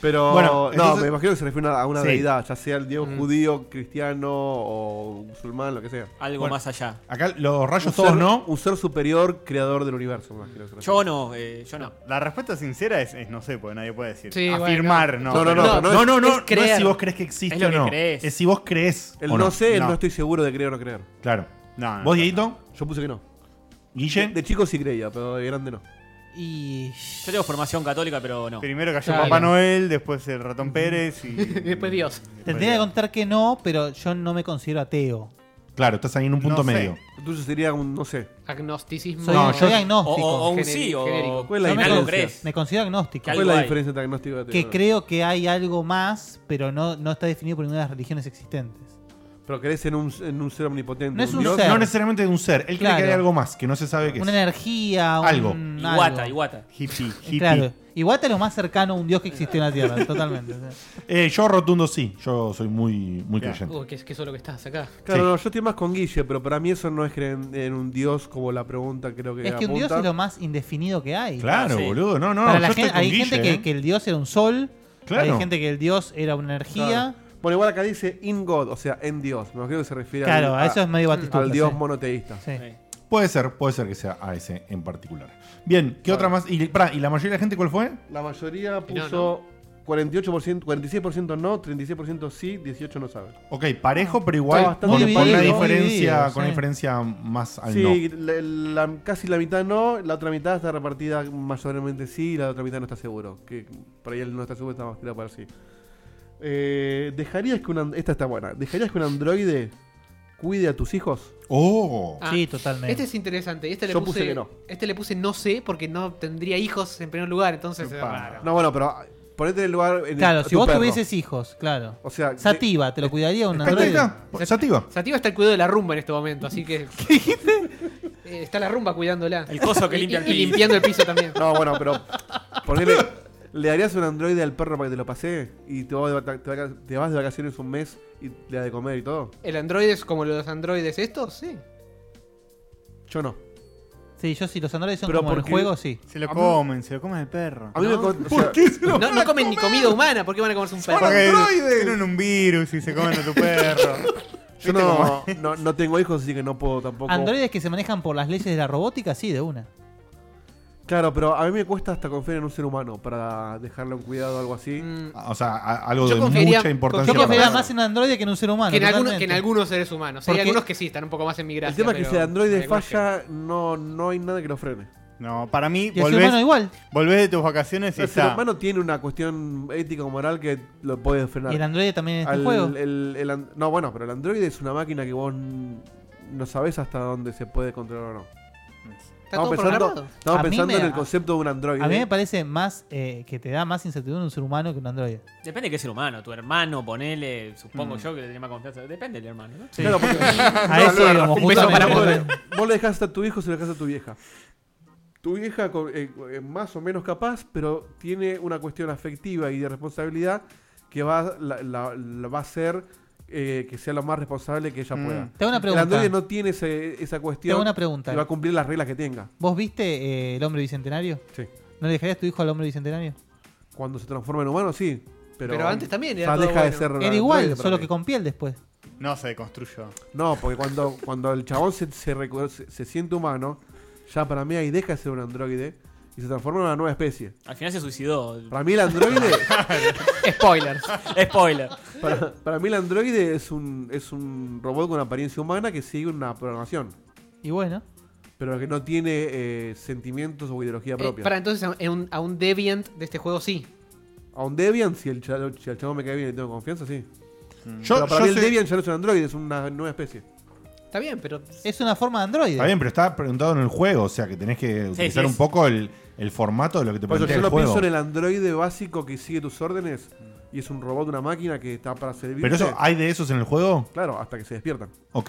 Pero Bueno, no, entonces- me imagino que se refiere a una Sí. deidad, ya sea el Dios Mm. judío, cristiano o musulmán, lo que sea. Algo Bueno. más allá. Acá los rayos Un todos ser- no. Un ser superior, creador del universo, me imagino. que se refiere. Yo no, eh, yo no. La respuesta sincera es, es no sé, porque nadie puede decir. Sí, bueno. Afirmar, no. No, no, pero- No, no, no, no. es no es creer. si vos crees que existe Es lo o que no. crees. Es si vos crees. El o no, sé, el No. no estoy seguro de creer o no creer. Claro. No, no, ¿Vos, no. Dieguito? Yo puse que no. De, ¿Guille? de chico sí creía, pero de grande no. eh, Y. Yo tengo formación católica, pero no. Primero cayó Claro. Papá Noel, después el ratón Pérez y. Después Dios. Tendría que contar que no, pero yo no me considero ateo. Claro, estás ahí en un punto No sé. medio. Entonces sería un, no sé. Agnosticismo. Soy, no, soy O, agnóstico. o- o un Genérico, sí, o genérico. ¿Cuál Yo es la me, algo considero- crees. me considero agnóstico. Que ¿Cuál es la hay. diferencia entre agnóstico y ateo? Que creo que hay algo más, pero no, no está definido por ninguna de las religiones existentes. Pero crees en un, en un ser omnipotente. No es un dios. ser. No necesariamente de un ser. Él cree Claro. que hay algo más, que no se sabe qué Una es. energía, un Algo. Iguata, algo. iguata. Hippie, hippie. Claro. Iguata es lo más cercano a un dios que existió en la Tierra, totalmente. o sea. Eh, yo rotundo sí. Yo soy muy, muy Claro. creyente. Uy, qué, qué solo que estás acá. Claro, Sí. no, yo estoy más con Guille, pero para mí eso no es creer en, en un dios como la pregunta creo que Es que un apunta. dios es lo más indefinido que hay. Claro, Ah, sí. boludo. No, no. Para yo la estoy gente, con hay gente Guille, que, ¿eh? que el dios era un sol, Claro. hay gente que el dios era una energía. Claro. Bueno, igual acá dice in God, o sea, en Dios. No creo que se refiere Claro, al- a eso es medio batistuta. al dios sí. monoteísta. Sí. Eh, Puede ser, puede ser que sea a ese en particular. Bien, ¿qué otra más? Y, pará, ¿y la mayoría de la gente cuál fue? La mayoría puso 48%, 46% no, 36% sí, 18% no sabe. Ok, parejo, pero igual Ah, bastante con, con dividido, una muy diferencia, dividido, con una sí. diferencia más al no. Sí, la- la- casi la mitad no, la otra mitad está repartida mayormente sí, y la otra mitad no está seguro. Que por ahí el no está seguro está más tirado para sí. Eh, ¿Dejarías que un and- esta está buena? ¿Dejarías que un androide cuide a tus hijos? Oh, Ah, Sí, totalmente. Este es interesante. Este le Yo puse, puse que no. Este le puse no sé porque no tendría hijos en primer lugar, entonces es raro. No, bueno, pero ah, ponete en el lugar. En el- claro, a si tu vos perro. Eh, tuvieses hijos, claro. O sea, Sativa, ¿te lo cuidaría un Ahí está, ahí androide? está. Sativa. Sativa está al cuidado de la rumba en este momento, así que. Eh, está la rumba cuidándola. El coso que Y- limpia el y- Y piso. limpiando el piso también. No, bueno, pero. Ponele. ¿Le darías un androide al perro para que te lo pase? ¿Y te vas de, vaca- te vaca- te vas de vacaciones un mes y le das de comer y todo? ¿El androide es como los androides estos? Sí. Yo no. Sí, yo si los androides son Pero como el porque- juego, sí. Se lo comen, se lo comen el perro. A mí me. No. con- o sea, No, no comen ni comida humana, ¿por qué van a comerse un perro? Porque tienen un virus y se comen a tu perro. Yo no, no, no tengo hijos, así que no puedo tampoco. Androides que se manejan por las leyes de la robótica, sí, de una. Claro, pero a mí me cuesta hasta confiar en un ser humano para dejarlo en cuidado o algo Mm, así. Mm, O sea, a- algo Yo de confiaría- mucha importancia. Yo confiaría para- más en Android que en un ser humano. que, en algunos, que totalmente. en algunos seres humanos. Hay Porque- algunos que sí, están un poco más en migración. El tema es que si el androide Android falla, no, no hay nada que lo frene. No, para mí, Y el ser volvés, humano igual. volvés de tus vacaciones y El ser está. humano tiene una cuestión ética o moral que lo puede frenar. ¿Y el androide también está en este Al- juego? el- el an- no, bueno, pero el androide es una máquina que vos n- no sabés hasta dónde se puede controlar o no. todo Estamos pensando, programado. estamos A mí pensando me- en el concepto de un androide. A mí me parece más eh, que te da más incertidumbre un ser humano que un androide. Depende de qué ser humano, tu hermano, ponele, supongo yo que le tiene más confianza. Depende del hermano, ¿no? Claro, porque- A eso no, íbamos, no, justamente. vos le- Vos le dejaste a tu hijo, se lo dejaste a tu vieja. Tu vieja con- eh, eh, más o menos capaz, pero tiene una cuestión afectiva y de responsabilidad que va, la, la- la va a hacer eh, que sea lo más responsable que ella Mm. pueda. Te hago una pregunta. El androide no tiene ese- esa cuestión. Te hago una pregunta. Y va a cumplir las reglas que tenga. ¿Vos viste eh, el hombre bicentenario? Sí. ¿No le dejarías tu hijo al hombre bicentenario? Cuando se transforma en humano, sí. Pero, Pero antes también era ya todo deja de bueno. ser Era igual, androide para solo mí. que con piel después. No, se deconstruyó. No, porque cuando, cuando el chabón se, se, recu- se- se siente humano, ya para mí ahí deja de ser un androide y se transforma en una nueva especie. Al final se suicidó. Para mí el androide. Spoilers. Spoiler. para, para mí el androide es un, es un robot con apariencia humana que sigue una programación. Y bueno. Pero que no tiene eh, sentimientos o ideología propia. Eh, para entonces a a un, a un Deviant de este juego sí. A un Debian, si el, cha- si el chabón me cae bien y tengo confianza, sí. Yo- Pero para yo mí el soy- Debian ya no es un androide, es una nueva especie. Está bien, pero. Es una forma de androide. Está bien, pero está preguntado en el juego, o sea que tenés que utilizar sí, un es- poco el, el formato de lo que te Por eso plantea yo lo el juego. pienso en el androide básico que sigue tus órdenes y es un robot, una máquina que está para servir. Pero eso, ah, ¿hay de esos en el juego? Claro, hasta que se despiertan. Ok,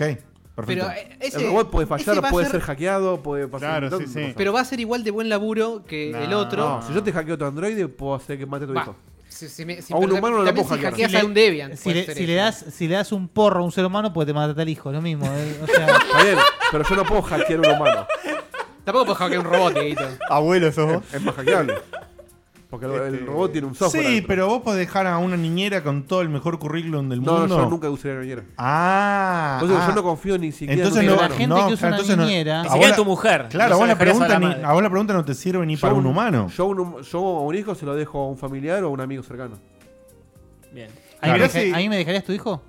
perfecto. Pero, eh, ese- el robot puede ese fallar, va a puede ser- ser... hackeado, puede pasar. un montón de cosas. Pero va a ser igual de buen laburo que el otro. No, si yo te hackeo tu androide, puedo hacer que mate a tu Va. hijo. Si- si me- si- a un pero humano no lo también puedo si hackear. hackeas a un Debian. Si le, si le das, si le das un porro a un ser humano, puede te mata al hijo, lo mismo. eh, o sea, Está bien, pero yo no puedo hackear un humano. Tampoco puedes hackear un robot, Dieguito. Abuelo, sos vos. Es, es más hackeable. Porque el- el robot tiene un Este, software. sí, adentro. pero vos podés dejar a una niñera con todo el mejor currículum del No, mundo. no, yo nunca usaría una niñera. Ah, Por eso ah. yo no confío ni siquiera en entonces un no, ser humano. no, claro, entonces no- Ni a siquiera vos tu la- mujer. Claro, No a vos se la dejarías a pregunta la ni- madre. a vos la pregunta no te sirve ni Yo para un un- humano. Yo, un hum- yo a un hijo se lo dejo a un familiar o a un amigo cercano. Bien. ¿A mí me Mirá deja- si- ¿A mí me dejarías tu hijo?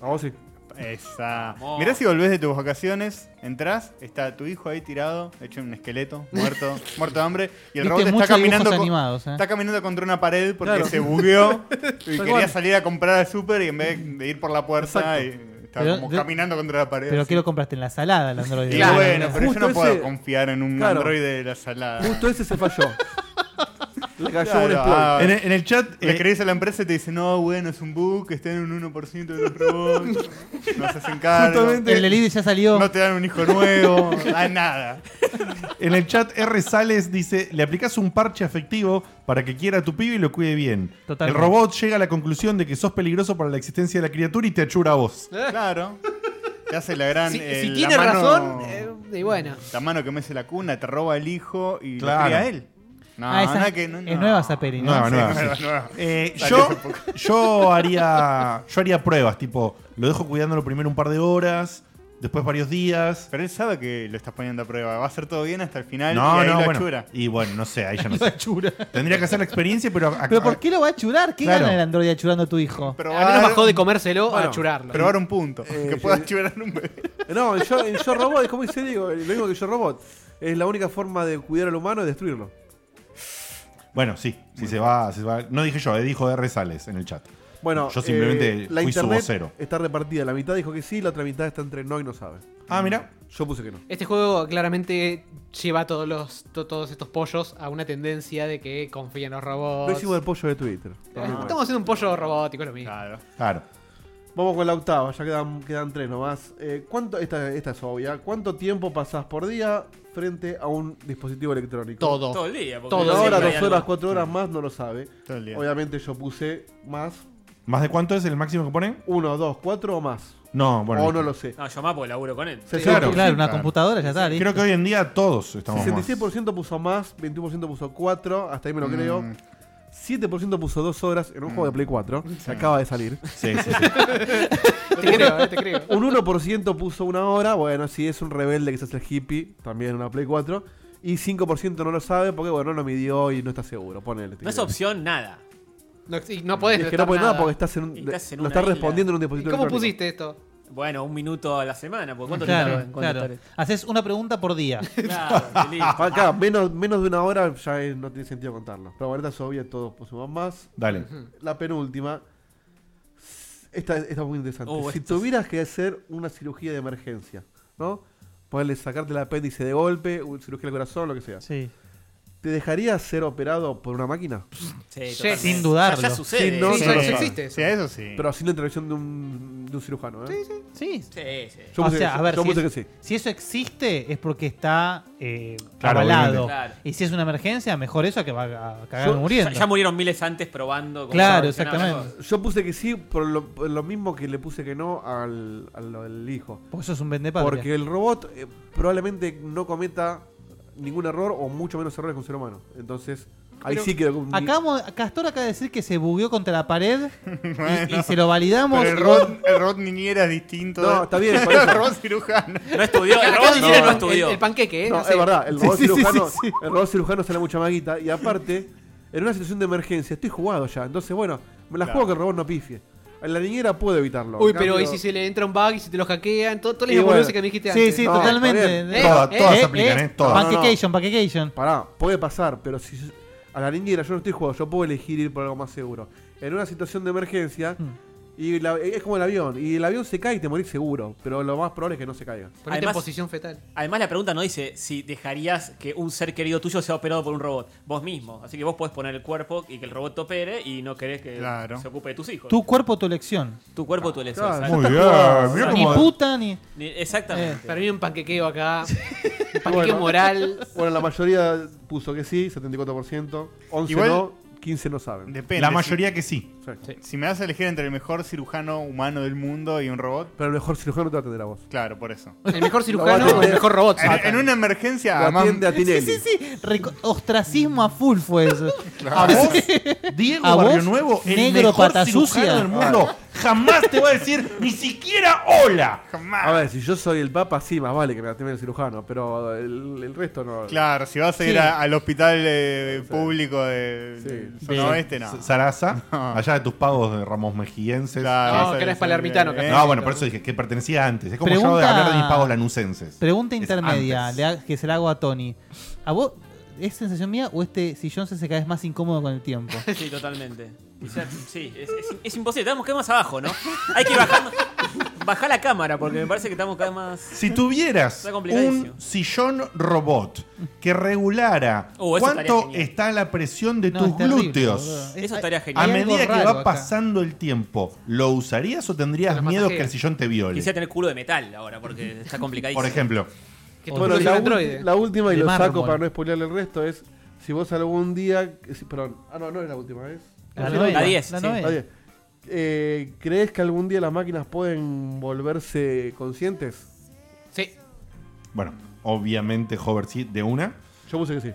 A vos sí. Esa. Mirá si volvés de tus vacaciones, entrás, está tu hijo ahí tirado, hecho un esqueleto, muerto, muerto de hambre, y el robot está Viste muchos dibujos caminando, co- animados, eh. está caminando contra una pared porque Claro. se bugueó Tal y quería cual. salir a comprar al súper y en vez de ir por la puerta y estaba Pero- como de- caminando contra la pared. Pero así. que lo compraste en la salada, el androide. Y bueno, pero yo no Justo puedo ese- confiar en un Claro. androide de la Ah. salada. Justo ese se falló. Le cayó un Claro, exploit. ah, En el- en el chat, Le eh, crees a la empresa y te dice, no, bueno, es un bug, que está en un 1% de los robots, no se hacen cargo. Justamente- El Elite ya salió. No te dan un hijo nuevo, a nada. En el chat R Sales dice, le aplicás un parche afectivo para que quiera a tu pibe y lo cuide bien. Totalmente. El robot llega a la conclusión de que sos peligroso para la existencia de la criatura y te achura a vos. Claro. Te hace la gran. Si, si eh, la tiene mano- razón, eh, y bueno. La mano que mece la cuna, te roba el hijo y Claro. lo cría él. No, Ah, esa- nada que- no, es no. nueva esa peli, ¿no? Nueva, Sí, nueva, nueva, sí. nueva. Eh, Salió yo, hace poco. yo haría yo haría pruebas, tipo, lo dejo cuidándolo primero un par de horas, después varios días. Pero él sabe que lo estás poniendo a prueba. Va a ser todo bien hasta el final. y No, ahí no, lo bueno. achura. Y bueno, no sé, ahí ya no Lo sé. achura. Tendría que hacer la experiencia, pero... a- ¿Pero por qué lo va a churar? ¿Qué Claro. gana el androide achurando a tu hijo? Probar, Al menos bajó de comérselo Bueno, a churarlo. probar un punto. Eh, que yo- pueda churar un bebé. No, en yo, en Yo Robot es como dice Diego, lo mismo que Yo Robot. Es la única forma de cuidar al humano es destruirlo. Bueno, sí, sí se va, se va- No dije yo, eh, dijo R Sales en el chat. Bueno, yo simplemente eh, la fui su internet vocero. Está repartida. La mitad dijo que sí, la otra mitad está entre no y no sabe. Ah, mira. Yo puse que no. Este juego claramente lleva todos los to- todos estos pollos a una tendencia de que confíen en los Lo hicimos robots. el pollo de Twitter. Estamos haciendo un pollo robótico, es lo mismo. Claro. Claro. Vamos con la octava, ya quedan, quedan tres nomás. Eh, ¿cuánto, esta, esta es obvia. ¿Cuánto tiempo pasás por día frente a un dispositivo electrónico? Todo. Todo el día, porque Todo Una el hora, día. dos horas, cuatro horas más, no lo sabe. Todo el día. Obviamente yo puse más. ¿Más de cuánto es el máximo que ponen? Uno, dos, cuatro o más. No, bueno. o Oh, no lo sé. No, yo más porque laburo con él. Sí, Claro, claro, una Claro. computadora ya está. Creo que hoy en día todos estamos más. 66% puso más, 21% puso 4, hasta ahí me lo creo. 7% puso 2 horas en un juego de Play 4, se acaba de salir. Sí, sí, sí. Te creo, eh, te creo. Un 1% puso una hora, bueno, si es un rebelde que se hace el hippie, también una Play 4. Y 5% no lo sabe porque, bueno, no lo midió y no está seguro. Ponele. No es opción nada. No, y no podés Y es que notar no puedes nada nada. porque estás en un- Y estás en no una estás isla. respondiendo en un dispositivo ¿Cómo electrónico. pusiste esto? Bueno, un minuto a la semana. porque ¿Cuánto te tarda Claro, en contestar claro. Haces una pregunta por día. esto? Claro, listo. Ah, claro, menos, menos de una hora ya eh, no tiene sentido contarlo. Pero ahorita es obvia, todos pusimos más. Dale. La penúltima. Esta, esta es muy interesante. Oh, si esta es- tuvieras que hacer una cirugía de emergencia, ¿no? Ponerle sacarte el apéndice de golpe, un- cirugía del corazón, lo que sea. Sí. ¿Te dejarías ser operado por una máquina? Sí, Sí, totalmente. sin Ya- dudarlo. Ya, sucede. Sí, no, sí, no lo sabe. sí, sí. existe eso. Sí, eso sí. Pero sin la intervención de un, de un cirujano, ¿eh? Sí. Sí, sí. Yo o puse que sea, sí, a ver, yo si, puse es- que sí. si eso existe es porque está eh, Claro, avalado. obviamente. Claro. Y si es una emergencia, mejor eso que va a cagar Yo- muriendo. Ya, ya murieron miles antes probando. cómo Claro, solucionar exactamente. las cosas. Yo puse que sí por lo, por lo mismo que le puse que no al, al- al hijo. Porque eso es un vendepatria. Porque el robot eh, probablemente no cometa ningún error o mucho menos errores que un ser humano. Entonces, ahí Pero sí quedó. Acabamos, Castor acaba de decir que se bugueó contra la pared y- y, se lo validamos. Pero el robot, el robot niñera es distinto. No, de- está bien, por el eso. robot cirujano. No estudió. El Acá robot dicen no, el- estudió. El, el panqueque, ¿eh? No, No sé. es verdad, el robot, Sí, sí, sí, cirujano, sí, sí. el robot cirujano sale mucha maguita. Y aparte, en una situación de emergencia, estoy jugado ya. Entonces, bueno, me la Claro. juego que el robot no pifie. La niñera puedo evitarlo. Uy, En pero ¿y cambio- si se le entra un bug y si te lo hackean? Todo- Todas Y las bueno. boludeces que me dijiste Sí, antes. sí, No, totalmente. Eh, está bien. Todas- todas aplican, ¿eh? Todas. Panquecation, panquecation. Pará, puede pasar, pero si yo- a la niñera yo no estoy jugado, yo puedo elegir ir por algo más seguro. En una situación de emergencia, y la- es como el avión, y el avión se cae y te morís seguro, pero lo más probable es que no se caiga. Ponete Además- en posición fetal. Además, la pregunta no dice si dejarías que un ser querido tuyo sea operado por un robot. Vos mismo. Así que vos podés poner el cuerpo y que el robot te opere y no querés que Claro. se ocupe de tus hijos. Tu cuerpo, tu elección. Tu cuerpo, tu elección. Claro. ¿sabes? Muy está bien. jugado. mirá Ni cómo- puta, ni. Ni- Exactamente. Para mí un panquequeo acá. Un panquequeo Bueno. moral. Bueno, la mayoría puso que sí, 74%, 11 Igual- no, 15 no saben. Depende. La si- mayoría que sí. Sí. Si, me das a elegir entre el mejor cirujano humano del mundo y un robot, Pero el mejor cirujano te va a atender a vos. claro, por eso. El mejor Lo cirujano va a o el mejor robot. En, en una emergencia, Lo además, atiende a Tinelli. Sí, sí, sí. Reco- Ostracismo a full fue eso. A vos, Diego ¿A Barrio vos, Nuevo, el negro mejor pata cirujano sucia? del mundo, jamás te va a decir ni siquiera hola. jamás. A ver, si yo soy el papa, sí, más vale que me atienda el cirujano, pero el, el resto no. Claro, si vas a ir Sí. a- al hospital eh, público de, Sí. del Sí. zona oeste, este, no. S- Sarasa, allá de tus pagos de Ramos Mejienses. Claro, No, esa- que eres esa- palermitano, eh, casi. Ah, No, bueno, por eso dije que pertenecía antes. Es como yo de Pregunta- hablar de mis pagos lanucenses. Pregunta Es intermedia antes. le ha- que se la hago a Tony. ¿A vos es sensación mía o este sillón se hace cada vez más incómodo con el tiempo? Sí, totalmente. O sea, sí, es, es- es imposible. Tenemos que ir más abajo, ¿no? Hay que bajar, bajar la cámara porque me parece que estamos cada vez más. Si tuvieras Está complicadísimo. un sillón robot que regulara Oh, eso estaría cuánto genial. está la presión de No, tus es terrible, glúteos boludo. Es- Eso estaría a genial. hay algo medida que raro va acá. pasando el tiempo, ¿lo usarías o Te tendrías lo miedo que masajea. el sillón te viole? Quisiera tener culo de metal ahora porque está complicadísimo. Por ejemplo, Que tu Bueno, culo es un la, ul- androide. la última y De lo saco mármol. para no spoilearle el resto es si vos algún día, que si- perdón, ah no, no es la última, es La novela, diez, La sí. Está novela. bien. Eh, ¿Crees que algún día las máquinas pueden volverse conscientes? Sí. bueno, obviamente Hover sí, de una. Yo puse que sí.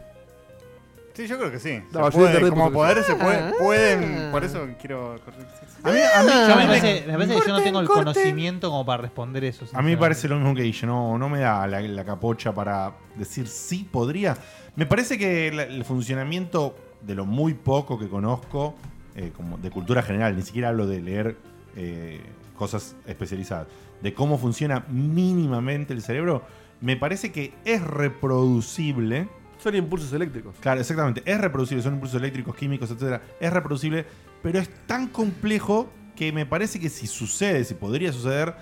Sí, yo creo que sí. Se No, yo puede, internet como porque- poder se puede, Ah. pueden. Por eso quiero corregir. A mí, a mí- Yo a mí me Ah, me- parece, me parece que yo no tengo el conocimiento como para responder eso. a mí me sinceramente. parece lo mismo que Guille, no, no me da la, la capocha para decir sí podría. Me parece que la- el funcionamiento de lo muy poco que conozco, eh, como de cultura general, ni siquiera hablo de leer eh, cosas especializadas, de cómo funciona mínimamente el cerebro, me parece que es reproducible. Son impulsos eléctricos. Claro, exactamente. Es reproducible, son impulsos eléctricos, químicos, etcétera. Es reproducible, pero es tan complejo que me parece que si sucede, si podría suceder,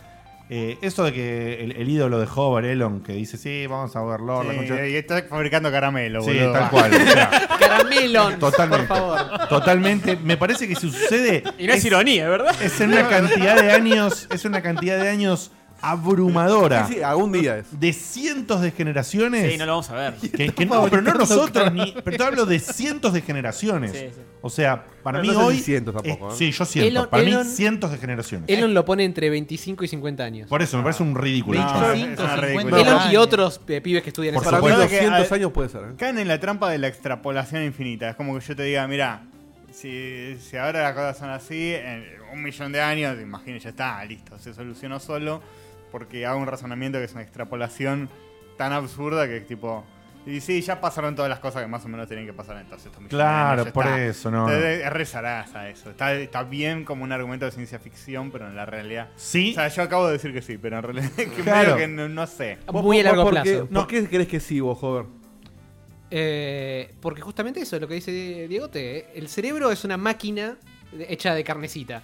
eh, eso de que el, el ídolo de Hover, Elon, que dice, sí, vamos a verlo, la Sí, concha-". y está fabricando caramelo, Sí, boludo. Ah. tal cual. o sea, Caramelón. totalmente. Por favor. Totalmente. Me parece que si sucede, Y no es, ironía, ¿verdad? es en una cantidad de años, es una cantidad de años abrumadora. Sí, sí, algún día es. De cientos de generaciones. Sí, no lo vamos a ver. Que, que no, pero no nosotros, ni, pero te hablo de cientos de generaciones. Sí, sí. O sea, para Bueno, mí no sé hoy. si cientos tampoco, es- ¿eh? Sí, yo cientos. Elon- para Elon- mí, cientos de generaciones. Elon lo pone entre 25 y 50 años. Por eso, me parece un ridículo. No, chaval. es una 50 ridiculez. No, Elon años. y otros eh, pibes que estudian Por esa Para mí supuesto que 200 hay- años puede ser. ¿eh? Caen en la trampa de la extrapolación infinita. Es como que yo te diga, mira, si, si ahora las cosas son así, en un millón de años, imagino, ya está, listo, se solucionó solo, porque hago un razonamiento que es una extrapolación tan absurda que es tipo, Y sí, ya pasaron todas las cosas que más o menos tenían que pasar en todos estos millones de Claro, años, ya por está. eso, no, Entonces, es re zaraza eso. Está, está bien como un argumento de ciencia ficción, pero en la realidad. Sí. O sea, yo acabo de decir que sí, pero en realidad que medio Claro. que no, no sé. Vos- Muy a vos- largo ¿por plazo. Qué, ¿Por qué crees que sí, vos, joder? Eh, porque justamente eso es lo que dice Diegote. eh. El cerebro es una máquina de- hecha de carnecita.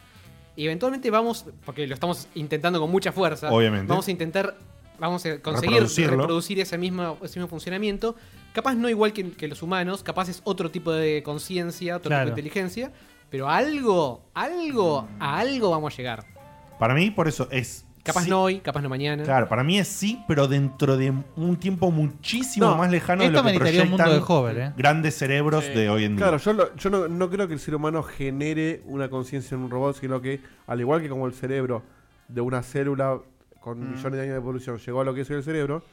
Y eventualmente vamos, porque lo estamos intentando con mucha fuerza, Obviamente. vamos a intentar, vamos a conseguir Reproducirlo. reproducir ese mismo, ese mismo funcionamiento. Capaz no igual que, que los humanos, capaz es otro tipo de conciencia, otro Claro. tipo de inteligencia, pero a algo, algo, a algo vamos a llegar. Para mí, por eso es. Capaz sí. no hoy, capaz no mañana. Claro, para mí es sí, pero dentro de un tiempo muchísimo No, más lejano de esto lo que meritaría un mundo proyectan de Hover, ¿eh? grandes cerebros Sí. de hoy en día. Claro, yo, lo- yo no, no creo que el ser humano genere una conciencia en un robot, sino que, al igual que como el cerebro de una célula con millones de años de evolución llegó a lo que es hoy el cerebro,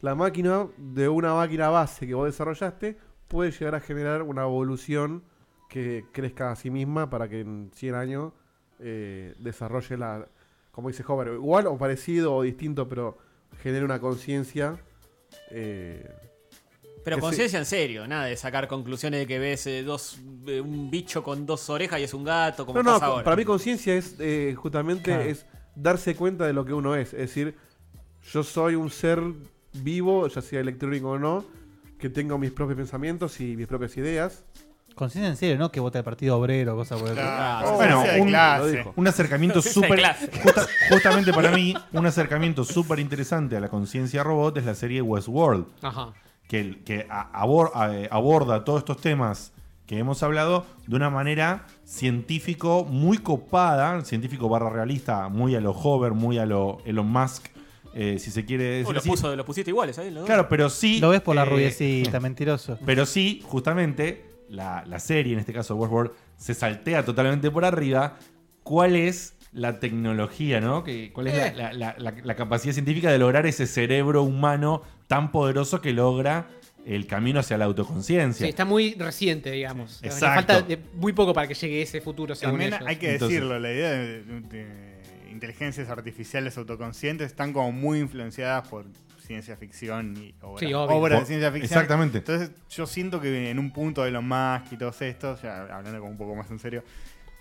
la máquina de una máquina base que vos desarrollaste puede llegar a generar una evolución que crezca a sí misma para que en 100 años eh, desarrolle la, como dice Hover, igual o parecido o distinto, pero genere una conciencia. eh, Pero Que sí. conciencia en serio, nada de sacar conclusiones de que ves eh, dos, eh, un bicho con dos orejas y es un gato, como No, no, pasa ahora. para mí conciencia es eh, justamente es darse cuenta de lo que uno es. Es decir, yo soy un ser vivo, ya sea electrónico o no, que tengo mis propios pensamientos y mis propias ideas. Conciencia en serio, ¿no? Que vota el Partido Obrero, cosa por el Ah, Oh, Bueno, ciencia de un- clase. lo dijo. Un acercamiento Esa es súper. clase. justa- justamente para mí, un acercamiento súper interesante a la conciencia robot es la serie Westworld, Ajá. que, que a- abor- a- eh, aborda todos estos temas que hemos hablado de una manera científico muy copada, científico barra realista, muy a lo Hover, muy a lo Elon Musk, eh, si se quiere decir Oh, lo, así. puso, lo pusiste iguales, ¿sabes? Los dos. Claro, pero sí. Lo ves por la eh, rubiecita, mentiroso. pero sí, justamente, la, la serie, en este caso Westworld, se saltea totalmente por arriba cuál es la tecnología, ¿no? Que- ¿Cuál es Eh. la- la, la- la- la capacidad científica de lograr ese cerebro humano tan poderoso que logra el camino hacia la autoconciencia? Sí, está muy reciente, digamos. Le Exacto. Falta de- muy poco para que llegue ese futuro, según También ellos. hay que Entonces- decirlo, la idea de, de inteligencias artificiales autoconscientes están como muy influenciadas por ciencia ficción y obras Sí, obvio. obras de Por- ciencia ficción. exactamente. Entonces yo siento que en un punto de los más y todos estos, ya hablando como un poco más en serio,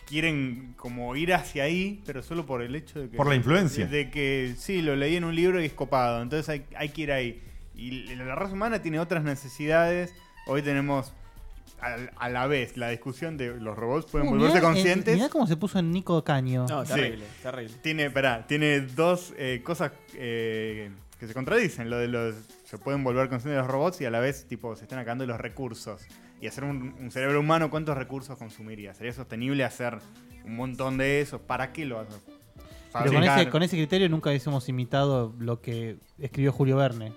quieren como ir hacia ahí, pero solo por el hecho de que... Por la influencia. De que sí, lo leí en un libro y es copado, entonces hay, hay que ir ahí. Y la raza humana tiene otras necesidades. Hoy tenemos al- a, la vez la discusión de los robots pueden Uh, volverse mirá, eh, conscientes Mirá cómo se puso en Nico Caño. No, Sí. terrible, terrible. tiene, pará, tiene dos eh, cosas eh, que se contradicen. Lo de los. Se pueden volver conscientes los robots y a la vez, tipo, se están acabando los recursos. Y hacer un, un cerebro humano, ¿cuántos recursos consumiría? ¿Sería sostenible hacer un montón de eso? ¿Para qué lo haces? Pero con Fabricar- ese, con ese criterio nunca hubiésemos imitado lo que escribió Julio Verne.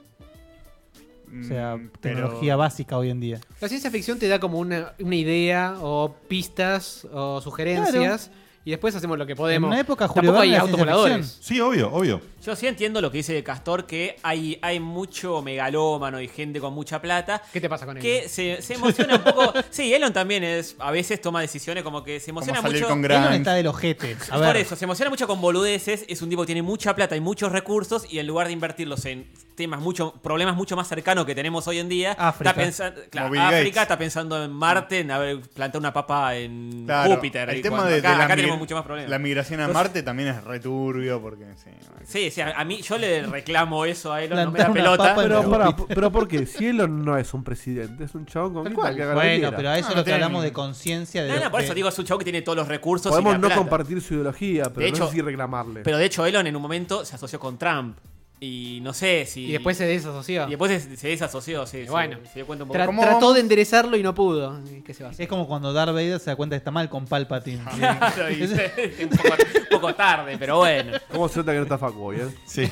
O sea, Mm, pero- tecnología básica hoy en día. La ciencia ficción te da como una, una idea o pistas o sugerencias y después hacemos lo que podemos. En una época, Julio Tampoco Verne hay era ciencia autovoladores. Sí, obvio, obvio. Yo sí entiendo lo que dice Castor, que hay, hay mucho megalómano y gente con mucha plata ¿Qué te pasa con él? que se, se emociona un poco. Sí, Elon también es a veces toma decisiones como que se Como emociona salir mucho. con Él no Grant. está del ojete. A Por ver, eso, se emociona mucho con boludeces, es un tipo que tiene mucha plata y muchos recursos y en lugar de invertirlos en temas mucho problemas mucho más cercanos que tenemos hoy en día, África. está pensando, claro, Como Bill África Gates. está pensando en Marte, en haber plantado una papa en Claro, Júpiter. El y tema cuando de, de acá, la, acá mi- tenemos mucho más problemas. la migración Pues a Entonces- Marte también es returbio porque sí, Sí, sí, a a mí yo le reclamo eso a Elon, no me Plantar da una pelota. papa en Pero, Pero- pará, p- pero ¿por qué? Si Elon no es un presidente, es un chabón con Tal guita cual. que haga lo que bueno, quiera. pero a eso No, es no lo que tiene hablamos ni- de conciencia. De, No, no, por de- eso digo, es un chavo que tiene todos los recursos. y Podemos la no plata. compartir su ideología, pero De no hecho- sé si reclamarle. Pero de hecho, Elon en un momento se asoció con Trump. Y no sé si. Y después se desasoció. y después se- se desasoció, sí. sí, bueno. se dio cuenta un poco. Tra- ¿Cómo trató vamos? de enderezarlo y no pudo. ¿Y ¿Qué se va a hacer? Es como cuando Darth Vader se da cuenta que está mal con Palpatine. Claro, y- un, poco, un poco tarde, pero bueno. ¿Cómo se nota que no está fuckboy, eh? Sí.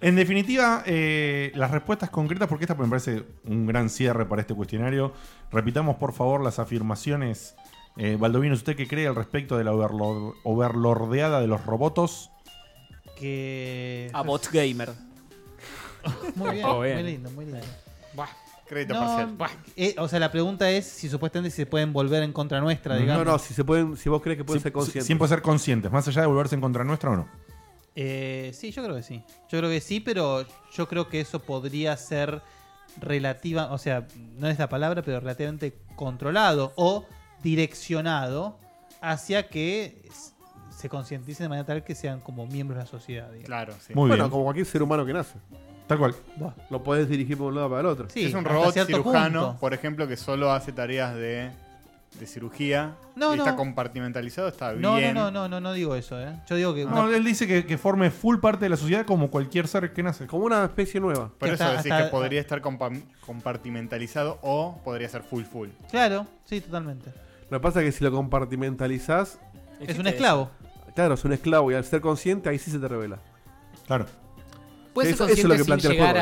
En definitiva, eh, las respuestas concretas, porque esta me parece un gran cierre para este cuestionario. Repitamos, por favor, las afirmaciones. Eh, Baldovinos, ¿usted qué cree al respecto de la overlord- overlordeada de los robotos? que... A Bot Gamer. Muy bien, Oh, Ah, bien. muy lindo, muy lindo. Buah. Crédito No, parcial. eh, o sea, la pregunta es si supuestamente se pueden volver en contra nuestra, No, digamos. no, si se pueden, si vos crees que pueden Sie- ser conscientes. Siempre ser conscientes, más allá de volverse en contra nuestra o no. Eh, sí, yo creo que sí. Yo creo que sí, pero yo creo que eso podría ser relativa, o sea, no es la palabra, pero relativamente controlado o direccionado hacia que s- se concienticen de manera tal que sean como miembros de la sociedad. digamos. Claro, sí. Muy bueno, bien. como cualquier ser humano que nace. Tal cual. Buah. Lo podés dirigir por un lado para el otro. Sí, es un hasta robot cierto cirujano, punto. por ejemplo, que solo hace tareas de, de cirugía. No, y no. está compartimentalizado, está No, no, bien. no, no, no, no digo eso, ¿eh? Yo digo que, una- No, él dice que, que forme full parte de la sociedad como cualquier ser que nace. Como una especie nueva. Por Que eso hasta- decís hasta- que podría estar compa- compartimentalizado o podría ser full full. claro, sí, totalmente. Lo que pasa es que si lo compartimentalizás, Es Existe un esclavo. claro, es un esclavo y al ser consciente ahí sí se te revela. Claro. Puede Eso- ser eso es lo consciente que sin plantea el llegar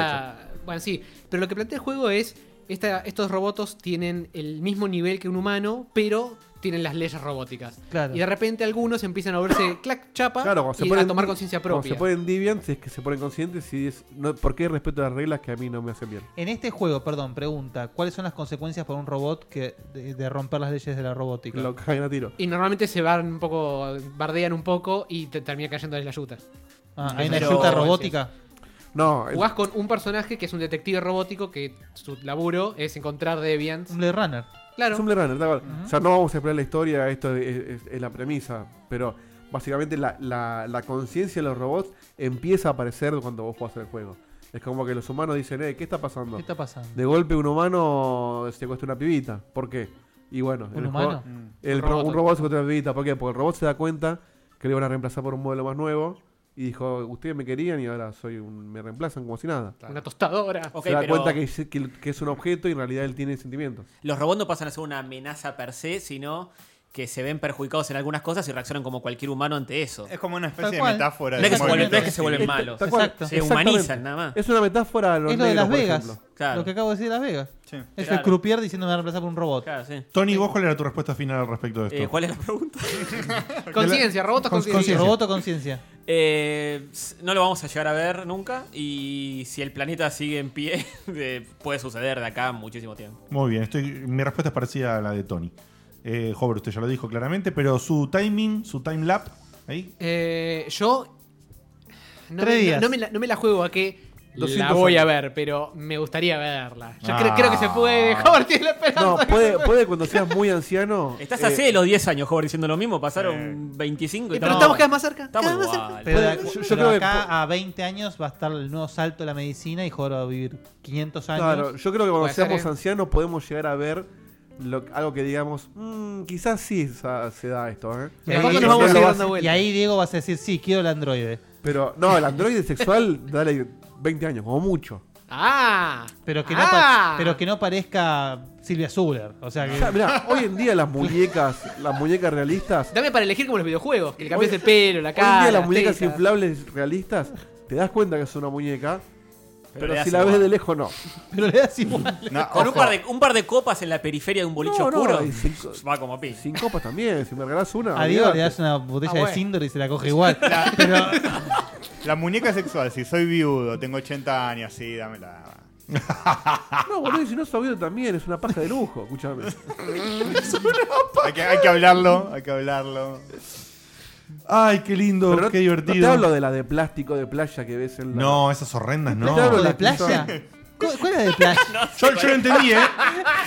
juego, a. Bueno, sí, pero lo que plantea el juego es. esta- estos robots tienen el mismo nivel que un humano, pero tienen las leyes robóticas. Claro. Y de repente algunos empiezan a volverse clac, chapa Claro, cuando se y ponen, a tomar conciencia cuando propia. se ponen Deviant, si es que se ponen conscientes, y es, no, ¿por qué respeto las reglas que a mí no me hacen bien? En este juego, perdón, pregunta, ¿cuáles son las consecuencias para un robot que de, de romper las leyes de la robótica? Lo caen a tiro. Y normalmente se van un poco, bardean un poco y te termina cayendo la yuta. Ah, ¿Hay una Pero- ayuda robótica? No, es- Jugás con un personaje que es un detective robótico que su laburo es encontrar deviants. Un Blade Runner. Claro. Es un Blade Runner, tal cual. O sea, no vamos a explorar la historia, esto es, es- es la premisa. Pero básicamente la, la- la conciencia de los robots empieza a aparecer cuando vos jugás el juego. Es como que los humanos dicen, eh, ¿qué está pasando? ¿Qué está pasando? De golpe un humano secuestra una pibita. ¿Por qué? Y bueno, ¿Un el humano? juego- el Un pro- robot. un robot secuestra una pibita. ¿Por qué? Porque el robot se da cuenta que le iban a reemplazar por un modelo más nuevo. Y dijo, ustedes me querían y ahora soy un- me reemplazan como si nada. Una tostadora. Ok, se da pero cuenta que, es- que- que es un objeto y en realidad él tiene sentimientos. los robots no pasan a ser una amenaza per se, sino que se ven perjudicados en algunas cosas y reaccionan como cualquier humano ante eso. Es como una especie Tal de cual. metáfora No de es que se vuelven, movimiento no es que se vuelven civil. malos. Tal cual. Exacto. Se Exactamente. humanizan nada más. Es una metáfora a los Es lo de negros, Las por Vegas. ejemplo. Claro. Lo que acabo de decir de Las Vegas. Sí. Es Claro. el croupier diciendo me van a reemplazar por un robot. Claro, sí. Tony, ¿vos cuál era tu respuesta final al respecto de esto? Eh, ¿Cuál es la pregunta? Conciencia, robots Con- conciencia. conciencia. Robot o conciencia. Eh, s- no lo vamos a llegar a ver nunca y si el planeta sigue en pie, eh, puede suceder de acá muchísimo tiempo. Muy bien, estoy, mi respuesta es parecida a la de Tony. Eh, Hover, usted ya lo dijo claramente, pero su timing, su time lap, ahí. Eh, yo. No Tres me, días. no me la, no me la juego a que. 200 La voy a años. ver, pero me gustaría verla. Yo Ah. creo, creo que se puede. Howard tiene la esperanza. No, que se puede, puede. puede cuando seas muy anciano. Estás eh, así de los 10 años, joven, diciendo lo mismo. Pasaron 25 y Eh, pero no, estamos cada vez más cerca. estamos cada vez más igual. Pero, yo- yo pero creo que acá po- a 20 años va a estar el nuevo salto de la medicina y joder va a vivir 500 años. Claro, yo creo que cuando Puede ser, seamos ¿eh? ancianos podemos llegar a ver lo- algo que digamos, "Mm, quizás sí sa- se da esto, ¿eh? Y cerca. Tampoco ahí- nos vamos a Lo ir vas- dando Y vueltas. ahí Diego vas a decir, sí, quiero el androide. Pero no, el androide sexual, dale 20 años, como mucho. Ah, Pero que, ah. no, pa- pero que no parezca Silvia Zuller. O sea O que. sea, mirá, hoy en día las muñecas, las muñecas realistas, Dame para elegir como los videojuegos, que le cambies el pelo, la hoy en cara. día las las muñecas tetas. inflables realistas, te das cuenta que es una muñeca, pero, le si das la ves igual. de lejos no. Pero le das igual. No, Con un ojo, par, de, un par de copas en la periferia de un boliche No, no, oscuro, y cinco- va como pin. Sin copas también, si me regalás una. A Diego le olvidate. das una botella Ah, de bueno. Sindor y se la coge igual. Pero La muñeca sexual, si soy viudo, tengo 80 años, sí, dámela. No, boludo, y si no es obvio también, es una paja de lujo, escúchame. Hay que, hay que hablarlo, hay que hablarlo. Ay, qué lindo, Pero no- Oh, qué divertido. No te hablo de la de plástico de playa que ves en la. No, esas horrendas, no. Te hablo ¿Lo de las que son- playa? ¿Cu- ¿Cuál era de playa? Yo, yo lo entendí, ¿eh?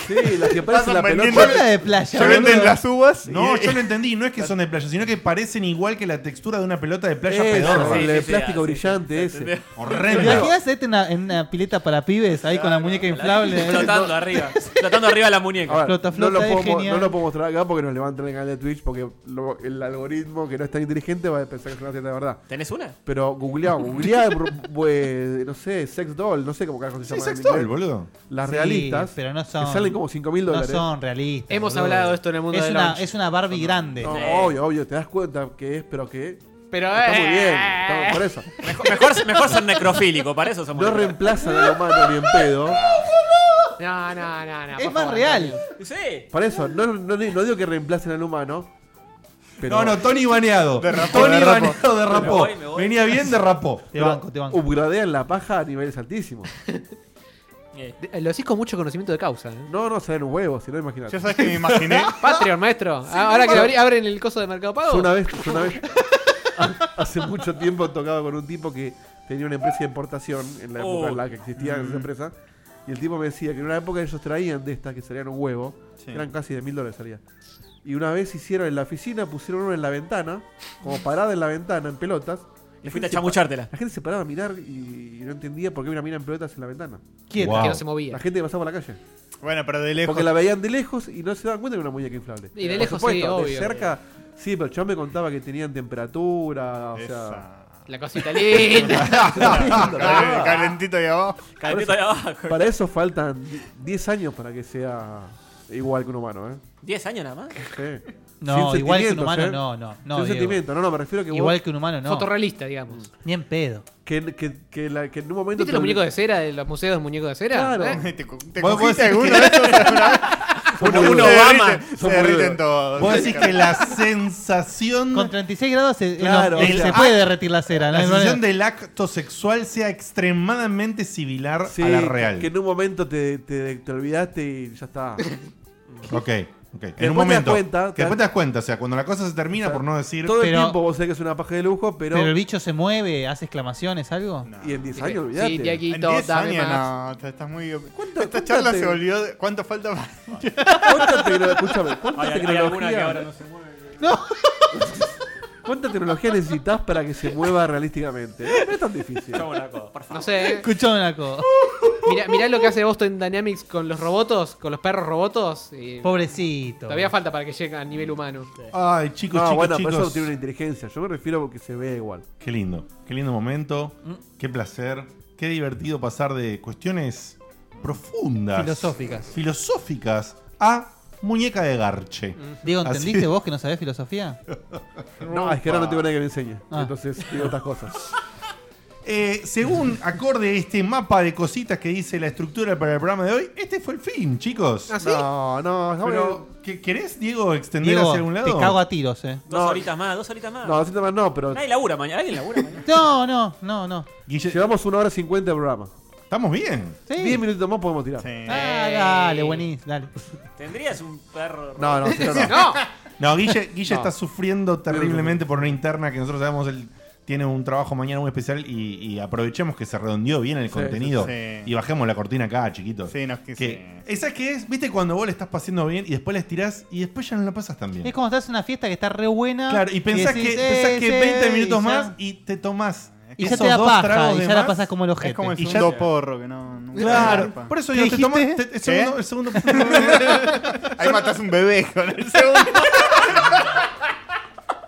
Sí, la que parece Pasan la pelota. vendiendo- ¿Cuál era de playa? Se venden boludo? las uvas. y- No, yo lo entendí. No es que son de playa, sino que parecen igual que la textura de una pelota de playa Esa, pedorra. la Sí, de sí, sí, plástico sí, brillante ese. ¿Te Horrenda. imaginas este en una, en una pileta para pibes ahí con la muñeca inflable? Flotando arriba, flotando arriba eh. la A ver, muñeca. Flota, no, flota, lo es puedo, mo- genial. no lo puedo mostrar acá porque nos levantan el canal de Twitch porque lo- el algoritmo que no es tan inteligente va a pensar que es una teta de verdad. ¿Tenés una? Pero googleá, googleá, br- bue- no sé, sex doll, no sé cómo carajo se Sí, llama. sex doll, boludo. Las Sí, realistas. pero no son- Que salen como 5 mil No dólares. son realistas. Hemos boludo. hablado de esto en el mundo es del una, lunch. es una Barbie grande. No, Sí. obvio, obvio, te das cuenta que es, pero que. Pero Está muy eh, bien, está- por eso. Mejor, mejor, mejor ser necrofílico, para eso somos. No reemplazan al humano ni en pedo. No, no, no, no. Es por más favor, real. Antonio. Sí. Por eso, no, no, no digo que reemplacen al humano. Pero No, no, Tony baneado. Derrapó, Tony derrapó. baneado derrapó. Me voy, me voy. Venía bien, derrapó. Te banco, te banco. upgradean la paja a niveles altísimos. Eh, De- Lo decís con mucho conocimiento de causa. ¿eh? No, no, se dan un huevo, si no imaginas. Yo sabes que me imaginé. Patreon, maestro. Ah, Ahora que abri- abren el coso de Mercado Pago. Yo una vez, yo una vez hace mucho tiempo tocaba con un tipo que tenía una empresa de importación en la época Oh. en la que existía esa empresa. Y el tipo me decía que en una época ellos traían de estas que salían un huevo, Sí. eran casi de mil dólares salía. Y una vez hicieron en la oficina, pusieron uno en la ventana, como parada en la ventana, en pelotas. gente Y fuiste a se pa- chamuchártela. La gente se paraba a mirar y, y no entendía por qué había una mina en pelotas en la ventana. Quieta, Wow. que no se movía. La gente que pasaba por la calle. Bueno, pero de lejos. Porque la veían de lejos y no se daban cuenta que era una muñeca inflable. Y de Por lejos sí, supuesto, obvio. De cerca, sí, pero yo me contaba que tenían temperatura, o sea... Esa. La cosita linda. Cal- Calentito ahí abajo. Calentito ahí abajo. Para eso faltan 10 años para que sea igual que un humano, ¿eh? 10 años nada más. Sí. No, Sin igual que un sentimientos, humano, ¿eh? no, no. no Sin Diego. sentimiento, no, no, me refiero que Igual vos, que un humano, no. Fotorrealista, Mm. digamos. Ni en pedo. que, que, que la- que en un momento... ¿Viste los te- muñecos de cera de los museos de muñecos de cera? Claro. ¿Eh? ¿Te, co- te Vos- vos cogiste decís alguno de esos? son Uno- muy uno duros. va- derriten- Son se muy derriten duros. todos. Vos decís que la sensación, Con 36 grados se, eh, no, Claro, eh, o sea, se puede derretir la cera. la no hay manera. sensación del acto sexual sea extremadamente similar Sí, a la real. que en un momento te, te, te olvidaste y ya está. Ok, ok. te En das un momento. cuenta, que te después das- te das cuenta, o sea, cuando la cosa se termina, por no decir. Todo Pero- el tiempo vos sabés que es una paja de lujo, pero... Pero el bicho se mueve, hace exclamaciones, algo. y en 10 Dije, años, olvidate. Sí, En Tiaguito, 10 dame años, más. no, te- estás muy. ¿Cuánto- Esta cuánto charla te- se volvió. de- ¿Cuánto falta para.? ¿Cuánta tecno- Escúchame, ¿cuánta Hay, hay tecnología? alguna que ahora no se mueve. ¿Cuánta tecnología necesitas para que se mueva realísticamente? No es tan difícil. Chau, Naco, por favor. No sé, ¿eh? Escuchame una cosa. mirá, mirá lo que hace Boston Dynamics con los robotos, con los perros robotos. y Pobrecito. Todavía falta para que llegue a nivel humano. Ay, chicos, No, chicos, bueno, pero chicos. eso tiene una inteligencia. Yo me refiero porque se ve igual. Qué lindo, qué lindo momento, Mm. qué placer, qué divertido pasar de cuestiones profundas, Filosóficas. filosóficas a muñeca de garche. Mm. Diego, Así- ¿entendiste vos que no sabés filosofía? No, es que ahora no tengo nadie que me enseñe. Ah. Entonces digo otras cosas. Eh, según acorde este mapa de cositas que dice la estructura para el programa de hoy, este fue el fin, chicos. ¿Ah, sí? No, no, no. Pero, ¿qué- ¿querés, Diego, extender Diego, hacia algún te lado? cago a tiros, eh. Dos No. horitas más, dos horitas más. No, así nomás no, pero Nadie labura mañana. ¿Alguien labura mañana? No, no, no, no. Guille- llevamos una hora cincuenta de programa. ¿Estamos bien? Sí. 10 minutos más podemos tirar. Sí. Ah, dale, buenísimo, dale. ¿Tendrías un perro? No, no, sí, no, no. ¡No! No, Guille, Guille No. está sufriendo terriblemente por una interna que nosotros sabemos él tiene un trabajo mañana muy especial y, y aprovechemos que se redondeó bien el contenido sí, sí. y bajemos la cortina acá, chiquitos. Sí, no, que Que- Esa que es, viste, cuando vos le estás pasando bien y después la estirás y después ya no la pasas tan bien. Es como estás en una fiesta que está re buena. Claro, y pensás que, decís, pensás eh, que sí, 20 y minutos ya- más y te tomás Y ya esos te da dos paja, tragos y de ya la más. pasás como el ojete. Es como el Y ya- segundo porro que no. nunca Claro, garpa. por eso ¿Qué digo, te tomás dijiste? te- el segundo, ¿Eh? el segundo Ahí matas un bebé con el segundo.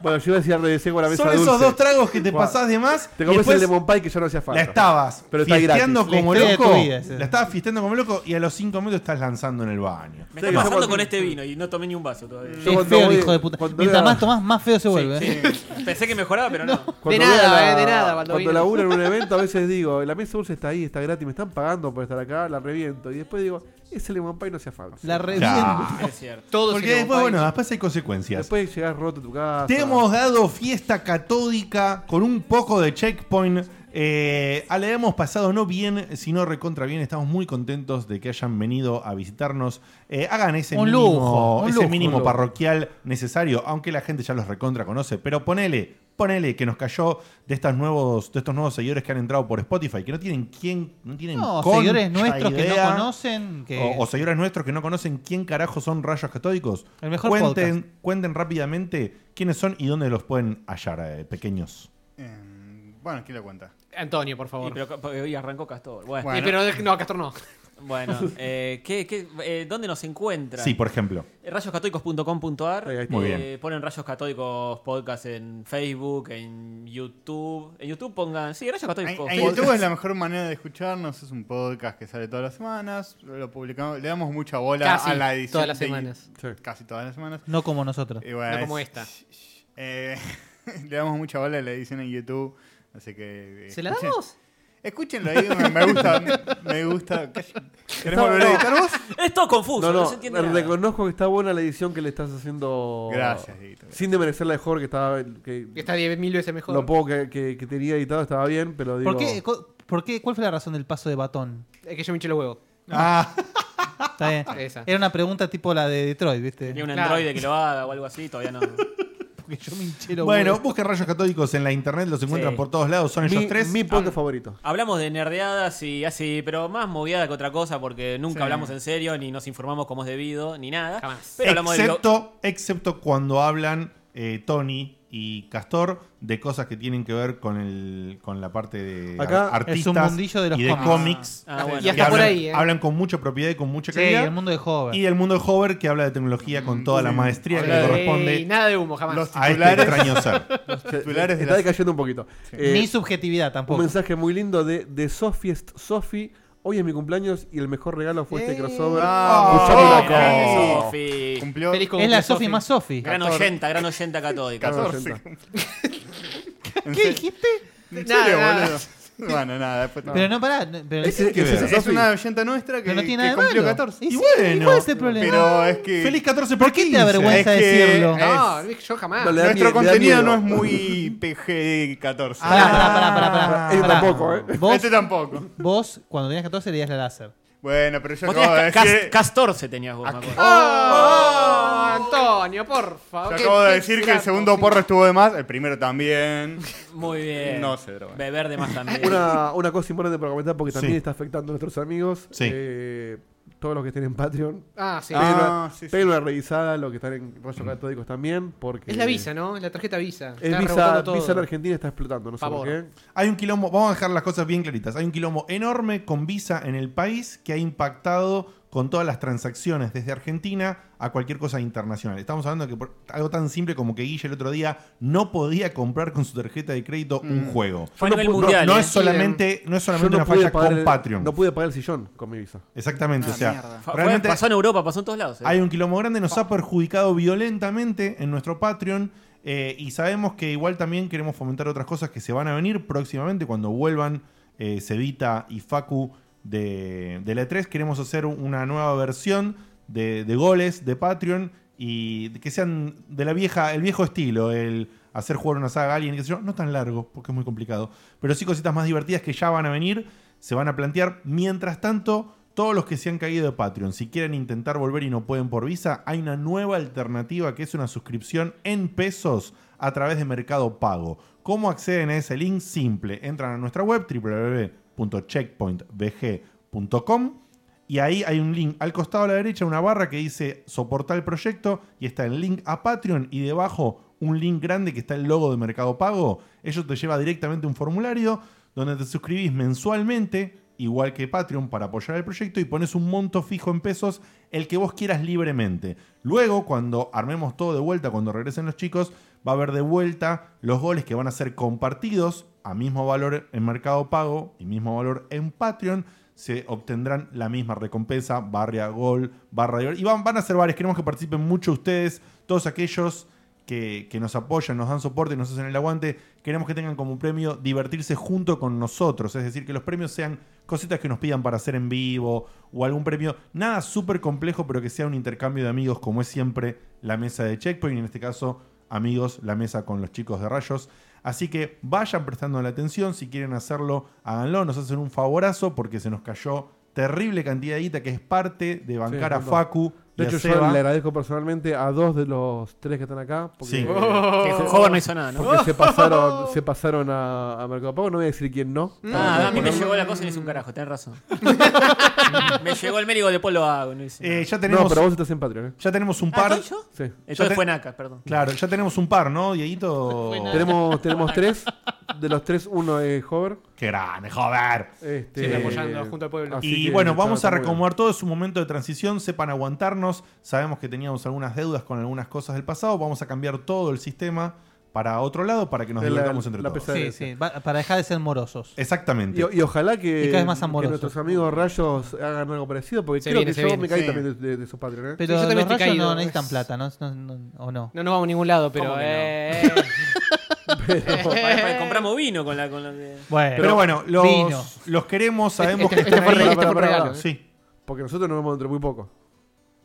Bueno, yo iba a decir algo de seco a la mesa son dulce. esos dos tragos que te Guau. pasás de más Te y comes después el lemon pie que ya no hacía falta. La estabas Pero está fiesteando gratis. como La historia de loco. tu vida, esa. la estabas fiesteando como loco y a los 5 minutos estás lanzando en el baño. Me Sí, está que pasando somos- con este vino y no tomé ni un vaso todavía. Yo Es cuando feo el voy- hijo de puta. cuando Mientras era- más tomás, más feo se vuelve. eh. Sí. Pensé que mejoraba, pero no. Cuando De voy a nada, eh, de nada, Baldovino. Cuando laburo en un evento, a veces digo, la mesa dulce está ahí, está gratis, me están pagando por estar acá, la reviento. Y después digo, ese lemon pie no hacía falta. La reviento. Ya. Ah, Es cierto. Todos Porque se después, enamoran. bueno, después hay consecuencias. Después llegás roto a tu casa. Te hemos dado fiesta catódica con un poco de checkpoint. Eh, a la hemos pasado no bien, sino recontra bien. Estamos muy contentos de que hayan venido a visitarnos. Eh, hagan ese Un mínimo, lujo, un ese lujo, mínimo un lujo. parroquial necesario, aunque la gente ya los recontra conoce. Pero ponele, ponele que nos cayó de estos nuevos, de estos nuevos seguidores que han entrado por Spotify, que no tienen quién, no tienen No, concha seguidores nuestros que no idea. conocen. Que... O, o seguidores nuestros que no conocen quién carajo son rayos catódicos. El mejor cuenten, cuenten rápidamente quiénes son y dónde los pueden hallar, eh, pequeños. Eh, bueno, ¿quién lo cuenta? Antonio, por favor. Y, pero, pero- y arrancó Castor. Bueno, Eh, Bueno. pero de- no, Castor no. bueno eh, ¿qué- qué- eh, dónde nos encuentran? Sí, por ejemplo. Rayoscatódicos.com.ar. Ahí, ahí está. Muy Eh, bien. ponen Rayos Católicos Podcast en Facebook, en YouTube. En YouTube pongan. Sí, Rayos En, Católicos en Podcast. YouTube es la mejor manera de escucharnos. Es un podcast que sale todas las semanas. Lo publicamos. Le damos mucha bola Casi a la edición. todas las de- semanas. Casi todas las semanas. No como nosotros. Y bueno, No como es- esta. eh, le damos mucha bola a la edición en YouTube. Así que. eh, ¿Se la escuchen- damos? Escúchenlo ahí. Me, me gusta. Me, me gusta. ¿Querés No, volver a no. editar vos? Es todo confuso, No, no, no, se entiende. nada. reconozco que está buena la edición que le estás haciendo. Gracias, Dieguito, gracias. Sin demerecer la de Jorge, que estaba. Que Que Está 10.000 veces mejor. lo poco que, que- que tenía editado estaba bien, pero digo. ¿Por qué, co- por qué- ¿Cuál fue la razón del paso de batón? Es que yo me hinché los huevos. Ah, Está bien. Esa. Era una pregunta tipo la de Detroit, ¿viste? Tenía un Claro. androide que lo haga o algo así, todavía no. porque yo me hinchero. Bueno, busquen rayos catódicos en la internet, los encuentran Sí. por todos lados, son ellos Mi, tres. mi podcast favorito. Hablamos de nerdeadas y así, pero más moviada que otra cosa, porque nunca Sí. hablamos en serio, ni nos informamos como es debido, ni nada. Jamás. Pero hablamos de lo- excepto, excepto cuando hablan eh, Tony y Castor de cosas que tienen que ver con el con la parte de Acá ar- es artistas un mundillo de los y de cómics. cómics. Ah, bueno. Y que hasta por hablan, ahí, ¿eh? hablan con mucha propiedad y con mucha Sí, calidad. el mundo de Hover. y el mundo de Hover que habla de tecnología con toda Mm. la maestría que Habla le de- Y corresponde nada de humo, jamás. Los a este titulares. extraño ser. Se- titulares de está la- decayendo un poquito. Eh, Ni subjetividad un tampoco. mensaje muy lindo de, de Sofiest Sofi. Hoy es mi cumpleaños y el mejor regalo fue este Eh. crossover. Ah, Vamos, Usame la Sofi. cara. Sofi. Cumplió Feliz Es cumple, la Sofi. Sofi más Sofi. Gran oyenta, gran oyenta catódica. 14. ¿Qué dijiste? ¿En Nada, serio, nada. boludo? Bueno, nada, después te- Pero no, pará. no, Pero, Ese- que ese ver. es Es Sofi. una oyenta nuestra que, pero no tiene que nada de cumplió malo. 14. Y Y sí, bueno, ¿cuál es el problema? Pero es que. Feliz 14 por ¿Por qué te 15. avergüenza Es que- decirlo? eh, No, yo jamás. Vale. Nuestro mie- me da contenido miedo. no es muy PG 14. Pará, pará, pará, pará, pará. Ese pará. tampoco, ¿eh? Ah, Vos, Este tampoco. vos, cuando tenías 14, leías la láser. Bueno, pero yo Vos acabo de tenías ca- cas- decir. Castorce tenías vos, me acuerdo. ah. ¡Oh! Antonio, por favor. yo qué- acabo de qué decir que el flaco, segundo sí. porro estuvo de más, el primero también. Muy bien. No sé, pero bueno. Beber de más también. Una, una cosa importante para comentar porque también Sí. está afectando a nuestros amigos. Sí. Eh, todos los que estén en Patreon. Ah, sí. Ah, Peguen sí, sí. peguen una revisada, los que están en Mm. rollos catódicos también. Porque Es la visa, ¿no? Es la tarjeta visa. Es Está visa, rebotando todo. visa en Argentina está explotando, no sé Favor. por qué. Hay un quilombo, vamos a dejar las cosas bien claritas. Hay un quilombo enorme con Visa en el país que ha impactado con todas las transacciones desde Argentina a cualquier cosa internacional. Estamos hablando de que por- algo tan simple como que Guille el otro día no podía comprar con su tarjeta de crédito un juego. Fue a nivel No, mundial. no ¿eh? es solamente, no es Mm. Yo solamente no una pude falla pagar con el- Patreon. No pude Ah, pagar el sillón con mi visa. Exactamente, o sea, Fa- fue- realmente pasó en Europa, pasó en todos lados. ¿eh? hay un quilombo grande, nos ha perjudicado violentamente en nuestro Patreon. eh, y sabemos que igual también queremos fomentar otras cosas que se van a venir próximamente cuando vuelvan eh, Cevita y Facu de, de la E3. Queremos hacer una nueva versión de, de goles de Patreon y que sean de la vieja, el viejo estilo, el hacer jugar una saga a alguien, qué sé yo, no tan largo, porque es muy complicado, pero sí cositas más divertidas que ya van a venir, se van a plantear. Mientras tanto, todos los que se han caído de Patreon, si quieren intentar volver y no pueden por visa, hay una nueva alternativa que es una suscripción en pesos a través de Mercado Pago. ¿Cómo acceden a ese link? Simple, entran a nuestra web www.checkpointvg.com y ahí hay un link al costado a la derecha, una barra que dice soportar el proyecto y está el link a Patreon y debajo un link grande que está el logo de Mercado Pago. Ello te lleva directamente a un formulario donde te suscribís mensualmente, igual que Patreon, para apoyar el proyecto y pones un monto fijo en pesos, el que vos quieras libremente. Luego, cuando armemos todo de vuelta, cuando regresen los chicos, va a haber de vuelta los goles que van a ser compartidos a mismo valor en Mercado Pago y mismo valor en Patreon se obtendrán la misma recompensa, barra gol, barra de gol. Y van, van a ser varios, queremos que participen mucho ustedes, todos aquellos que, que nos apoyan, nos dan soporte, nos hacen el aguante, queremos que tengan como premio divertirse junto con nosotros, es decir, que los premios sean cositas que nos pidan para hacer en vivo o algún premio, nada súper complejo, pero que sea un intercambio de amigos como es siempre la mesa de Checkpoint, y en este caso amigos, la mesa con los chicos de rayos. Así que vayan prestando la atención, si quieren hacerlo, háganlo, nos hacen un favorazo porque se nos cayó terrible cantidad de guita que es parte de bancar a tanto. Facu. De y a hecho, yo Seba. le agradezco personalmente a dos de los tres que están acá. Porque, Sí. Que Hover no hizo nada, ¿no? porque se pasaron, se pasaron a, a Mercado Pago. No voy a decir quién no. Nada, a mí me llegó la cosa y no hice un carajo, tenés razón. me llegó el médico de Polo Hago, no hice nada. Eh, ya, No, tenemos, pero vos estás en Patreon, ¿eh? ya tenemos un Ah, par. ¿estoy yo? Sí. Entonces te- fue Naka, perdón. Claro, ya tenemos un par, ¿no, Dieguito? Tenemos, tenemos tres. De los tres, uno es Hover. ¡Qué grande, joder! Este, Siempre apoyando junto al pueblo. así y que bueno, está- vamos está a muy bien. reacomodar todo, es un momento de transición, sepan aguantarnos, sabemos que teníamos algunas deudas con algunas cosas del pasado, vamos a cambiar todo el sistema para otro lado para que nos La- divertamos entre la todos. pesa- Sí, sí. va- para dejar de ser morosos. Exactamente. Y, y ojalá que, Y cada vez más que amoroso. nuestros amigos rayos hagan algo parecido, porque Se creo viene, que se yo viene. me caí Sí. también de, de- de sus Patreon, ¿eh? Pero yo también los estoy rayos caído, no necesitan es- plata, ¿no? No- no- ¿o no? No nos vamos a ningún lado, pero. ¿Cómo que no? eh, Para- para- compramos vino con la. Con la que- Bueno, Pero bueno, Vino. los, los queremos, sabemos que Este- están este fue ahí. regalo, este fue Pará, pará, regalo. Sí, Porque nosotros nos vemos dentro de muy poco.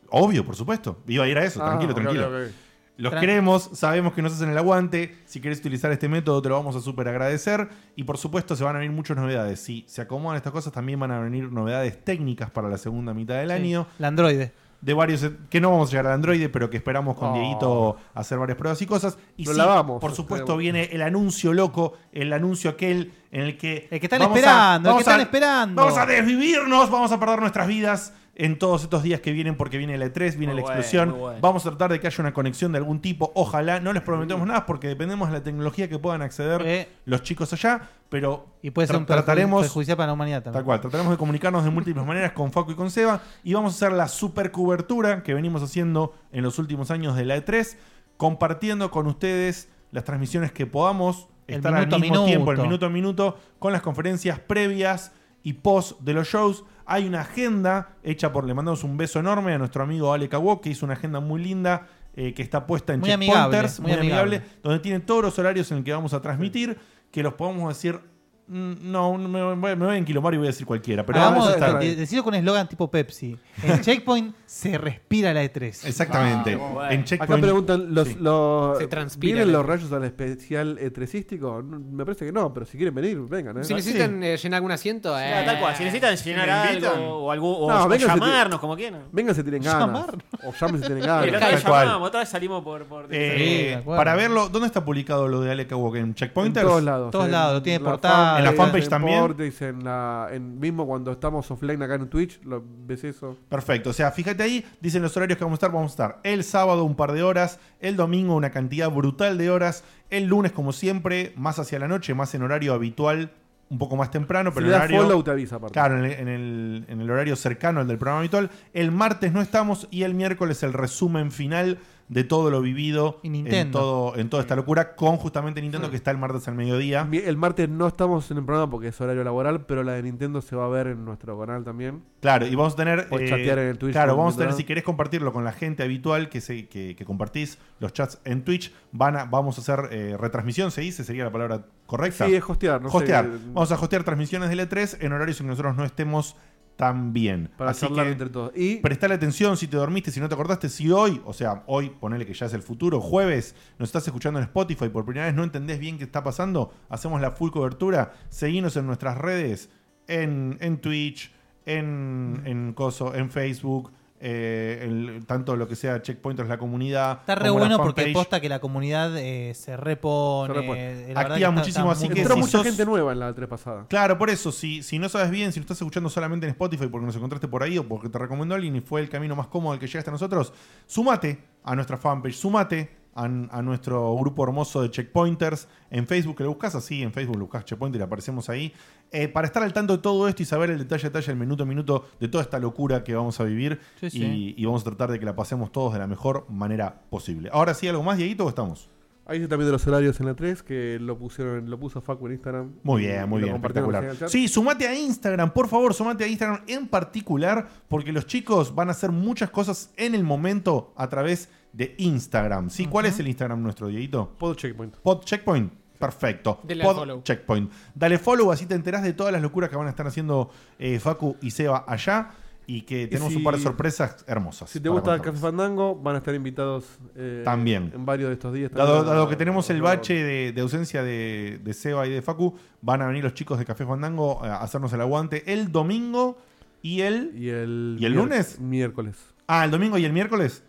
obvio, por supuesto. Iba a ir a eso, Ah, tranquilo, ok, tranquilo. ok, ok. Los Tran- queremos, sabemos que nos hacen el aguante. Si querés utilizar este método, te lo vamos a súper agradecer. Y por supuesto, se van a venir muchas novedades. Si se acomodan estas cosas, también van a venir novedades técnicas para la segunda mitad del año. La androide. de varios, que no vamos a llegar al androide, pero que esperamos con Dieguito hacer varias pruebas y cosas. Y Lo sí, lavamos, por supuesto, esperemos. viene el anuncio loco, el anuncio aquel en el que... El que están vamos a- esperando, el vamos que están a- esperando. Vamos a desvivirnos, vamos a perder nuestras vidas en todos estos días que vienen porque viene la E3, viene Muy la bueno, explosión. muy bueno. Vamos a tratar de que haya una conexión de algún tipo. Ojalá, no les prometemos nada porque dependemos de la tecnología que puedan acceder Mm. Eh. los chicos allá, pero Y puede ser tra- un perju- trataremos perjudicial para la humanidad también. Tal cual, trataremos de comunicarnos de múltiples maneras con Facu y con Seba y vamos a hacer la super cobertura que venimos haciendo en los últimos años de la E3, compartiendo con ustedes las transmisiones que podamos El estar al minuto a mismo tiempo, el minuto. minuto a minuto, con las conferencias previas y post de los shows. Hay una agenda hecha por, le mandamos un beso enorme a nuestro amigo Ale Kawok, que hizo una agenda muy linda eh, que está puesta en Muy Checkpointers, amigable, muy amigable, donde tienen todos los horarios en el que vamos a transmitir, que los podamos decir. mm, No, me, voy- me voy a enquilomar y voy a decir cualquiera, pero vamos Hagamos, a estar. de- decirlo con eslogan tipo Pepsi. En Checkpoint se respira la E E3. Exactamente. Ah, bueno. En Acá Checkpoint. preguntan, los, los- Se transpira, ¿vienen ¿eh? los rayos al especial etrecístico? Me parece que no, pero si quieren venir, vengan. ¿eh? Si necesitan eh, llenar algún asiento, eh, Claro, ah, tal cual. Si necesitan llenar me invitan. algo o, algo, o, No, o vengan, se te- llamarnos, como quieran. Vengan si tienen ganas. Llamar. O llamen si tienen Y la otra ganas. vez Tal cual. llamamos, otra vez salimos por... por eh, Sí, de acuerdo. para verlo, ¿dónde está publicado lo de Ale Kawok? ¿En En Checkpointers? todos lados. Todos en lados, lo tiene la portada, fanpage, en la fanpage eh, en también. Vortex, en la, en- mismo cuando estamos offline acá en Twitch, lo, ves eso. Perfecto, o sea, fíjate ahí, dicen los horarios que vamos a estar, vamos a estar el sábado un par de horas, el domingo una cantidad brutal de horas, el lunes como siempre, más hacia la noche, más en horario habitual, un poco más temprano, pero si el le das horario... follow te avisa aparte. Claro, en el, en el- en el horario cercano al del programa habitual. El martes no estamos y el miércoles el resumen final de todo lo vivido Y Nintendo. En, todo, en toda esta locura con justamente Nintendo que está el martes al mediodía. Mi- El martes no estamos en el programa porque es horario laboral, pero la de Nintendo se va a ver en nuestro canal también. Claro, y vamos a tener... eh, Podés chatear en el Twitch Claro, con vamos a tener, Nintendo. si querés compartirlo con la gente habitual que, se, que, que compartís los chats en Twitch, van a, vamos a hacer eh, retransmisión, se dice, sería la palabra correcta. Sí, es hostear, no sé, hostear. eh, Vamos a hostear transmisiones del E3 en horarios en que nosotros no estemos tan bien. para Así charlar que- entre todos. Y Prestale atención si te dormiste, si no te acordaste, si hoy, o sea, hoy, ponele que ya es el futuro, jueves, nos estás escuchando en Spotify por primera vez, no entendés bien qué está pasando, hacemos la full cobertura, seguinos en nuestras redes, en, en Twitch, en, en Coso, en Facebook, eh, el- tanto lo que sea Checkpointers, la comunidad. Está re como la bueno porque fanpage. posta que la comunidad eh, se repone. Se repone. eh, la verdad Activa que está- muchísimo, está así muy que entró si bueno. mucha sos- gente nueva en la 3 pasada. Claro, por eso, si, si no sabes bien, si lo estás escuchando solamente en Spotify porque nos encontraste por ahí o porque te recomendó alguien y fue el camino más cómodo al que llegaste a nosotros, sumate a nuestra fanpage, sumate a, a nuestro grupo hermoso de checkpointers en Facebook, que lo buscas así, en Facebook lo buscas checkpointer y aparecemos ahí, Eh, para estar al tanto de todo esto y saber el detalle a detalle, el minuto a minuto de toda esta locura que vamos a vivir Sí, y, sí. y vamos a tratar de que la pasemos todos de la mejor manera posible. Ahora sí, ¿algo más, Dieguito, o estamos? Ahí dice también de los horarios en la 3, que lo pusieron, lo puso Facu en Instagram. Muy Y bien, muy lo bien, compartieron espectacular. en el chat. Sí, sumate a Instagram, por favor, sumate a Instagram en particular, porque los chicos van a hacer muchas cosas en el momento a través de Instagram. ¿Sí? ¿Cuál es el Instagram nuestro, Dieguito? Pod Checkpoint. Pod Checkpoint. Perfecto. Dale Pod follow. Checkpoint. Dale follow, así te enterás de todas las locuras que van a estar haciendo eh, Facu y Seba allá. Y que tenemos si- un par de sorpresas hermosas. Si te para gusta contarles. Café Fandango, van a estar invitados eh, También. en varios de estos días. Dado, También, dado a- que tenemos a- el a- bache de, de ausencia de, de Seba y de Facu, van a venir los chicos de Café Fandango a hacernos el aguante el domingo y el. ¿Y el, ¿Y el mier- lunes? Miércoles. Ah, el domingo y el miércoles.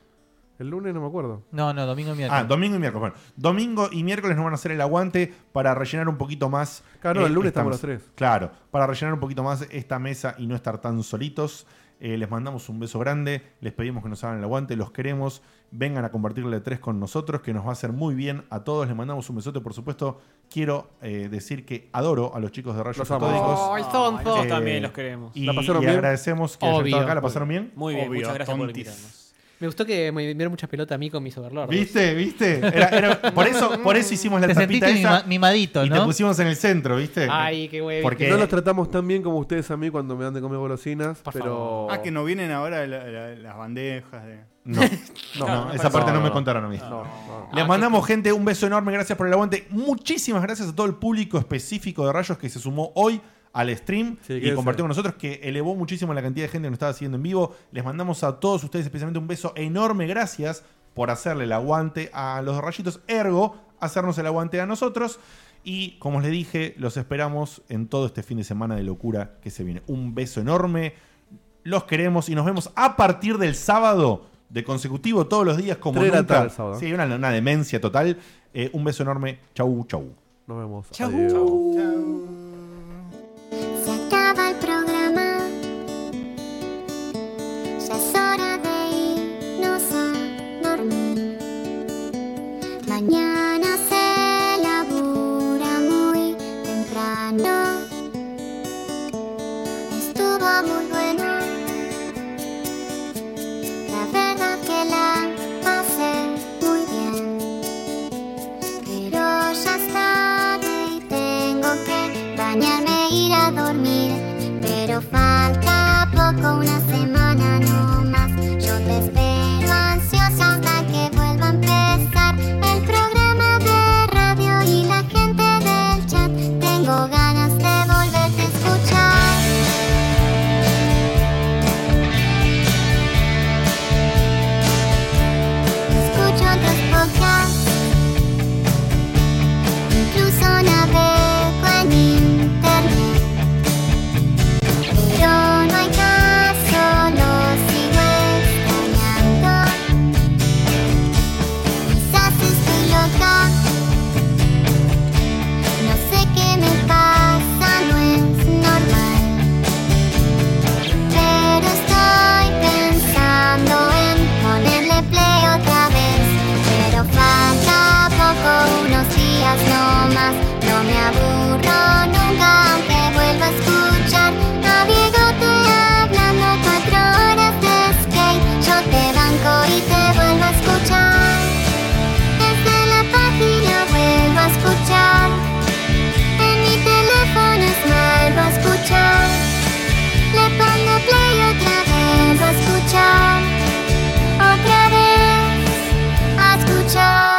El lunes no me acuerdo. No, no, domingo y miércoles. Ah, domingo y miércoles. Bueno, domingo y miércoles nos van a hacer el aguante para rellenar un poquito más. eh, Claro, el lunes esta estamos los mesa. tres. Claro, para rellenar un poquito más esta mesa y no estar tan solitos. Eh, les mandamos un beso grande, les pedimos que nos hagan el aguante, los queremos, vengan a compartirle tres con nosotros, que nos va a hacer muy bien a todos. Les mandamos un besote, por supuesto. Quiero eh, decir que adoro a los chicos de Rayos Los amo. Oh, Catódicos. Ay, Ay, sonso. nosotros Eh, también los queremos. Y, ¿La pasaron y bien? agradecemos que hayan Obvio. estado acá, ¿la pasaron bien? Muy bien, Obvio, muchas gracias por tontis. invitarnos. Me gustó que me dieron muchas pelotas a mí con mis overlords. ¿Viste? ¿Viste? Era- era- por, eso, por eso hicimos la Te tapita sentiste esa mima- mimadito, y te ¿no? pusimos en el centro, ¿viste? Ay, qué huevito. Porque- No los tratamos tan bien como ustedes a mí cuando me dan de comer golosinas, Por pero... Ah, que no vienen ahora la- la- las bandejas de. No, no, no, esa parte no, me contaron a mí. No, no. Les mandamos, gente, un beso enorme. Gracias por el aguante. Muchísimas gracias a todo el público específico de Rayos que se sumó hoy al stream Sí, y quédense. compartió con nosotros, que elevó muchísimo la cantidad de gente que nos estaba siguiendo en vivo. Les mandamos a todos ustedes especialmente un beso enorme. Gracias por hacerle el aguante a los rayitos, ergo, hacernos el aguante a nosotros. Y como les dije, los esperamos en todo este fin de semana de locura que se viene. Un beso enorme. los queremos y nos vemos a partir del sábado de consecutivo todos los días como Tres de la nunca. tarde el sábado. Sí, una, una demencia total. Eh, un beso enorme. Chau, chau. Nos vemos. Chau. Adiós. Se acaba el programa, ya es hora de irnos a dormir. Mañana se labura muy temprano. Estuvo muy bueno, la verdad que la pasé muy bien. Pero ya es tarde y tengo que bañarme e ir a dormir. Pero falta poco, una semana no más. Yo te espero ansiosa hasta que vuelva a empezar el programa de radio y la gente del chat. Tengo ganas de volverte a escuchar. Escucho otros podcasts. Incluso navego en internet Pero no hay caso, lo sigo extrañando Quizás estoy loca No sé qué me pasa, no es normal Pero estoy pensando en ponerle play otra vez pero falta poco, unos días no más. No me aburro nunca, aunque vuelva a escuchar. A Diego te hablando cuatro horas de skate. Yo te banco y te vuelvo a escuchar. Desde la página vuelvo a escuchar. En mi teléfono es vuelvo a escuchar. Le pongo play otra vez, vuelvo a escuchar. Otra vez a escuchar.